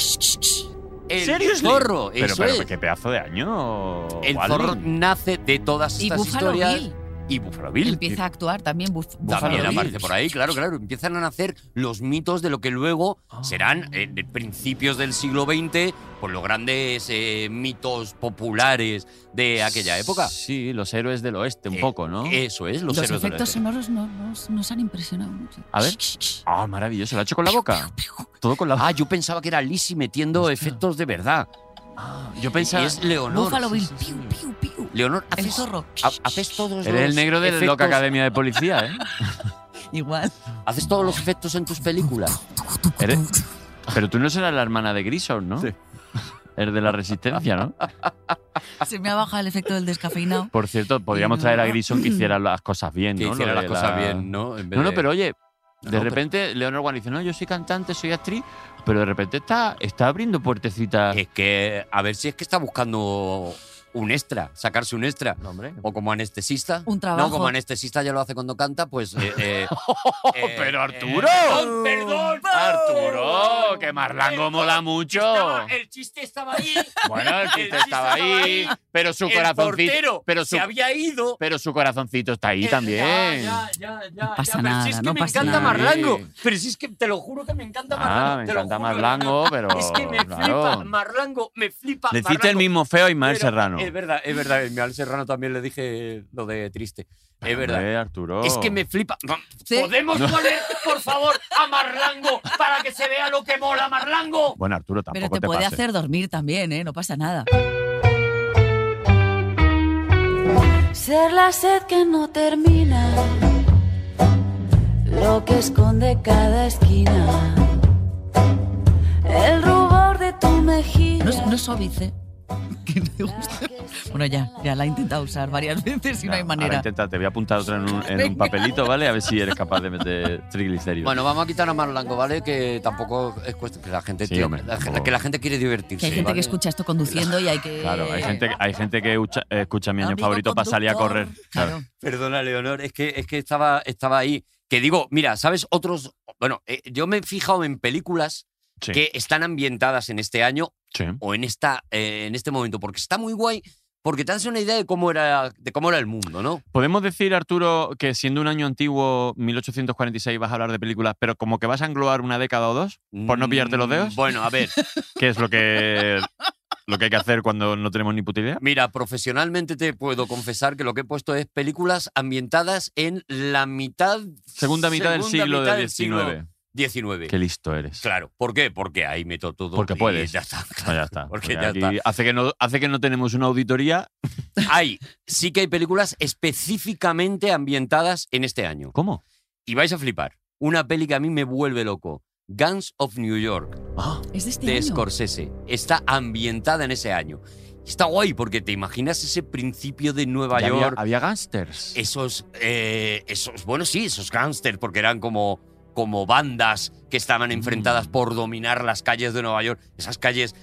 Speaker 3: El
Speaker 4: Seriously.
Speaker 3: zorro,
Speaker 4: Pero,
Speaker 3: eso
Speaker 4: pero,
Speaker 3: es.
Speaker 4: qué pedazo de año.
Speaker 3: El
Speaker 4: Waldron.
Speaker 3: zorro nace de todas
Speaker 2: Y
Speaker 3: estas
Speaker 2: Buffalo
Speaker 3: historias.
Speaker 2: Bill
Speaker 3: Y Buffalo Bill.
Speaker 2: empieza a actuar también. Buf-
Speaker 3: También
Speaker 2: Buffalo Bill.
Speaker 3: aparece por ahí, claro, claro. Empiezan a nacer los mitos de lo que luego
Speaker 4: Ah.
Speaker 3: serán, eh, de principios del siglo XX, pues los grandes eh, mitos populares de aquella época.
Speaker 4: Sí, los héroes del oeste, un
Speaker 3: Eh,
Speaker 4: poco, ¿no?
Speaker 3: Eso es, los,
Speaker 2: Los
Speaker 3: héroes de la
Speaker 2: efectos
Speaker 3: época.
Speaker 2: sonoros no- nos, nos han impresionado mucho.
Speaker 4: A ver. Ah, maravilloso. ¿Lo ha hecho con la boca? Todo con la boca.
Speaker 3: Ah, yo pensaba que era Lizzie metiendo efectos de verdad.
Speaker 4: Ah, yo
Speaker 3: Y es Leonor. (laughs)
Speaker 2: Buffalo Bill.
Speaker 3: Sí, sí,
Speaker 2: Piu,
Speaker 3: sí.
Speaker 2: piu, piu.
Speaker 3: Leonor,
Speaker 2: El
Speaker 3: haces,
Speaker 2: zorro.
Speaker 3: ha- haces todos
Speaker 4: Eres el
Speaker 3: los
Speaker 4: negro de la loca
Speaker 3: efectos-
Speaker 4: academia de policía,
Speaker 2: (laughs)
Speaker 4: ¿eh?
Speaker 2: Igual.
Speaker 3: Haces todos los efectos en tus películas.
Speaker 4: Eres- Pero tú no serás la hermana de Grison, ¿no?
Speaker 3: Sí.
Speaker 4: el de la resistencia, ¿no?
Speaker 2: Se me ha bajado el efecto del descafeinado.
Speaker 4: Por cierto, podríamos
Speaker 2: Pero-
Speaker 4: traer a Grison
Speaker 2: (clears throat)
Speaker 4: que hiciera las cosas bien,
Speaker 3: Que
Speaker 4: ¿no? Lo
Speaker 3: hiciera
Speaker 4: de
Speaker 3: las
Speaker 4: la-
Speaker 3: cosas bien, ¿no? En vez
Speaker 4: No, no,
Speaker 3: de-
Speaker 4: pero oye,
Speaker 3: No,
Speaker 4: de
Speaker 3: pero-
Speaker 4: repente Leonor Guan dice, no, yo soy cantante, soy actriz, pero de repente está, está abriendo puertecitas.
Speaker 3: Es que, a ver si es que está buscando un extra, sacarse un extra.
Speaker 4: No, hombre.
Speaker 3: O como anestesista.
Speaker 2: Un
Speaker 3: No,
Speaker 2: trabajo.
Speaker 3: como anestesista ya lo hace cuando canta, pues. eh,
Speaker 4: (laughs)
Speaker 3: eh, eh,
Speaker 4: ¡Pero
Speaker 3: eh,
Speaker 4: Arturo!
Speaker 3: perdón, perdón,
Speaker 4: ¡Arturo! ¡Que Marlango mola mucho!
Speaker 3: Estaba- el chiste estaba ahí.
Speaker 4: Bueno, el chiste
Speaker 3: chiste
Speaker 4: estaba
Speaker 3: estaba
Speaker 4: ahí,
Speaker 3: ahí.
Speaker 4: pero su
Speaker 3: el portero
Speaker 4: corazoncito, pero su,
Speaker 3: se había ido.
Speaker 4: pero su corazoncito está ahí
Speaker 3: Eh,
Speaker 4: también.
Speaker 3: ya, ya, ya, ya,
Speaker 2: pasa
Speaker 3: ya,
Speaker 2: nada,
Speaker 3: Pero si es que
Speaker 2: no
Speaker 3: me
Speaker 2: pasa
Speaker 3: encanta
Speaker 2: nada.
Speaker 3: Marlango. Pero si es que te lo juro que me encanta Marlango.
Speaker 4: Ah, me
Speaker 3: te lo
Speaker 4: encanta
Speaker 3: juro. (laughs)
Speaker 4: Marlango, pero
Speaker 3: Es que me
Speaker 4: claro.
Speaker 3: flipa Marlango, me flipa.
Speaker 4: Le hiciste
Speaker 3: Marlango.
Speaker 4: el mismo feo a Ismael
Speaker 3: Pero
Speaker 4: Serrano.
Speaker 3: Es verdad, es verdad. Y Al Serrano también le dije lo de triste. Es
Speaker 4: Hombre,
Speaker 3: verdad.
Speaker 4: Arturo.
Speaker 3: Es que me flipa. No,
Speaker 2: Sí.
Speaker 3: ¿Podemos poner, por favor, a Marlango para que se vea lo que mola Marlango?
Speaker 4: Bueno, Arturo, (laughs) tampoco
Speaker 2: Pero te, puede
Speaker 4: pases.
Speaker 2: hacer dormir también, ¿eh? No pasa nada.
Speaker 10: Ser la sed que no termina, lo que esconde cada esquina, el rubor de tu mejilla.
Speaker 2: No, es- no es suavice. (laughs) Que me gusta. Bueno, ya, ya la he intentado usar varias veces y no, hay
Speaker 4: Ahora
Speaker 2: manera.
Speaker 4: intenta, te voy a apuntar otra en un, en un
Speaker 2: Venga.
Speaker 4: papelito, ¿vale? A ver si eres capaz de meter triglicéridos.
Speaker 3: Bueno, vamos a quitar a Marlango, ¿vale? Que tampoco es cuestión. Que la gente,
Speaker 4: Sí,
Speaker 3: tiene-
Speaker 4: hombre,
Speaker 3: la, gente-
Speaker 4: tampoco.
Speaker 3: que la gente quiere divertirse.
Speaker 2: Que hay gente
Speaker 3: ¿vale?
Speaker 2: que escucha esto conduciendo y hay que.
Speaker 4: claro, hay gente, hay gente que ucha- eh, escucha mi año
Speaker 2: Amigo
Speaker 4: favorito para salir a
Speaker 2: conductor.
Speaker 4: correr.
Speaker 2: Claro.
Speaker 3: Perdona, Leonor, es que, es que estaba, estaba ahí. Que digo, mira, ¿sabes? Otros. Bueno, eh, yo me he fijado en películas
Speaker 4: Sí.
Speaker 3: que están ambientadas en este año
Speaker 4: Sí.
Speaker 3: o en, esta, eh, en este momento, porque está muy guay, porque te hace una idea de cómo era, de cómo era el mundo, ¿no?
Speaker 4: Podemos decir, Arturo, que siendo un año antiguo, 1846, vas a hablar de películas, pero como que vas a englobar una década o dos, por no pillarte los
Speaker 3: Mm,
Speaker 4: dedos,
Speaker 3: Bueno, a ver,
Speaker 4: que es lo que, lo que hay que hacer cuando no tenemos ni puta idea.
Speaker 3: mira, profesionalmente te puedo confesar que lo que he puesto es películas ambientadas en la mitad.
Speaker 4: (laughs) Segunda mitad del
Speaker 3: segunda
Speaker 4: siglo
Speaker 3: mitad
Speaker 4: del
Speaker 3: del
Speaker 4: XIX.
Speaker 3: siglo XIX.
Speaker 4: Qué listo eres.
Speaker 3: Claro, ¿por qué? Porque ahí meto todo.
Speaker 4: Porque
Speaker 3: y
Speaker 4: puedes.
Speaker 3: Ya está.
Speaker 4: No, ya está.
Speaker 3: (laughs) Porque
Speaker 4: Porque
Speaker 3: ya
Speaker 4: aquí
Speaker 3: está.
Speaker 4: Hace, que no, hace que no tenemos una auditoría.
Speaker 3: Hay, sí que hay películas específicamente ambientadas en este año.
Speaker 4: ¿Cómo?
Speaker 3: Y vais a flipar. Una peli que a mí me vuelve loco. Guns of New York,
Speaker 4: Ah.
Speaker 2: Es de este
Speaker 3: de
Speaker 2: año.
Speaker 3: Scorsese. Está ambientada en ese año. Está guay porque te imaginas ese principio de Nueva
Speaker 4: Ya había,
Speaker 3: York.
Speaker 4: había gángsters.
Speaker 3: esos, eh, esos, bueno, sí, esos gángsters, porque eran como, como bandas que estaban
Speaker 4: Mm.
Speaker 3: enfrentadas por dominar las calles de Nueva York, esas calles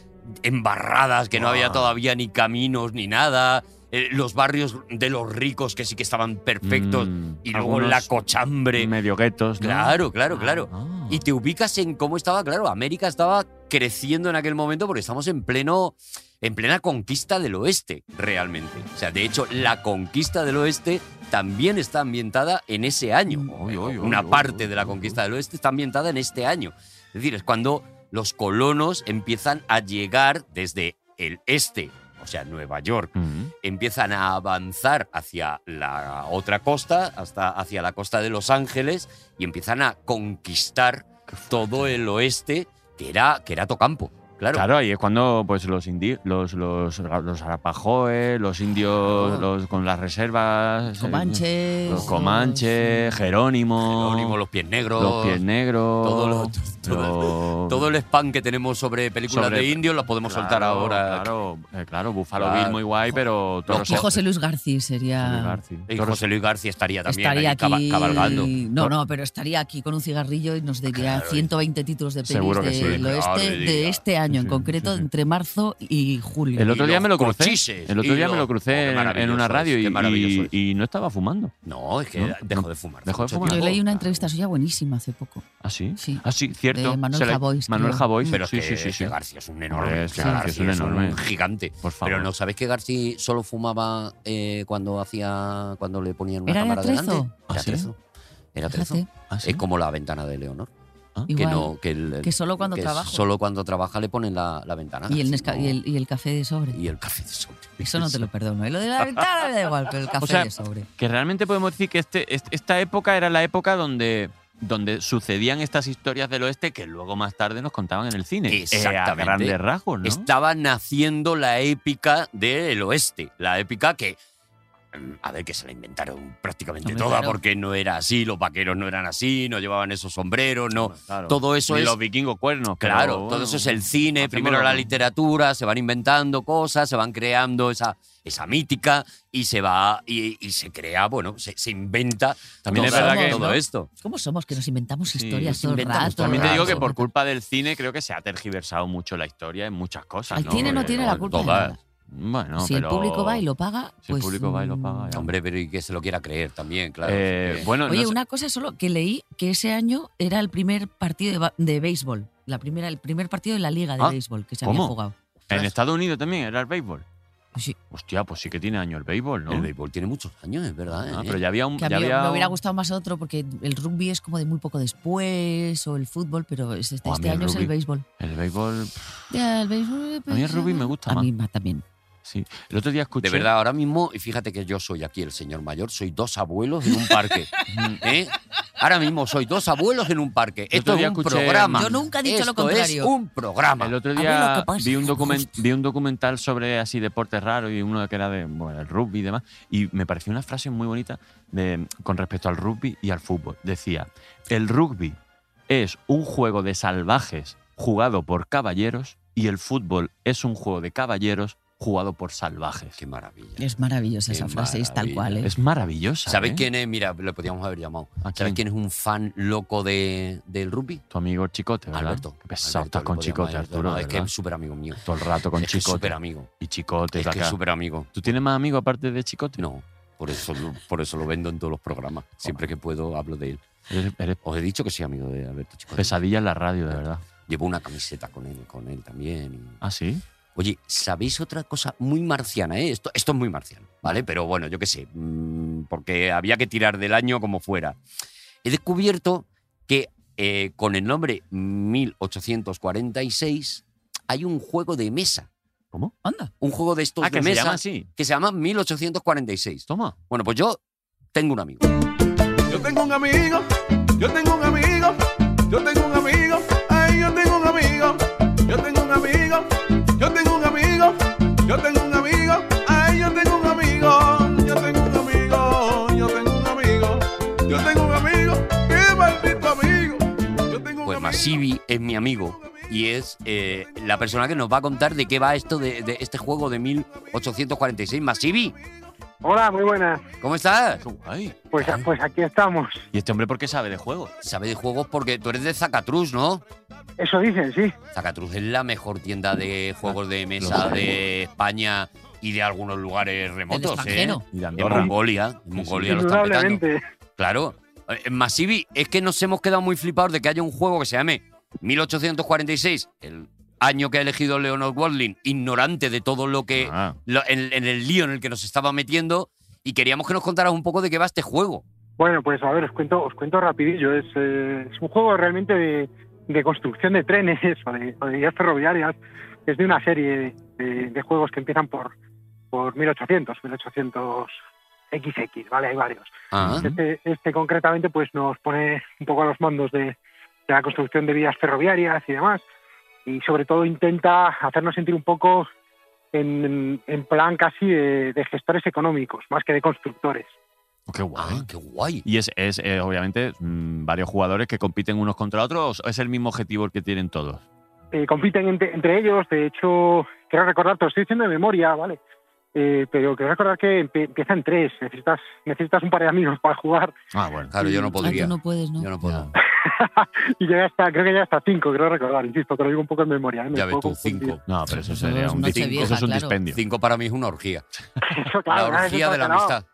Speaker 3: embarradas, que no había
Speaker 4: Ah.
Speaker 3: todavía ni caminos ni nada, eh, los barrios de los ricos que sí que estaban perfectos,
Speaker 4: Mm,
Speaker 3: y luego la
Speaker 4: algunos
Speaker 3: cochambre.
Speaker 4: Medio guetos. ¿no?
Speaker 3: Claro, claro, claro.
Speaker 4: Ah.
Speaker 3: Y te ubicas en cómo estaba, claro, América estaba creciendo en aquel momento porque estamos en pleno en plena conquista del oeste, realmente. O sea, de hecho, la conquista del oeste también está ambientada en ese año.
Speaker 4: Uy, uy, uy,
Speaker 3: Una
Speaker 4: uy,
Speaker 3: parte
Speaker 4: uy,
Speaker 3: de la
Speaker 4: uy,
Speaker 3: conquista del oeste está ambientada en este año. Es decir, es cuando los colonos empiezan a llegar desde el este, o sea, Nueva York,
Speaker 4: Mm.
Speaker 3: empiezan a avanzar hacia la otra costa, hasta hacia la costa de Los Ángeles, y empiezan a conquistar todo el oeste, que era, que era Tocampo. Claro.
Speaker 4: Claro, ahí es cuando pues los indi- los los los arapajoes, los indios,
Speaker 3: Claro.
Speaker 4: los con las reservas, eh,
Speaker 2: Comanches.
Speaker 4: los comanches, Jerónimo,
Speaker 3: Jerónimo, los pies negros.
Speaker 4: los pies negros,
Speaker 3: todo lo- todo-
Speaker 4: los- (laughs)
Speaker 3: Todo el spam que tenemos sobre películas
Speaker 4: Sobre-
Speaker 3: de indios las podemos
Speaker 4: Claro,
Speaker 3: soltar ahora.
Speaker 4: Claro, eh, claro, Búfalo
Speaker 3: Claro.
Speaker 4: Bill muy guay, pero Toro
Speaker 2: Aquí
Speaker 4: Sol-
Speaker 2: José Luis García
Speaker 4: José Luis
Speaker 2: sería.
Speaker 4: García.
Speaker 3: Y
Speaker 4: Toro
Speaker 3: José Luis García estaría también
Speaker 2: Estaría
Speaker 3: ahí caba-
Speaker 2: aquí.
Speaker 3: cabalgando.
Speaker 2: No, no, pero estaría aquí con un cigarrillo y nos diría 120 títulos de pelis
Speaker 4: Seguro que
Speaker 2: del
Speaker 4: sí.
Speaker 2: oeste
Speaker 3: Claro,
Speaker 2: de
Speaker 3: diría.
Speaker 2: este año en
Speaker 4: Sí,
Speaker 2: concreto,
Speaker 4: sí, sí.
Speaker 2: entre marzo y julio.
Speaker 4: El otro
Speaker 3: Y
Speaker 4: día
Speaker 3: los
Speaker 4: me lo crucé.
Speaker 3: cochises,
Speaker 4: El otro
Speaker 3: y
Speaker 4: día me
Speaker 3: los-
Speaker 4: lo crucé
Speaker 3: Oh, qué
Speaker 4: en- en
Speaker 3: maravilloso
Speaker 4: una
Speaker 3: es,
Speaker 4: radio y-
Speaker 3: qué maravilloso es.
Speaker 4: y, y no estaba fumando.
Speaker 3: No, es que
Speaker 4: No,
Speaker 3: dejo
Speaker 4: no.
Speaker 3: de fumar.
Speaker 4: Dejo de
Speaker 3: mucho
Speaker 4: fumar.
Speaker 2: Yo
Speaker 3: tiempo.
Speaker 2: leí una entrevista suya buenísima hace poco.
Speaker 4: ¿Ah, sí?
Speaker 2: Sí.
Speaker 4: Ah, sí, cierto.
Speaker 2: De Manuel
Speaker 4: Se le-
Speaker 2: Javois,
Speaker 4: Manuel
Speaker 2: creo.
Speaker 4: Javois,
Speaker 3: Pero es
Speaker 4: sí,
Speaker 3: que,
Speaker 4: sí, sí,
Speaker 3: es que
Speaker 4: sí.
Speaker 3: García es un enorme.
Speaker 4: Hombre, es
Speaker 3: es
Speaker 4: que
Speaker 3: que
Speaker 4: García es un
Speaker 3: García es un
Speaker 4: enorme.
Speaker 3: gigante.
Speaker 4: Por favor.
Speaker 3: Pero no sabes que Garci solo fumaba eh, cuando hacía cuando le ponían una
Speaker 2: ¿Era de
Speaker 3: cámara
Speaker 2: atrezo?
Speaker 3: delante.
Speaker 4: ¿Ah,
Speaker 3: Era
Speaker 4: sí?
Speaker 3: atrezo. Era atrezo.
Speaker 2: Fíjate,
Speaker 4: ¿Ah, sí? Ah.
Speaker 3: Es como la ventana de Leonor. Que
Speaker 2: igual.
Speaker 3: no, que, el-
Speaker 2: que solo cuando
Speaker 3: que
Speaker 2: trabaja.
Speaker 3: Solo cuando trabaja le ponen la, la
Speaker 4: Ah,
Speaker 3: ventana.
Speaker 2: y, el
Speaker 3: Si
Speaker 2: Nesca-
Speaker 3: no-
Speaker 2: y, el, y el café de sobre.
Speaker 3: y el café de sobre.
Speaker 2: Eso no te lo perdono. Y lo de la ventana me da igual,
Speaker 4: (laughs)
Speaker 2: pero el café
Speaker 4: sea,
Speaker 2: de sobre.
Speaker 4: Que realmente podemos decir que este, est- esta época era la época donde, donde sucedían estas historias del oeste que luego más tarde nos contaban en el cine. Eh,
Speaker 3: Exactamente.
Speaker 4: a grandes rasgos, ¿no?
Speaker 3: Estaba naciendo la épica del oeste. La épica que mm, a ver, que se la inventaron prácticamente
Speaker 7: Hombre,
Speaker 3: toda
Speaker 7: claro.
Speaker 3: porque no era así, los vaqueros no eran así, no llevaban esos sombreros, no. Todo eso
Speaker 4: Ni
Speaker 3: es.
Speaker 4: los vikingos cuernos. pero
Speaker 3: Claro, todo
Speaker 4: bueno.
Speaker 3: eso es el cine,
Speaker 4: hacemos
Speaker 3: primero
Speaker 4: lo
Speaker 3: la
Speaker 4: que-
Speaker 3: literatura, se van inventando cosas, se van creando esa, esa mítica y se va y, y se crea, bueno, se, se inventa
Speaker 4: También
Speaker 3: todo-
Speaker 4: es verdad que-
Speaker 3: todo
Speaker 4: ¿no?
Speaker 3: esto.
Speaker 2: ¿Cómo somos que nos inventamos historias
Speaker 4: Sí,
Speaker 2: todo el
Speaker 4: inventamos
Speaker 2: rato?
Speaker 4: También te digo
Speaker 2: todo el
Speaker 4: que por culpa del cine creo que se ha tergiversado mucho la historia en muchas cosas.
Speaker 2: Al
Speaker 4: ¿no?
Speaker 2: cine no
Speaker 4: Porque,
Speaker 2: tiene la culpa de
Speaker 4: todas.
Speaker 2: nada.
Speaker 4: Bueno,
Speaker 2: si
Speaker 4: pero-
Speaker 2: el público va y lo paga,
Speaker 4: Si el
Speaker 2: pues.
Speaker 4: público va y lo paga. ya.
Speaker 3: Hombre, pero y que se lo quiera creer también, claro.
Speaker 4: Eh,
Speaker 3: sí.
Speaker 4: bueno,
Speaker 2: Oye,
Speaker 4: no sé-
Speaker 2: una cosa solo que leí que ese año era el primer partido de, ba- de béisbol, la primera, el primer partido de la liga de
Speaker 4: Ah,
Speaker 2: béisbol que se
Speaker 4: ¿cómo?
Speaker 2: había jugado.
Speaker 4: En Estados Unidos también era el béisbol.
Speaker 2: Sí.
Speaker 4: Hostia, pues sí que tiene años el béisbol, ¿no?
Speaker 3: El béisbol tiene muchos años, es verdad.
Speaker 4: Ah,
Speaker 3: ¿eh?
Speaker 4: pero ya había un.
Speaker 2: Que a
Speaker 4: ya
Speaker 2: mí
Speaker 4: había
Speaker 2: me hubiera
Speaker 4: un-
Speaker 2: gustado más otro porque el rugby es como de muy poco después o el fútbol, pero es- este,
Speaker 4: O Oh, a
Speaker 2: este
Speaker 4: mí el
Speaker 2: año es el
Speaker 4: rugby-
Speaker 2: béisbol.
Speaker 4: El béisbol.
Speaker 2: Ya, el béisbol. pues,
Speaker 4: A mí el rugby me gusta
Speaker 2: A
Speaker 4: más.
Speaker 2: mí más también.
Speaker 4: Sí. El otro día escuché.
Speaker 3: De verdad, ahora mismo, y fíjate que yo soy aquí el señor mayor, soy dos abuelos en un parque.
Speaker 4: (laughs)
Speaker 3: ¿eh? Ahora mismo soy dos abuelos en un parque.
Speaker 4: El
Speaker 3: Esto
Speaker 4: otro
Speaker 3: es
Speaker 4: día
Speaker 3: un
Speaker 4: escuché-
Speaker 3: programa.
Speaker 2: Yo nunca he dicho
Speaker 3: Esto
Speaker 2: lo contrario.
Speaker 3: Es un programa.
Speaker 4: El otro
Speaker 2: mí lo
Speaker 4: día
Speaker 2: que pasa
Speaker 4: vi un,
Speaker 2: es que me
Speaker 4: documen-
Speaker 2: gusta.
Speaker 4: vi un documental sobre así deportes raros y uno que era de bueno, el rugby y demás. Y me pareció una frase muy bonita de, con respecto al rugby y al fútbol. Decía, el rugby es un juego de salvajes jugado por caballeros y el fútbol es un juego de caballeros jugado por salvajes.
Speaker 3: Qué maravilla.
Speaker 2: Es maravillosa
Speaker 3: Qué
Speaker 2: esa frase, es tal
Speaker 3: maravilla.
Speaker 2: cual. ¿eh?
Speaker 4: Es maravillosa.
Speaker 3: ¿Sabéis
Speaker 4: ¿eh?
Speaker 3: quién es? Mira, lo podíamos haber llamado.
Speaker 4: ¿A
Speaker 3: ¿Sabéis
Speaker 4: quién?
Speaker 3: quién es un fan loco de, del rugby?
Speaker 4: Tu amigo el Chicote, ¿verdad?
Speaker 3: Alberto.
Speaker 4: Qué pesado
Speaker 3: Alberto,
Speaker 4: estás
Speaker 3: lo
Speaker 4: con
Speaker 3: podíamos
Speaker 4: Chicote,
Speaker 3: haber
Speaker 4: Arturo.
Speaker 3: llamado. Es que
Speaker 4: ¿verdad?
Speaker 3: es súper amigo mío.
Speaker 4: Todo el rato con
Speaker 3: es que es
Speaker 4: Chicote.
Speaker 3: súper amigo.
Speaker 4: y Chicote,
Speaker 3: Es que es
Speaker 4: acá.
Speaker 3: súper amigo.
Speaker 4: ¿Tú tienes más amigos aparte de Chicote?
Speaker 3: No, por eso, lo- por eso lo vendo en todos los programas. Siempre que puedo hablo de él.
Speaker 4: Eres- eres
Speaker 3: Os he dicho que soy amigo de Alberto Chicote.
Speaker 4: Pesadilla en la radio, de verdad.
Speaker 3: Llevo una camiseta con él, con él también. y-
Speaker 4: ¿Ah, sí?
Speaker 3: Oye, ¿sabéis otra cosa muy marciana? eh? Esto, esto es muy marciano, ¿vale? Pero bueno, yo qué sé, mm, porque había que tirar del año como fuera. He descubierto que eh, con el nombre 1846 hay un juego de mesa.
Speaker 4: ¿Cómo?
Speaker 2: Anda.
Speaker 3: Un juego de estos
Speaker 4: Ah,
Speaker 3: de
Speaker 4: que se
Speaker 3: mesa
Speaker 4: llama así.
Speaker 3: que se llama 1846.
Speaker 4: Toma.
Speaker 3: Bueno, pues yo tengo un amigo.
Speaker 8: Yo tengo un amigo, yo tengo un amigo, yo tengo un amigo, ay, yo tengo un amigo, yo tengo un amigo, yo tengo un amigo, yo tengo un amigo, ay, yo tengo un amigo, yo tengo un amigo, yo tengo un amigo, yo tengo un amigo, qué maldito amigo, yo tengo un
Speaker 3: Pues
Speaker 8: amigo.
Speaker 3: Masivi es mi amigo y es eh, la persona que nos va a contar de qué va esto de, de este juego de 1846. Masivi,
Speaker 11: Hola, muy buenas.
Speaker 3: ¿cómo estás?
Speaker 4: Qué guay.
Speaker 11: Pues, pues aquí estamos.
Speaker 4: ¿Y este hombre por qué sabe de juegos?
Speaker 3: Sabe de juegos porque tú eres de Zacatrus, ¿no?
Speaker 11: Eso dicen, sí.
Speaker 3: Zacatrus es la mejor tienda de juegos de mesa
Speaker 4: sabemos.
Speaker 3: de España y de algunos lugares
Speaker 2: El
Speaker 3: remotos, ¿eh?
Speaker 2: extranjero.
Speaker 4: Y de
Speaker 3: En
Speaker 4: Andorra.
Speaker 3: Mongolia, en Mongolia lo están petando.
Speaker 11: Indudablemente.
Speaker 3: Claro. Eh, Masivi, es que nos hemos quedado muy flipados de que haya un juego que se llame 1846, (laughs) el año que ha elegido Leonard Watling, ignorante de todo lo que
Speaker 4: Ah,
Speaker 3: lo- en, en el lío en el que nos estaba metiendo y queríamos que nos contaras un poco de qué va este juego.
Speaker 11: Bueno, pues a ver, os cuento, os cuento rapidillo. Es, eh, es un juego realmente de, de construcción de trenes (laughs) o de, o de vías ferroviarias. Es de una serie de, de juegos que empiezan por, por 1800, 1800 XX, ¿vale? Hay varios.
Speaker 3: Ah,
Speaker 11: Este, este concretamente pues nos pone un poco a los mandos de, de la construcción de vías ferroviarias y demás. Y sobre todo intenta hacernos sentir un poco en, en plan casi de, de gestores económicos, más que de constructores.
Speaker 4: Oh, qué guay.
Speaker 3: Ah, qué guay.
Speaker 4: Y es, es, eh, obviamente, mm, varios jugadores que compiten unos contra otros. ¿o ¿Es el mismo objetivo el que tienen todos?
Speaker 11: Eh, compiten entre, entre ellos, de hecho, quiero recordar, te lo estoy diciendo de memoria, ¿vale? Eh, pero quiero recordar que empe- empieza en tres, necesitas, necesitas un par de amigos para jugar
Speaker 4: Ah, bueno.
Speaker 3: Claro, yo no
Speaker 2: Ah,
Speaker 3: podría.
Speaker 2: tú no puedes, ¿no?
Speaker 3: Yo no puedo.
Speaker 11: y llega hasta, creo que llega hasta cinco, creo recordar, insisto, te lo digo un poco en memoria. ¿eh? Me
Speaker 3: Ya ves
Speaker 11: puedo
Speaker 3: tú,
Speaker 11: confundir.
Speaker 3: cinco.
Speaker 4: No, pero eso
Speaker 2: Eso
Speaker 4: sería
Speaker 2: es
Speaker 4: un,
Speaker 2: noche
Speaker 4: dispendio.
Speaker 2: vieja,
Speaker 4: eso es un
Speaker 2: claro.
Speaker 4: dispendio.
Speaker 3: Cinco para mí es una orgía.
Speaker 11: Eso, claro,
Speaker 3: La
Speaker 11: claro, eso
Speaker 3: orgía de la
Speaker 11: está claro.
Speaker 3: amistad.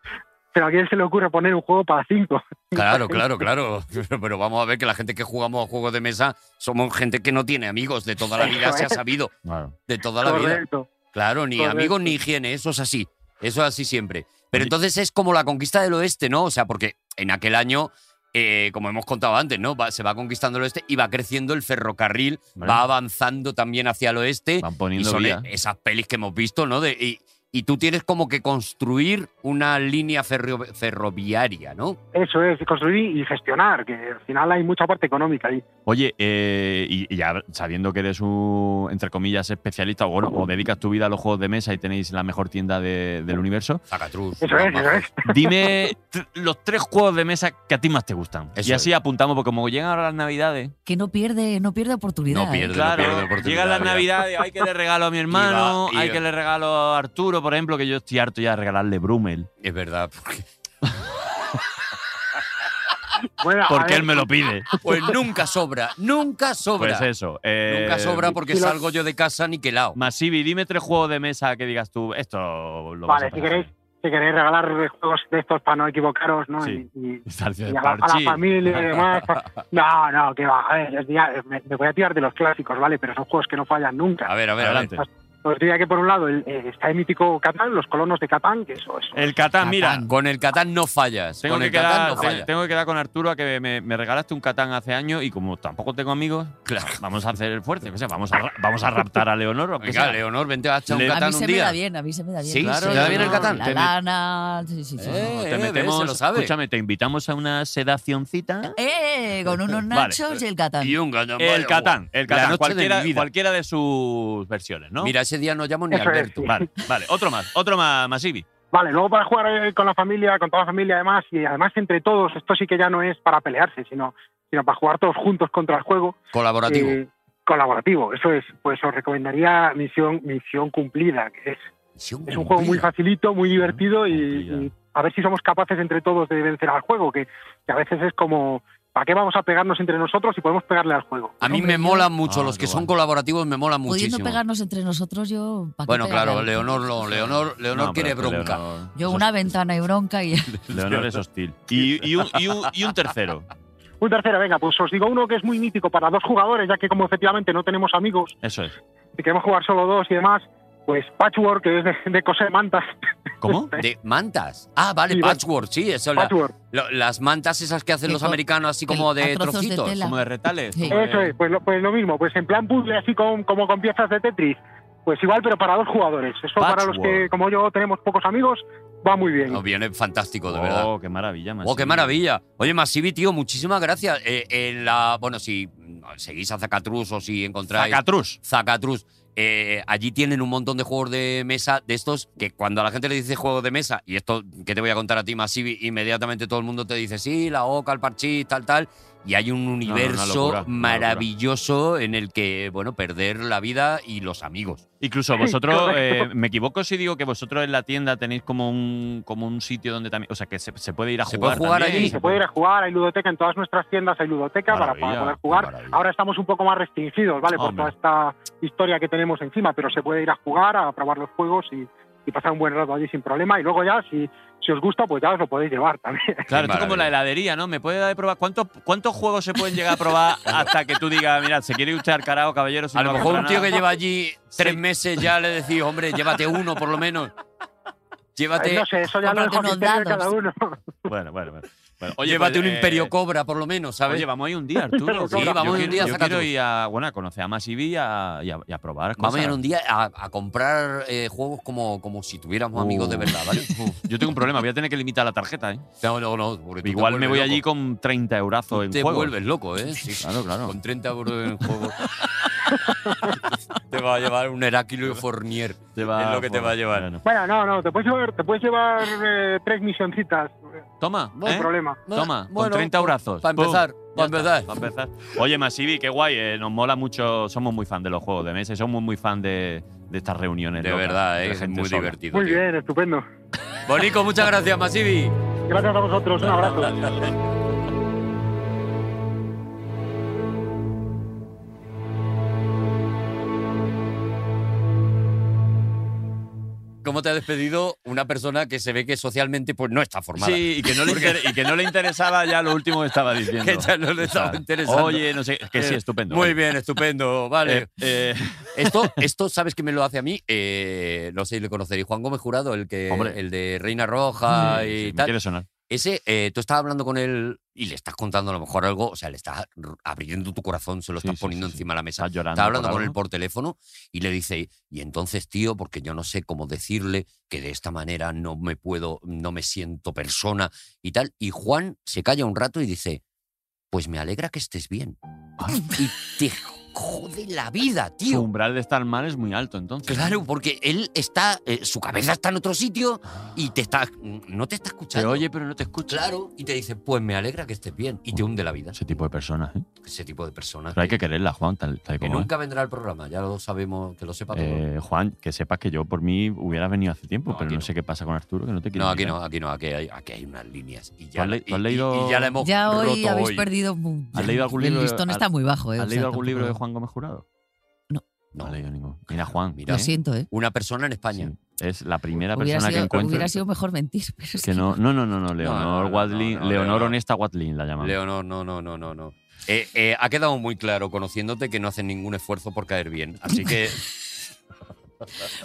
Speaker 11: Pero a quién se le ocurre poner un juego para cinco.
Speaker 3: (laughs)
Speaker 11: (laughs)
Speaker 3: Claro, claro, claro. (laughs) Pero vamos a ver que la gente que jugamos a juegos de mesa somos gente que no tiene amigos de toda la vida,
Speaker 11: Eso
Speaker 3: se ha
Speaker 11: es.
Speaker 3: sabido.
Speaker 4: Claro.
Speaker 3: De toda la vida.
Speaker 11: Correcto.
Speaker 3: Claro, ni
Speaker 11: Correcto.
Speaker 3: amigos ni higiene, eso es así. Eso es así siempre. Pero
Speaker 4: Oye.
Speaker 3: entonces es como la conquista del oeste, ¿no? O sea, porque en aquel año, eh, como hemos contado antes, ¿no? Va- se va conquistando el oeste y va creciendo el ferrocarril,
Speaker 4: Vale.
Speaker 3: va avanzando también hacia el oeste.
Speaker 4: Van
Speaker 3: Y
Speaker 4: poniendo
Speaker 3: son
Speaker 4: vía.
Speaker 3: e- esas pelis que hemos visto, ¿no? De, y, y tú tienes como que construir una línea ferro- ferroviaria, ¿no?
Speaker 11: Eso es, construir y gestionar, que al final hay mucha parte económica ahí.
Speaker 4: Oye, eh, y, y ya sabiendo que eres un, entre comillas, especialista o, bueno, o dedicas tu vida a los juegos de mesa y tenéis la mejor tienda de- del universo.
Speaker 3: Zacatruz.
Speaker 11: Eso es, eso es.
Speaker 4: Dime t- los tres juegos de mesa que a ti más te gustan.
Speaker 3: Eso
Speaker 4: y así apuntamos, porque como llegan ahora las navidades.
Speaker 2: Que no pierde, no pierde oportunidad. ¿eh?
Speaker 4: claro,
Speaker 3: pierde oportunidad,
Speaker 4: Llegan las
Speaker 3: ya.
Speaker 4: navidades, hay que le regalo a mi hermano,
Speaker 3: (laughs) Y va- y-
Speaker 4: hay que le regalo a Arturo, por ejemplo, que yo estoy harto ya de regalarle Brummel.
Speaker 3: Es verdad, porque,
Speaker 11: Bueno, a
Speaker 4: Porque
Speaker 11: ver,
Speaker 4: él me lo pide.
Speaker 3: pues nunca sobra, nunca sobra.
Speaker 4: Pues eso. eh,
Speaker 3: Nunca sobra porque
Speaker 11: y los-
Speaker 3: salgo yo de casa niquelado.
Speaker 4: Masivi, dime tres juegos de mesa que digas tú, esto lo vas a
Speaker 11: Vale, si
Speaker 4: pegar.
Speaker 11: queréis, si queréis regalar juegos de estos para no equivocaros, ¿no?
Speaker 4: Sí.
Speaker 11: Y- y-
Speaker 4: Está
Speaker 11: y
Speaker 4: haciendo
Speaker 11: a, la, a la
Speaker 4: parchís.
Speaker 11: familia y
Speaker 3: (laughs)
Speaker 11: demás. No, no, que va. A ver, os diría- me, me voy a tirar de los clásicos, ¿vale? Pero son juegos que no fallan nunca.
Speaker 3: A ver, a ver,
Speaker 4: Adelante.
Speaker 3: a ver.
Speaker 11: Os diría que por un lado el- eh, está el mítico Catán, los colonos de Catán, que eso es.
Speaker 4: El Catán, mira.
Speaker 3: Con el Catán no fallas.
Speaker 4: Tengo
Speaker 3: con
Speaker 4: que,
Speaker 3: el Catán
Speaker 4: quedar,
Speaker 3: no
Speaker 4: te-
Speaker 3: fallas.
Speaker 4: tengo que quedar con Arturo a que me, me regalaste un Catán hace años y como tampoco tengo amigos,
Speaker 3: Claro.
Speaker 4: vamos a hacer el fuerte. yo qué sé, vamos, a, ra- vamos a raptar a Leonor. o qué
Speaker 3: Venga,
Speaker 4: sea.
Speaker 3: Leonor, vente a echar un
Speaker 4: Le-
Speaker 2: A
Speaker 3: Catán
Speaker 2: mí
Speaker 3: un
Speaker 2: se me da
Speaker 3: día.
Speaker 2: bien, a mí se me da bien.
Speaker 3: Sí,
Speaker 4: Claro,
Speaker 3: se le da bien
Speaker 4: no,
Speaker 3: el Catán.
Speaker 2: La
Speaker 4: Te-
Speaker 2: lana, sí, sí, sí.
Speaker 3: Eh.
Speaker 4: Te
Speaker 3: ve,
Speaker 4: metemos-
Speaker 3: se lo sabe.
Speaker 4: Escúchame, te invitamos a una sedacioncita.
Speaker 2: Eh, con unos
Speaker 4: Vale.
Speaker 2: nachos y el Catán.
Speaker 3: Y un Catán. vale,
Speaker 4: El Catán, el
Speaker 3: La noche
Speaker 4: Catán,
Speaker 3: de
Speaker 4: cualquiera
Speaker 3: mi
Speaker 4: cualquiera de,
Speaker 3: vida.
Speaker 4: sus versiones, ¿no?
Speaker 3: Mira, ese día no llamo ni
Speaker 11: Eso es.
Speaker 3: Alberto.
Speaker 4: Vale, vale. Otro más, otro más, Masivi.
Speaker 11: Vale, luego para jugar eh, con la familia, con toda la familia además, y además entre todos, esto sí que ya no es para pelearse, sino, sino para jugar todos juntos contra el juego.
Speaker 3: Colaborativo.
Speaker 11: Eh, colaborativo, eso es. Pues os recomendaría Misión, Misión Cumplida, que es,
Speaker 3: Misión
Speaker 11: es un juego muy
Speaker 3: cumplida.
Speaker 11: facilito, muy divertido y,
Speaker 4: Cumplida.
Speaker 11: y a ver si somos capaces entre todos de vencer al juego, que, que a veces es como, ¿para qué vamos a pegarnos entre nosotros si podemos pegarle al juego?
Speaker 3: A mí
Speaker 2: Hombre,
Speaker 3: me
Speaker 2: yo-
Speaker 3: molan mucho,
Speaker 4: Ah,
Speaker 3: los que
Speaker 4: qué
Speaker 3: son
Speaker 4: guay.
Speaker 3: colaborativos me molan
Speaker 2: Pudiendo
Speaker 3: muchísimo.
Speaker 2: pegarnos entre nosotros, yo. ¿pa' qué
Speaker 3: Bueno,
Speaker 2: pegarle
Speaker 3: claro,
Speaker 2: al-
Speaker 3: Leonor no, Leonor, Leonor
Speaker 4: No,
Speaker 3: quiere
Speaker 4: pero es que
Speaker 3: bronca.
Speaker 4: Leonor-
Speaker 2: Yo una ventana y bronca
Speaker 3: (laughs)
Speaker 2: y.
Speaker 4: Leonor es hostil. Y, y un, y un- y un tercero.
Speaker 11: Un tercero, venga, pues os digo uno que es muy mítico para dos jugadores, ya que como efectivamente no tenemos amigos,
Speaker 4: Eso es.
Speaker 11: si queremos jugar solo dos y demás, pues Patchwork, que es de, de coser mantas.
Speaker 3: (laughs)
Speaker 4: ¿Cómo?
Speaker 3: De mantas. Ah, vale,
Speaker 11: Sí, vale.
Speaker 3: patchwork, sí, eso la-
Speaker 11: Patchwork.
Speaker 3: lo- las mantas esas que hacen
Speaker 2: Que
Speaker 3: los
Speaker 2: co-
Speaker 3: americanos así
Speaker 2: que
Speaker 3: como
Speaker 2: a
Speaker 3: de
Speaker 2: trozos de
Speaker 3: trocitos.
Speaker 2: tela.
Speaker 4: Como de retales.
Speaker 2: Sí.
Speaker 4: como de-
Speaker 11: Eso es, pues lo, pues lo mismo, pues en plan puzzle, así con- como con piezas de Tetris. Pues igual, pero para dos jugadores. Eso para los que,
Speaker 4: Patchwork.
Speaker 11: como yo, tenemos pocos amigos, va muy bien.
Speaker 3: Nos viene fantástico, de
Speaker 4: oh,
Speaker 3: verdad.
Speaker 4: qué maravilla,
Speaker 3: Oh, qué
Speaker 4: Masivi.
Speaker 3: maravilla. Oye, Masivi, tío, muchísimas gracias. Eh, en la, bueno, si mm, seguís a Zacatrus o si encontráis
Speaker 4: Zacatrus.
Speaker 3: Zacatrus. eh, allí tienen un montón de juegos de mesa de estos que cuando a la gente le dice juego de mesa, y esto que te voy a contar a ti, Masivi, inmediatamente todo el mundo te dice, sí, la OCA, el parchís, tal, tal. Y hay un universo
Speaker 4: locura, una
Speaker 3: maravilloso en el que, bueno, perder la vida y los amigos.
Speaker 4: Incluso
Speaker 11: Sí,
Speaker 4: vosotros,
Speaker 11: correcto.
Speaker 4: eh, me equivoco si digo que vosotros en la tienda tenéis como un, como un sitio donde también. O sea, que se, se puede ir a
Speaker 3: Se
Speaker 4: jugar.
Speaker 3: puede jugar
Speaker 4: también.
Speaker 3: allí.
Speaker 11: Sí, se puede ir a jugar, hay ludoteca en todas nuestras tiendas, hay ludoteca para- para,
Speaker 4: Maravilla,
Speaker 11: poder jugar.
Speaker 3: maravilla.
Speaker 11: Ahora estamos un poco más restringidos, ¿vale? Por
Speaker 4: Hombre.
Speaker 11: toda esta historia que tenemos encima, pero se puede ir a jugar, a probar los juegos y, y pasar un buen rato allí sin problema. Y luego ya, si, si os gusta, pues ya os lo podéis llevar también.
Speaker 4: Claro,
Speaker 3: Qué
Speaker 4: esto es como
Speaker 3: maravilla.
Speaker 4: la heladería, ¿no? ¿Me puede dar de probar? ¿Cuántos, ¿Cuántos juegos se pueden llegar
Speaker 3: (laughs)
Speaker 4: a probar hasta que tú digas, mira, se quiere usted al carajo, caballero? si
Speaker 3: A
Speaker 4: no
Speaker 3: lo
Speaker 4: va
Speaker 3: mejor
Speaker 4: comprar
Speaker 3: un tío que
Speaker 4: nada?
Speaker 3: lleva allí tres
Speaker 4: Sí.
Speaker 3: meses ya le decís, hombre, llévate uno por lo menos. Llévate,
Speaker 11: No sé, eso ya lo
Speaker 2: Cómprate
Speaker 11: dejo a
Speaker 2: unos
Speaker 11: criterio de cada
Speaker 2: dados.
Speaker 11: uno.
Speaker 4: (laughs) Bueno, bueno, bueno. Bueno,
Speaker 3: llévate
Speaker 4: pues,
Speaker 3: un
Speaker 4: eh,
Speaker 3: imperio cobra por lo menos, ¿sabes?
Speaker 4: Oye, vamos ahí
Speaker 3: (laughs)
Speaker 4: un día, Arturo.
Speaker 3: Sí, vamos
Speaker 4: Yo
Speaker 3: ahí un
Speaker 4: quiero-
Speaker 3: día,
Speaker 4: Yo
Speaker 3: saca
Speaker 4: quiero
Speaker 3: tú.
Speaker 4: ir a, bueno, a conocer a Masivi y a, y a, y a probar cosas.
Speaker 3: Vamos a ir un día a, a comprar eh, juegos como, como si tuviéramos amigos de
Speaker 4: Uh.
Speaker 3: verdad, ¿vale?
Speaker 4: Yo tengo un problema, voy a tener que limitar la tarjeta, ¿eh?
Speaker 3: No, no, no. porque tú te
Speaker 4: Igual me voy
Speaker 3: vuelves
Speaker 4: allí
Speaker 3: loco.
Speaker 4: con 30 eurazos en
Speaker 3: Te
Speaker 4: juego.
Speaker 3: vuelves loco, ¿eh? Sí, sí.
Speaker 4: (laughs) Claro, claro.
Speaker 3: Con 30 euros en juego. (laughs) te va a llevar un Heráclito y Fournier.
Speaker 4: Te va-
Speaker 3: es lo que te va a llevar.
Speaker 4: Bueno.
Speaker 11: Bueno, no, no, te puedes llevar, te puedes llevar eh, tres misioncitas, eh,
Speaker 4: Toma,
Speaker 11: no
Speaker 4: ¿eh?
Speaker 11: hay problema.
Speaker 4: Toma,
Speaker 3: Bueno,
Speaker 4: con 30 abrazos.
Speaker 3: Para
Speaker 4: Pum.
Speaker 3: empezar,
Speaker 4: Ya
Speaker 3: para
Speaker 4: está,
Speaker 3: empezar.
Speaker 4: pa' empezar. Oye, Masivi, qué guay. eh, nos mola mucho. Somos muy fan de los juegos de mesa y somos muy fan de, de estas reuniones.
Speaker 3: De
Speaker 4: locas,
Speaker 3: verdad,
Speaker 4: de
Speaker 3: ¿eh? es
Speaker 4: gente
Speaker 3: muy
Speaker 4: sola.
Speaker 3: divertido.
Speaker 11: Muy
Speaker 3: tío.
Speaker 11: bien, estupendo.
Speaker 3: Bonico, muchas gracias, Masivi.
Speaker 11: Gracias a vosotros, un abrazo.
Speaker 3: ¿Cómo te ha despedido una persona que se ve que socialmente pues, no está formada?
Speaker 4: Sí, y que, no le inter- y que no le interesaba ya lo último que estaba
Speaker 3: (laughs)
Speaker 4: diciendo.
Speaker 3: Que ya no le
Speaker 4: O sea,
Speaker 3: estaba interesando. Eh,
Speaker 4: Oye, no sé, que sí, estupendo.
Speaker 3: Muy
Speaker 4: Oye,
Speaker 3: bien, estupendo. Vale.
Speaker 4: eh, eh,
Speaker 3: Esto, esto, ¿sabes que me lo hace a mí? Eh, no sé si le conoceréis. Juan Gómez Jurado, el, que,
Speaker 4: Hombre.
Speaker 3: el de Reina Roja y
Speaker 4: sí, me
Speaker 3: tal.
Speaker 4: quiere sonar.
Speaker 3: Ese, eh, tú estás hablando con él y le estás contando a lo mejor algo, o sea, le estás r- abriendo tu corazón, se lo estás poniendo encima de la mesa.
Speaker 4: llorando
Speaker 3: Estás hablando
Speaker 4: por
Speaker 3: con él
Speaker 4: algo.
Speaker 3: por teléfono y le dice, y entonces, tío, porque yo no sé cómo decirle que de esta manera no me puedo, no me siento persona y tal. Y Juan se calla un rato y dice, pues me alegra que estés
Speaker 4: (laughs)
Speaker 3: bien. Y te jode la vida, tío.
Speaker 4: Su umbral de estar mal es muy alto, entonces.
Speaker 3: Claro, porque él está, eh, su cabeza está en otro sitio y te está, no te está escuchando.
Speaker 4: Te oye, pero no te escucha.
Speaker 3: Claro, y te dice, pues me alegra que estés bien. Y te hunde la vida.
Speaker 4: Ese tipo de personas, ¿eh?
Speaker 3: Ese tipo de personas.
Speaker 4: Pero hay que quererla, Juan, tal, tal
Speaker 3: Ah, que
Speaker 4: como es.
Speaker 3: nunca vendrá al programa, ya lo sabemos, que lo sepa todo.
Speaker 4: Eh, Juan, que sepas que yo por mí hubieras venido hace tiempo, pero no, sé qué pasa con Arturo, que no te quiero.
Speaker 3: no, aquí
Speaker 4: invitar.
Speaker 3: no, aquí no, aquí hay, aquí hay unas líneas. Y
Speaker 4: eh? ¿Tú
Speaker 3: ya,
Speaker 4: has
Speaker 3: la-
Speaker 4: le- tú has
Speaker 3: y- y-
Speaker 4: leído-
Speaker 3: y ya la hemos
Speaker 2: Ya hoy
Speaker 3: roto
Speaker 2: habéis
Speaker 3: hoy.
Speaker 2: perdido.
Speaker 4: ¿Has leído algún libro?
Speaker 2: El listón
Speaker 4: has-
Speaker 2: está muy bajo, ¿eh?
Speaker 4: ¿Has
Speaker 2: O sea,
Speaker 4: leído algún libro de
Speaker 2: tampoco-
Speaker 4: Juan Gómez Jurado?
Speaker 2: No.
Speaker 4: No he leído ninguno. Mira, Juan.
Speaker 2: Lo siento, ¿eh?
Speaker 3: Una persona en España.
Speaker 4: Es la primera
Speaker 2: Hubiera
Speaker 4: persona
Speaker 2: sido,
Speaker 4: que encuentro.
Speaker 2: hubiera sido mejor mentir. Pero
Speaker 3: (laughs)
Speaker 2: es
Speaker 4: Que no, no,
Speaker 2: (laughs)
Speaker 4: no, no, no, Leonor
Speaker 3: no, no, no,
Speaker 4: Wadlin-
Speaker 3: no,
Speaker 4: Leonor
Speaker 3: Leonor.
Speaker 4: Honesta Wadlin la llamamos.
Speaker 3: Leonor, no, no, no, no, no. Eh, eh, ha quedado muy claro, conociéndote, que no haces ningún esfuerzo por caer bien. Así
Speaker 2: (laughs)
Speaker 3: que,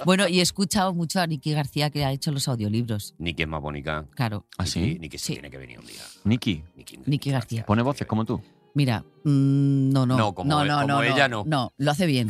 Speaker 2: Bueno, y he escuchado mucho a Nicky García que ha hecho los audiolibros.
Speaker 3: Niki es más bonita.
Speaker 2: Claro.
Speaker 4: ¿Ah, sí?
Speaker 3: Niki se tiene que venir un día.
Speaker 4: Nicky.
Speaker 2: Nicky García.
Speaker 4: Pone voces como tú.
Speaker 2: Mira, mm, no, no.
Speaker 3: No, como-
Speaker 2: no, no,
Speaker 3: como
Speaker 2: no,
Speaker 3: ella no.
Speaker 2: No, lo hace
Speaker 3: (laughs)
Speaker 2: bien.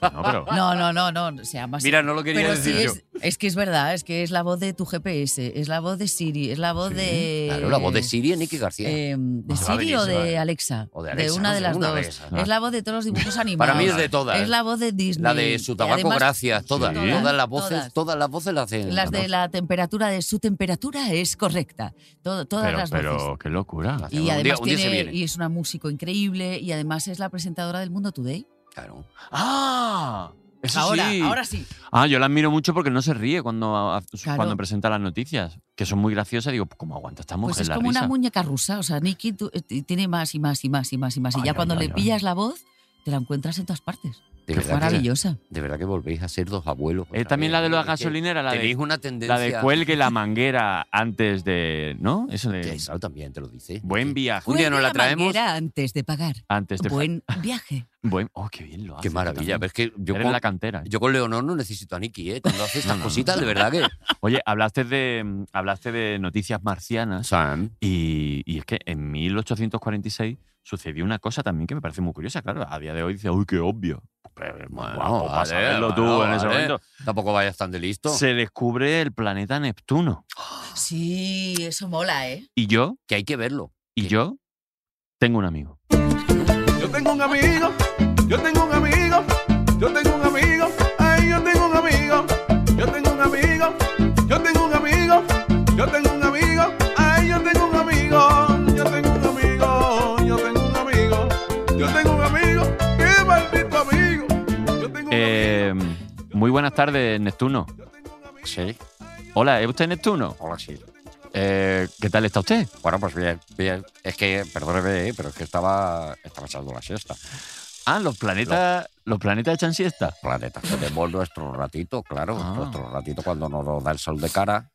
Speaker 4: No, pero.
Speaker 2: (laughs) No, no, no, no. O sea, más
Speaker 3: Mira, no lo quería
Speaker 2: Pero
Speaker 3: decir
Speaker 2: sí
Speaker 3: yo.
Speaker 2: Es, es que es verdad, es que es la voz de tu GPS, es la voz de Siri, es la voz de.
Speaker 3: Claro, la voz de Siri es Niki García.
Speaker 2: eh, ¿De
Speaker 3: Se va a
Speaker 2: Siri
Speaker 3: venir,
Speaker 2: o
Speaker 3: se va a
Speaker 2: de
Speaker 3: venir.
Speaker 2: Alexa?
Speaker 3: O de Alexa,
Speaker 2: una
Speaker 3: ¿no?
Speaker 2: de las
Speaker 3: Una
Speaker 2: dos.
Speaker 3: de esas.
Speaker 2: Es la voz de todos los dibujos animados.
Speaker 3: (laughs) Para mí es de todas. ¿eh?
Speaker 2: Es la voz de Disney.
Speaker 3: La de su
Speaker 2: Y
Speaker 3: tabaco,
Speaker 2: además,
Speaker 3: gracias. Todas,
Speaker 4: Sí.
Speaker 3: todas las voces,
Speaker 2: Todas.
Speaker 3: todas, las voces las hacen.
Speaker 2: Las de la temperatura, de su temperatura es correcta. Todo, todas
Speaker 4: pero,
Speaker 2: las
Speaker 4: pero
Speaker 2: voces.
Speaker 4: qué locura.
Speaker 3: un
Speaker 2: Y
Speaker 3: día-
Speaker 2: además
Speaker 3: un día se
Speaker 2: tiene,
Speaker 3: viene.
Speaker 2: y es una músico increíble y además es la presentadora del Mundo Today.
Speaker 3: Claro.
Speaker 4: ¡Ah! Eso
Speaker 2: pues ahora, ahora sí.
Speaker 4: Ah, yo la admiro mucho porque no se ríe cuando, a-
Speaker 2: Claro.
Speaker 4: cuando presenta las noticias, que son muy graciosas. Digo, ¿cómo aguanta esta mujer
Speaker 2: Pues es
Speaker 4: la
Speaker 2: como
Speaker 4: risa?
Speaker 2: una muñeca rusa. O sea, Nicky tú- eh, tiene más y más y más y más y más. Y
Speaker 4: Ay,
Speaker 2: ya
Speaker 4: ay,
Speaker 2: cuando
Speaker 4: ay,
Speaker 2: le
Speaker 4: ay.
Speaker 2: pillas la voz, te la encuentras en todas partes.
Speaker 3: De
Speaker 2: Es
Speaker 3: verdad,
Speaker 2: maravillosa.
Speaker 3: Que, de verdad que volvéis a ser dos abuelos.
Speaker 4: Eh,
Speaker 3: otra
Speaker 4: también
Speaker 3: vez.
Speaker 4: la de la
Speaker 3: Pues Es que
Speaker 4: gasolinera, la de-
Speaker 3: Tenéis una tendencia.
Speaker 4: La de cuelgue
Speaker 3: (laughs)
Speaker 4: la manguera antes de. ¿No? Eso
Speaker 3: Que
Speaker 4: de.
Speaker 3: Eso también te lo dice.
Speaker 4: Buen viaje.
Speaker 3: Un día nos la traemos.
Speaker 2: manguera antes de pagar.
Speaker 4: Antes de.
Speaker 2: Buen viaje.
Speaker 4: Buen. Oh, qué bien lo hace.
Speaker 3: Qué maravilla. Pero es que yo
Speaker 4: Eres
Speaker 3: con,
Speaker 4: la cantera. ¿eh?
Speaker 3: yo con Leonor no necesito a Niki, ¿eh? Cuando hace estas
Speaker 4: no, no.
Speaker 3: cositas, de verdad que.
Speaker 4: (laughs) Oye, hablaste de, mm, hablaste de noticias marcianas
Speaker 3: Sam.
Speaker 4: y, y es que en 1846 sucedió una cosa también que me parece muy curiosa. Claro, a día de hoy dices, uy, qué obvio. Pero,
Speaker 3: Bueno,
Speaker 4: guau, pues, para
Speaker 3: vale,
Speaker 4: saberlo tú
Speaker 3: bueno,
Speaker 4: en ese
Speaker 3: vale.
Speaker 4: momento.
Speaker 3: Tampoco vayas tan de listo.
Speaker 4: Se descubre el planeta Neptuno.
Speaker 2: Sí, eso mola, ¿eh?
Speaker 4: Y yo,
Speaker 3: Que hay que verlo.
Speaker 4: y yo, tengo un amigo.
Speaker 8: Yo tengo un amigo, yo tengo un amigo, yo tengo un amigo, ay, yo tengo un amigo, yo tengo un amigo, yo tengo un amigo, yo tengo un amigo, ay, yo tengo un amigo, yo tengo un amigo, yo tengo un amigo, yo tengo un amigo, qué maldito amigo, yo tengo un
Speaker 4: Eh, muy buenas tardes, Neptuno.
Speaker 3: Sí.
Speaker 4: Hola, ¿es usted Neptuno?
Speaker 3: Hola, sí.
Speaker 4: Eh, ¿Qué tal está usted?
Speaker 3: Bueno, pues bien, bien. Es que, perdóneme, ¿eh? pero es que estaba, estaba echando la siesta.
Speaker 4: Ah, los planetas, los planetas echan siesta.
Speaker 3: Planetas, tenemos nuestro ratito, claro.
Speaker 4: Ah.
Speaker 3: Nuestro ratito cuando no nos da el sol de cara.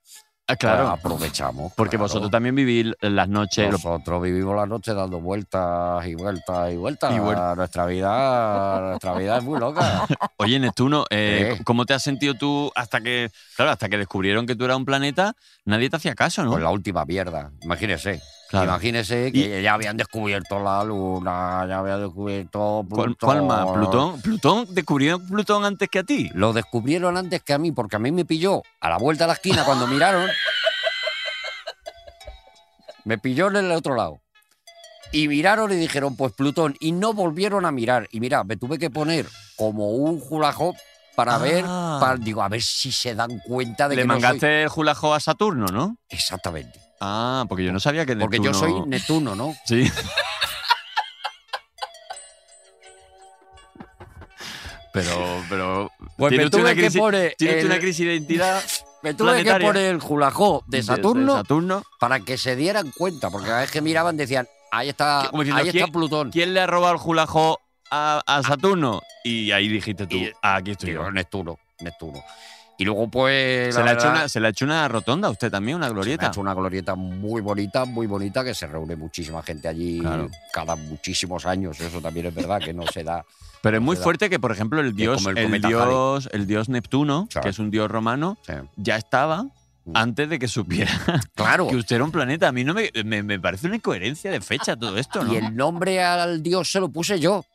Speaker 4: Ah, claro.
Speaker 3: pues aprovechamos.
Speaker 4: Porque
Speaker 3: claro.
Speaker 4: vosotros también vivís las noches. los-
Speaker 3: Nosotros vivimos la noche dando vueltas y vueltas y vueltas.
Speaker 4: Y vuel-
Speaker 3: Nuestra vida, nuestra vida es muy loca.
Speaker 4: Oye, Neptuno, eh,
Speaker 3: (laughs) Eh.
Speaker 4: ¿cómo te has sentido tú hasta que, claro, hasta que descubrieron que tú eras un planeta? Nadie te hacía caso, ¿no?
Speaker 3: Pues la última mierda, imagínese.
Speaker 4: Claro.
Speaker 3: Imagínese que ya habían descubierto la luna, ya habían descubierto
Speaker 4: ¿Cuál,
Speaker 3: Plutón.
Speaker 4: cuál más? ¿Plutón? ¿Plutón? ¿Descubrieron Plutón antes que a ti?
Speaker 3: Lo descubrieron antes que a mí, porque a mí me pilló a la vuelta de la esquina cuando miraron. Me pilló en el otro lado. Y miraron y dijeron, pues Plutón. Y no volvieron a mirar. Y mira, me tuve que poner como un hula hoop para
Speaker 4: Ah.
Speaker 3: ver, para- digo, a ver si se dan cuenta de
Speaker 4: Le
Speaker 3: que no soy-
Speaker 4: mangaste el julajo a Saturno, ¿no?
Speaker 3: Exactamente.
Speaker 4: Ah, porque yo no sabía que
Speaker 3: Porque yo
Speaker 4: Neptuno- (laughs)
Speaker 3: soy Neptuno, ¿no?
Speaker 4: Sí. pero, pero... (laughs)
Speaker 3: Pues
Speaker 4: tiene
Speaker 3: me
Speaker 4: usted una
Speaker 3: tuve que
Speaker 4: crisis-
Speaker 3: poner
Speaker 4: tiene usted
Speaker 3: el-
Speaker 4: una crisis de identidad
Speaker 3: (laughs) Me tuve que
Speaker 4: Planetaria.
Speaker 3: poner el hula hoop de Saturno
Speaker 4: de Saturno.
Speaker 3: para que se dieran cuenta. Porque cada vez que miraban decían, ahí está,
Speaker 4: Como diciendo,
Speaker 3: ahí está
Speaker 4: ¿quién-
Speaker 3: Plutón. Ah.
Speaker 4: ¿Quién le ha robado el julajo a, a Saturno? Y ahí dijiste tú,
Speaker 3: Y-
Speaker 4: "Ah, aquí estoy
Speaker 3: Digo,
Speaker 4: yo.
Speaker 3: Neptuno, Neptuno. Y luego, pues.
Speaker 4: Se le, ha hecho
Speaker 3: verdad,
Speaker 4: una, se le ha hecho una rotonda a usted también, una
Speaker 3: se me ha
Speaker 4: glorieta.
Speaker 3: hecho una glorieta muy bonita, muy bonita, que se reúne muchísima gente allí
Speaker 4: Claro.
Speaker 3: cada muchísimos años. Eso también es verdad, que no se
Speaker 4: (laughs)
Speaker 3: da.
Speaker 4: Pero es
Speaker 3: se
Speaker 4: muy
Speaker 3: da.
Speaker 4: fuerte que, por ejemplo, el dios,
Speaker 3: como el
Speaker 4: el
Speaker 3: cometa
Speaker 4: dios, el dios Neptuno,
Speaker 3: Claro.
Speaker 4: que es un dios romano,
Speaker 3: Sí. Mm.
Speaker 4: ya estaba antes de que supiera
Speaker 3: (laughs)
Speaker 4: claro. que usted era un planeta. A mí no me, me- me parece una incoherencia de fecha todo esto, ¿no? Ah,
Speaker 3: Y el nombre al dios se lo puse yo.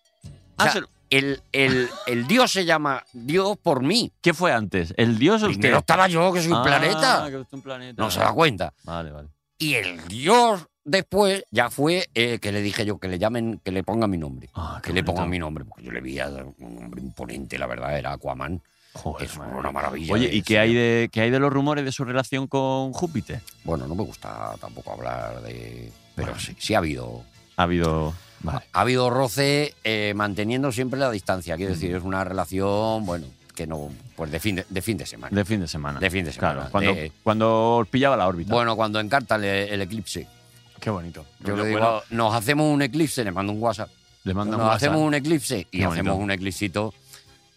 Speaker 3: O sea, el, el- el dios se llama Dios por mí.
Speaker 4: ¿Qué fue antes? ¿El dios o usted?
Speaker 3: Primero estaba yo, (laughs) que soy un
Speaker 4: Ah,
Speaker 3: planeta.
Speaker 4: que usted es un planeta.
Speaker 3: No se da cuenta.
Speaker 4: Vale, vale.
Speaker 3: Y el dios después ya fue eh, que le dije yo que le llamen, que le ponga mi nombre.
Speaker 4: Ah,
Speaker 3: que le ponga mi nombre, porque yo le vi a un hombre imponente, la verdad, era Aquaman. es una maravilla.
Speaker 4: Oye,
Speaker 3: eh,
Speaker 4: ¿y qué hay, de, qué hay de los rumores de su relación con Júpiter?
Speaker 3: Bueno, no me gusta tampoco hablar de. Pero sí, sí ha habido.
Speaker 4: Ha habido. Vale.
Speaker 3: Ha habido roce eh, manteniendo siempre la distancia. Quiero decir, es una relación, bueno, que no. Pues de fin de, de fin de semana.
Speaker 4: De fin de semana.
Speaker 3: De fin de semana.
Speaker 4: Claro, cuando,
Speaker 3: De-
Speaker 4: cuando os pillaba la órbita.
Speaker 3: Bueno, cuando encarta el, el eclipse.
Speaker 4: Qué bonito.
Speaker 3: Yo
Speaker 4: Bueno,
Speaker 3: le digo,
Speaker 4: bueno,
Speaker 3: nos hacemos un eclipse, le mando un WhatsApp.
Speaker 4: le
Speaker 3: Nos
Speaker 4: manda un WhatsApp.
Speaker 3: hacemos un eclipse y
Speaker 4: Qué bonito.
Speaker 3: hacemos un eclipsito.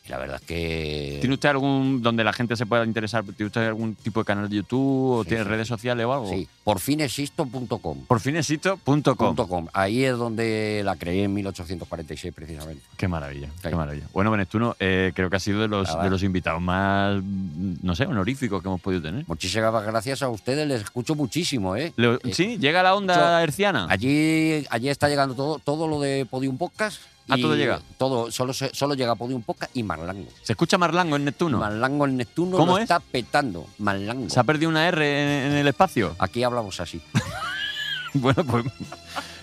Speaker 3: Y la verdad es que.
Speaker 4: ¿Tiene usted algún donde la gente se pueda interesar? ¿Tiene usted algún tipo de canal de YouTube o tiene redes sociales o algo?
Speaker 3: Sí, porfinexisto.com.
Speaker 4: Porfinexisto.com.
Speaker 3: .com. Ahí es donde la creé en 1846, precisamente.
Speaker 4: Qué maravilla, qué maravilla. Bueno, Benestuno, eh, creo que ha sido de los,
Speaker 3: Nada.
Speaker 4: de los invitados más, mm, no sé, honoríficos que hemos podido tener.
Speaker 3: Muchísimas gracias a ustedes, les escucho muchísimo, ¿eh?
Speaker 4: Le-
Speaker 3: Eh,
Speaker 4: sí, llega la onda
Speaker 3: yo-
Speaker 4: herciana.
Speaker 3: Allí, allí está llegando todo, todo lo de Podium Podcast.
Speaker 4: Ah,
Speaker 3: y
Speaker 4: todo llega.
Speaker 3: Todo, solo, se- solo llega Podium Podcast y Marlango.
Speaker 4: ¿Se escucha Marlango en Neptuno?
Speaker 3: Marlango en Neptuno
Speaker 4: ¿Cómo
Speaker 3: lo
Speaker 4: es?
Speaker 3: está petando. Marlango.
Speaker 4: ¿Se ha perdido una R en, en el espacio?
Speaker 3: Aquí hablamos así.
Speaker 4: (laughs) bueno, pues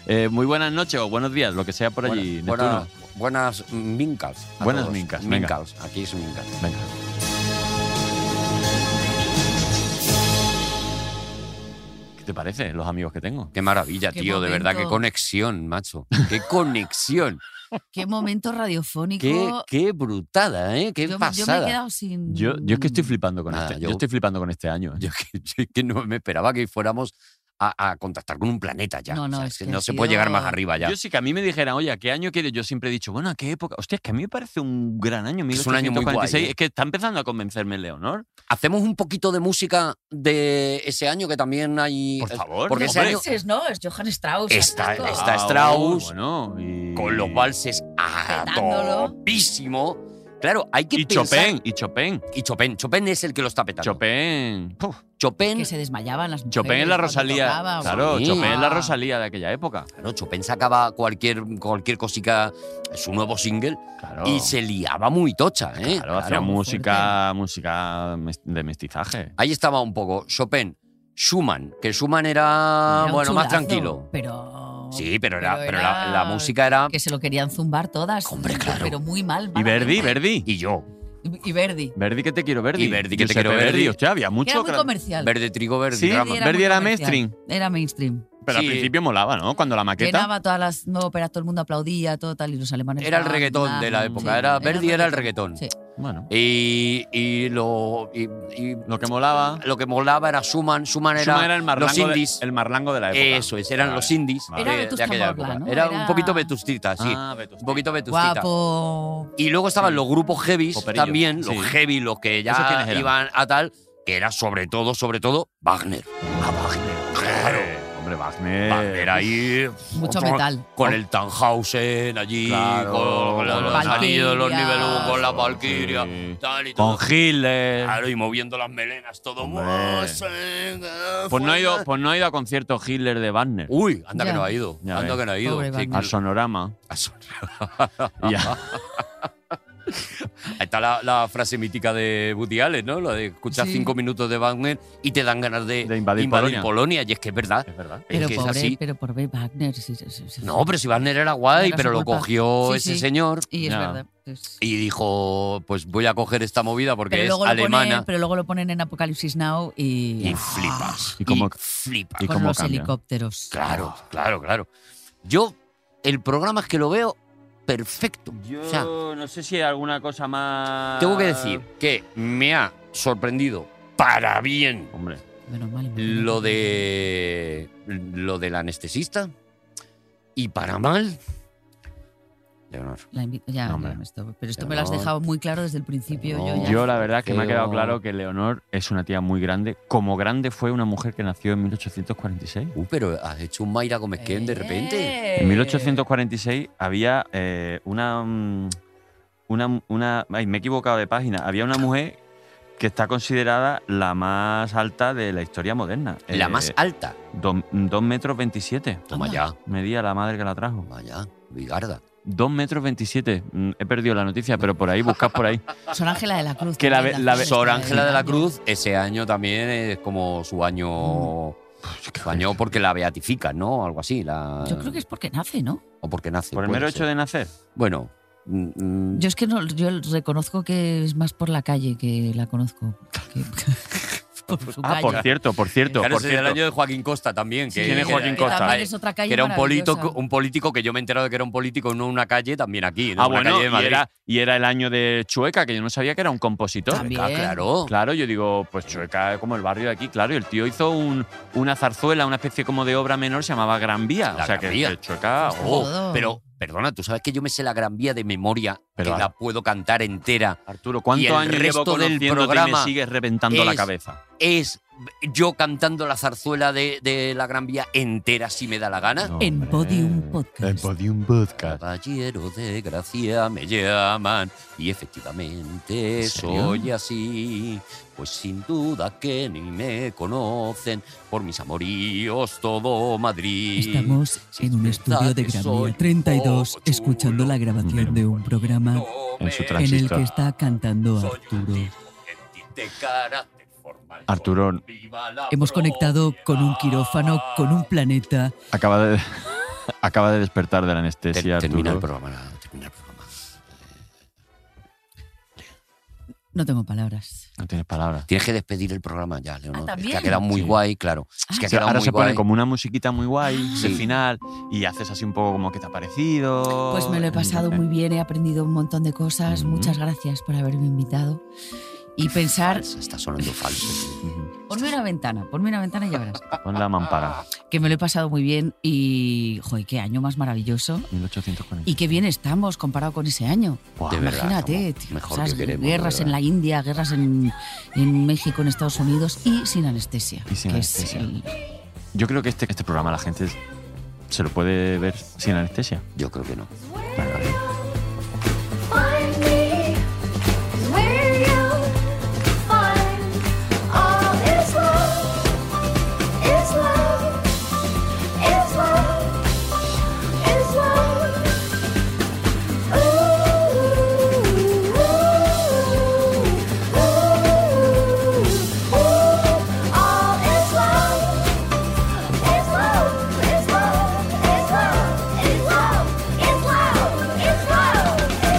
Speaker 4: eh, muy buenas noches o buenos días, lo que sea por allí,
Speaker 3: Buena-
Speaker 4: Neptuno.
Speaker 3: buenas mincas. a
Speaker 4: Buenas
Speaker 3: todos.
Speaker 4: mincas, venga.
Speaker 3: Mincas, Aquí es mincas.
Speaker 4: Venga. ¿Qué te parece, los amigos que tengo?
Speaker 3: Qué maravilla,
Speaker 2: Qué
Speaker 3: tío. De verdad, qué
Speaker 2: momento.
Speaker 3: conexión, macho. Qué conexión.
Speaker 2: Qué momento radiofónico.
Speaker 3: qué, qué brutada, ¿eh? Qué
Speaker 2: yo, me- yo me he
Speaker 3: pasada.
Speaker 2: quedado sin.
Speaker 4: Yo, yo es que estoy flipando con
Speaker 3: Nada,
Speaker 4: este. Yo,
Speaker 3: yo-
Speaker 4: estoy flipando con este año. ¿eh?
Speaker 3: (laughs) Yo que, yo que no me esperaba que fuéramos a, a contactar con un planeta ya.
Speaker 2: No, no,
Speaker 3: O sea,
Speaker 2: es
Speaker 3: que
Speaker 2: que
Speaker 3: no
Speaker 2: ha
Speaker 3: se puede llegar
Speaker 2: sido-
Speaker 3: más arriba ya.
Speaker 4: Yo sí que a mí me dijeran, oye, ¿a qué año quieres? Yo siempre he dicho, bueno, ¿a qué época? Hostia, es que a mí me parece un gran año,
Speaker 3: Es un año muy guay,
Speaker 4: 1846.
Speaker 3: ¿eh?
Speaker 4: Es que está empezando a convencerme Leonor.
Speaker 3: Hacemos un poquito de música de ese año que también hay. eh,
Speaker 4: Por favor,
Speaker 3: Porque ese
Speaker 4: hombre.
Speaker 3: año.
Speaker 2: Es, no, es Johann Strauss.
Speaker 3: Está-
Speaker 2: Asco.
Speaker 3: está- Strauss,
Speaker 4: Ah, bueno, y-
Speaker 3: Con los valses a
Speaker 2: Petándolo.
Speaker 3: topísimo. Claro, hay que
Speaker 4: Y
Speaker 3: pensar-
Speaker 4: Chopin, y Chopin.
Speaker 3: Y Chopin. Chopin es el que lo está petando.
Speaker 4: Chopin. Puf,
Speaker 3: Chopin,
Speaker 2: Que se desmayaban las mujeres.
Speaker 4: Chopin es la
Speaker 2: cuando
Speaker 4: Rosalía.
Speaker 2: tocaba,
Speaker 4: claro,
Speaker 3: sí.
Speaker 4: Chopin es la
Speaker 2: Ah.
Speaker 4: Rosalía de aquella época.
Speaker 3: claro, Chopin sacaba cualquier, cualquier cosica, su nuevo single,
Speaker 4: Claro.
Speaker 3: y se liaba muy tocha, ¿eh?
Speaker 4: Claro, hacía
Speaker 3: Claro.
Speaker 4: música, música mes- de mestizaje.
Speaker 3: Ahí estaba un poco Chopin, Schumann, que Schumann era,
Speaker 2: Era un
Speaker 3: bueno, más
Speaker 2: chulazo,
Speaker 3: tranquilo.
Speaker 2: Pero.
Speaker 3: Sí, pero, era,
Speaker 2: Oh, pero
Speaker 3: pero la,
Speaker 2: era-
Speaker 3: la música era...
Speaker 2: ah, Que se lo querían zumbar todas. Hombre,
Speaker 3: claro.
Speaker 2: Pero muy mal.
Speaker 4: Y Verdi,
Speaker 2: malamente.
Speaker 4: Verdi.
Speaker 3: Y yo,
Speaker 2: Y Verdi.
Speaker 4: Verdi, que te quiero, Verdi.
Speaker 3: Y Verdi, que te
Speaker 4: Giuseppe
Speaker 3: quiero, Verdi.
Speaker 4: Hostia, había
Speaker 2: Que era
Speaker 4: mucho.
Speaker 2: muy
Speaker 4: gran-
Speaker 2: comercial.
Speaker 3: verde, trigo, verde,
Speaker 4: Sí,
Speaker 3: grama.
Speaker 4: Verdi
Speaker 2: muy
Speaker 4: era
Speaker 2: comercial.
Speaker 4: mainstream.
Speaker 2: Era mainstream.
Speaker 4: Pero
Speaker 3: Sí.
Speaker 4: al principio molaba, ¿no? Cuando la maqueta.
Speaker 2: Llenaba todas las no, óperas, todo el mundo aplaudía, todo tal, y los alemanes.
Speaker 3: Era el
Speaker 2: estaban,
Speaker 3: reggaetón de la
Speaker 2: estaban,
Speaker 3: época, era- Verdi era el
Speaker 2: Sí.
Speaker 4: Bueno,
Speaker 3: Y, y lo... y- y
Speaker 4: lo que molaba.
Speaker 3: lo que molaba era Schumann, Schumann era,
Speaker 4: Schumann era el marlango,
Speaker 3: los indies.
Speaker 4: De, el marlango de la época.
Speaker 3: Eso es, eran
Speaker 4: Vale.
Speaker 3: los indies
Speaker 4: Vale.
Speaker 2: Era
Speaker 3: de, de
Speaker 2: Vetusta
Speaker 3: aquella
Speaker 2: Morla,
Speaker 3: época.
Speaker 2: ¿no?
Speaker 3: Era, un
Speaker 2: Era-
Speaker 3: poquito vetustita, sí.
Speaker 4: Ah, Vetusta.
Speaker 3: un poquito vetustita.
Speaker 2: Guapo.
Speaker 3: Y luego estaban los grupos heavy
Speaker 4: Poperillo,
Speaker 3: también, los
Speaker 4: sí.
Speaker 3: heavy, los que
Speaker 4: ¿Esos quiénes
Speaker 3: ya
Speaker 4: eran?
Speaker 3: iban a tal, que era sobre todo, sobre todo, Wagner. A Wagner. Claro.
Speaker 4: Ah, Eh, Hombre, Wagner.
Speaker 3: Wagner ahí.
Speaker 2: Mucho
Speaker 3: con-
Speaker 2: metal.
Speaker 3: Con el Tannhausen allí,
Speaker 4: Claro,
Speaker 3: con,
Speaker 4: con
Speaker 3: los
Speaker 4: las
Speaker 3: anillos de los
Speaker 2: Valkyrias.
Speaker 3: niveles, con la Valkyria,
Speaker 4: Sí.
Speaker 3: tal y todo.
Speaker 4: Con Hitler.
Speaker 3: Claro, y moviendo las melenas, todo.
Speaker 4: Hombre.
Speaker 3: "Oh, sí, eh,
Speaker 4: Pues no, ha ido,
Speaker 3: fuera".
Speaker 4: pues no ha ido a conciertos Hitler de Wagner.
Speaker 3: Uy, anda
Speaker 2: Ya.
Speaker 3: que no ha ido.
Speaker 4: Ya
Speaker 3: anda
Speaker 4: ves.
Speaker 3: que no ha ido.
Speaker 2: Pobre
Speaker 3: Sí,
Speaker 4: A
Speaker 2: Wagner.
Speaker 3: (laughs)
Speaker 4: Sonorama.
Speaker 3: a sonar.
Speaker 4: Y a-
Speaker 3: (laughs) Ahí está la, la frase mítica de Woody Allen, ¿no? La de escuchar
Speaker 2: Sí.
Speaker 3: cinco minutos de Wagner y te dan ganas de,
Speaker 4: De invadir Polonia.
Speaker 3: Y es que es verdad.
Speaker 4: Es verdad.
Speaker 3: Es
Speaker 2: Pero
Speaker 3: que es
Speaker 2: pobre,
Speaker 3: así.
Speaker 2: pero por ver Wagner. sí, sí, sí, sí.
Speaker 3: No, pero si Wagner era guay,
Speaker 2: Era
Speaker 3: pero
Speaker 2: su
Speaker 3: lo
Speaker 2: culpa.
Speaker 3: cogió
Speaker 2: Sí,
Speaker 3: ese
Speaker 2: sí.
Speaker 3: señor
Speaker 2: Y es
Speaker 4: Ya.
Speaker 2: verdad. es-
Speaker 3: y dijo, pues voy a coger esta movida porque
Speaker 2: Pero
Speaker 3: es
Speaker 2: luego, lo ponen,
Speaker 3: alemana.
Speaker 2: pero luego lo ponen en Apocalipsis Now y.
Speaker 3: Y flipas.
Speaker 4: ¿Y cómo-
Speaker 3: flipas.
Speaker 4: y
Speaker 2: con
Speaker 4: cómo
Speaker 2: los
Speaker 4: cambia?
Speaker 2: helicópteros.
Speaker 3: Claro, claro, claro. Yo, el programa es que lo veo perfecto.
Speaker 4: Yo
Speaker 3: O sea,
Speaker 4: no sé si hay alguna cosa más.
Speaker 3: tengo que decir que me ha sorprendido para bien
Speaker 4: Hombre,
Speaker 2: Menos mal, imagínate.
Speaker 3: lo de lo del anestesista y para mal Leonor
Speaker 2: La invi- ya,
Speaker 4: No,
Speaker 2: ya,
Speaker 4: hombre.
Speaker 2: me estoy- pero esto
Speaker 3: Ya
Speaker 2: me lo has
Speaker 3: no.
Speaker 2: dejado muy claro desde el principio.
Speaker 3: No.
Speaker 2: Yo ya.
Speaker 4: yo la verdad es que me ha quedado
Speaker 3: Pero-
Speaker 4: claro que Leonor es una tía muy grande, como grande fue una mujer que nació en 1846.
Speaker 3: uh, pero has hecho un Mayra Gómez Ken de repente
Speaker 2: ¡Eh!
Speaker 4: En 1846 había eh, una, mm, una, una- ay, me he equivocado de página. Había una mujer que está considerada la más alta de la historia moderna.
Speaker 3: ¿La más alta?
Speaker 4: 2 metros 27.
Speaker 3: Toma ya.
Speaker 4: Medía la madre que la trajo.
Speaker 3: Vaya, bigarda.
Speaker 4: 2 metros 27. Mm, He perdido la noticia, pero por ahí, buscad
Speaker 3: (laughs)
Speaker 4: por ahí.
Speaker 2: Sor Ángela de la Cruz.
Speaker 4: Que la ve-
Speaker 2: también,
Speaker 4: la ve-
Speaker 2: fiesta
Speaker 3: Sor Ángela de la Cruz, ese año también es como su año. Su año porque la beatifican, ¿no? Algo así. La,
Speaker 2: Yo creo que es porque nace, ¿no?
Speaker 3: O porque nace.
Speaker 4: Por el
Speaker 3: puede
Speaker 4: mero
Speaker 3: ser.
Speaker 4: hecho de nacer.
Speaker 3: Bueno. mm, mm,
Speaker 2: Yo es que no, yo reconozco que es más por la calle que la conozco. que- (laughs) por su
Speaker 4: Ah,
Speaker 2: calle.
Speaker 4: por cierto, por cierto.
Speaker 3: Claro,
Speaker 4: por
Speaker 3: ese es el
Speaker 4: cierto.
Speaker 3: año de Joaquín Costa también. Que,
Speaker 4: Sí, tiene
Speaker 3: que-
Speaker 4: Joaquín
Speaker 3: que-
Speaker 4: Costa.
Speaker 2: También es otra calle
Speaker 3: que era un político,
Speaker 2: maravillosa.
Speaker 3: un político que yo me he enterado de que era un político, no una calle, también aquí. en
Speaker 4: Ah,
Speaker 3: una
Speaker 4: bueno,
Speaker 3: calle de
Speaker 4: y
Speaker 3: Madrid.
Speaker 4: era, y era el año de Chueca, que yo no sabía que era un compositor.
Speaker 2: También.
Speaker 3: Ah, claro.
Speaker 4: Claro, yo digo, pues Chueca es como el barrio de aquí, claro. Y el tío hizo un- una zarzuela, una especie como de obra menor, se llamaba Gran Vía.
Speaker 3: La
Speaker 4: o sea,
Speaker 3: Gran
Speaker 4: que,
Speaker 3: Vía.
Speaker 4: que Chueca,
Speaker 2: Pues
Speaker 4: oh,
Speaker 2: todo.
Speaker 3: Pero, perdona, tú sabes que yo me sé la Gran Vía de memoria,
Speaker 4: Pero
Speaker 3: que
Speaker 4: a-
Speaker 3: la puedo cantar entera. Y
Speaker 4: Arturo,
Speaker 3: el
Speaker 4: ¿cuántos años
Speaker 3: resto
Speaker 4: llevo
Speaker 3: del
Speaker 4: conociéndote y
Speaker 3: programa
Speaker 4: me sigues reventando la
Speaker 3: es-
Speaker 4: cabeza?
Speaker 3: Es yo cantando la zarzuela de, de la Gran Vía entera si me da la gana.
Speaker 1: En Podium Podcast.
Speaker 4: Podium Podcast.
Speaker 3: Caballero de gracia me llaman y efectivamente
Speaker 4: serio?
Speaker 3: soy así, pues sin duda que ni me conocen por mis amoríos todo Madrid.
Speaker 1: Estamos
Speaker 3: Sí,
Speaker 1: en un
Speaker 3: es
Speaker 1: estudio
Speaker 3: verdad
Speaker 1: de
Speaker 3: que
Speaker 1: Gran
Speaker 3: soy
Speaker 1: Vía 32
Speaker 3: un poco
Speaker 1: escuchando la grabación de un programa
Speaker 3: chulo,
Speaker 4: En su
Speaker 3: me-
Speaker 1: en el
Speaker 4: Transistor.
Speaker 1: que está cantando
Speaker 3: soy un
Speaker 1: Arturo.
Speaker 3: tipo gentil de carácter formal.
Speaker 4: Arturo.
Speaker 3: Viva la
Speaker 1: Hemos conectado con un quirófano, con un planeta.
Speaker 4: Acaba de, (laughs) acaba de despertar de la
Speaker 3: Ter-
Speaker 4: anestesia,
Speaker 3: termina el
Speaker 4: Arturo.
Speaker 3: programa, Nara, termina el programa.
Speaker 2: No tengo palabras.
Speaker 4: No tienes palabras.
Speaker 3: Tienes que despedir el programa ya, Leonor. es que
Speaker 2: Ah, ¿también?
Speaker 3: ha quedado muy
Speaker 4: Sí.
Speaker 3: guay, claro. Es que ha
Speaker 4: O sea,
Speaker 3: quedado
Speaker 4: ahora
Speaker 3: muy
Speaker 4: se pone
Speaker 3: guay.
Speaker 4: como una musiquita muy guay
Speaker 2: Ah.
Speaker 3: Sí.
Speaker 4: al final y haces así un poco como que te ha parecido.
Speaker 2: Pues me lo he pasado muy bien, he aprendido un montón de cosas.
Speaker 4: Oh. Ujú.
Speaker 2: Muchas gracias por haberme invitado. Y pensar,
Speaker 3: Falso, está sonando falso.
Speaker 2: ponme una ventana, ponme una ventana y ya verás.
Speaker 4: Pon la mampara.
Speaker 2: Que me lo he pasado muy bien y, joder, qué año más maravilloso.
Speaker 4: 1840.
Speaker 2: Y qué bien estamos comparado con ese año.
Speaker 4: Buah,
Speaker 3: de verdad,
Speaker 2: Imagínate,
Speaker 3: estamos
Speaker 2: tío,
Speaker 3: mejor
Speaker 2: ¿sabes?
Speaker 3: que queremos,
Speaker 2: guerras
Speaker 3: de
Speaker 2: en la India, guerras en, en México, en Estados Unidos y sin anestesia.
Speaker 4: Y sin
Speaker 2: que es
Speaker 4: anestesia.
Speaker 2: el-
Speaker 4: Yo creo que este, este programa la gente se lo puede ver sin anestesia.
Speaker 3: Yo creo que no.
Speaker 12: Find me is where you find all is love, is love, is love, is love. Ooh, ooh, ooh, ooh, all is love. It's love, it's love, it's love, it's love, it's love, it's love, it's love. It's love, it's love, it's love, it's love, it's love.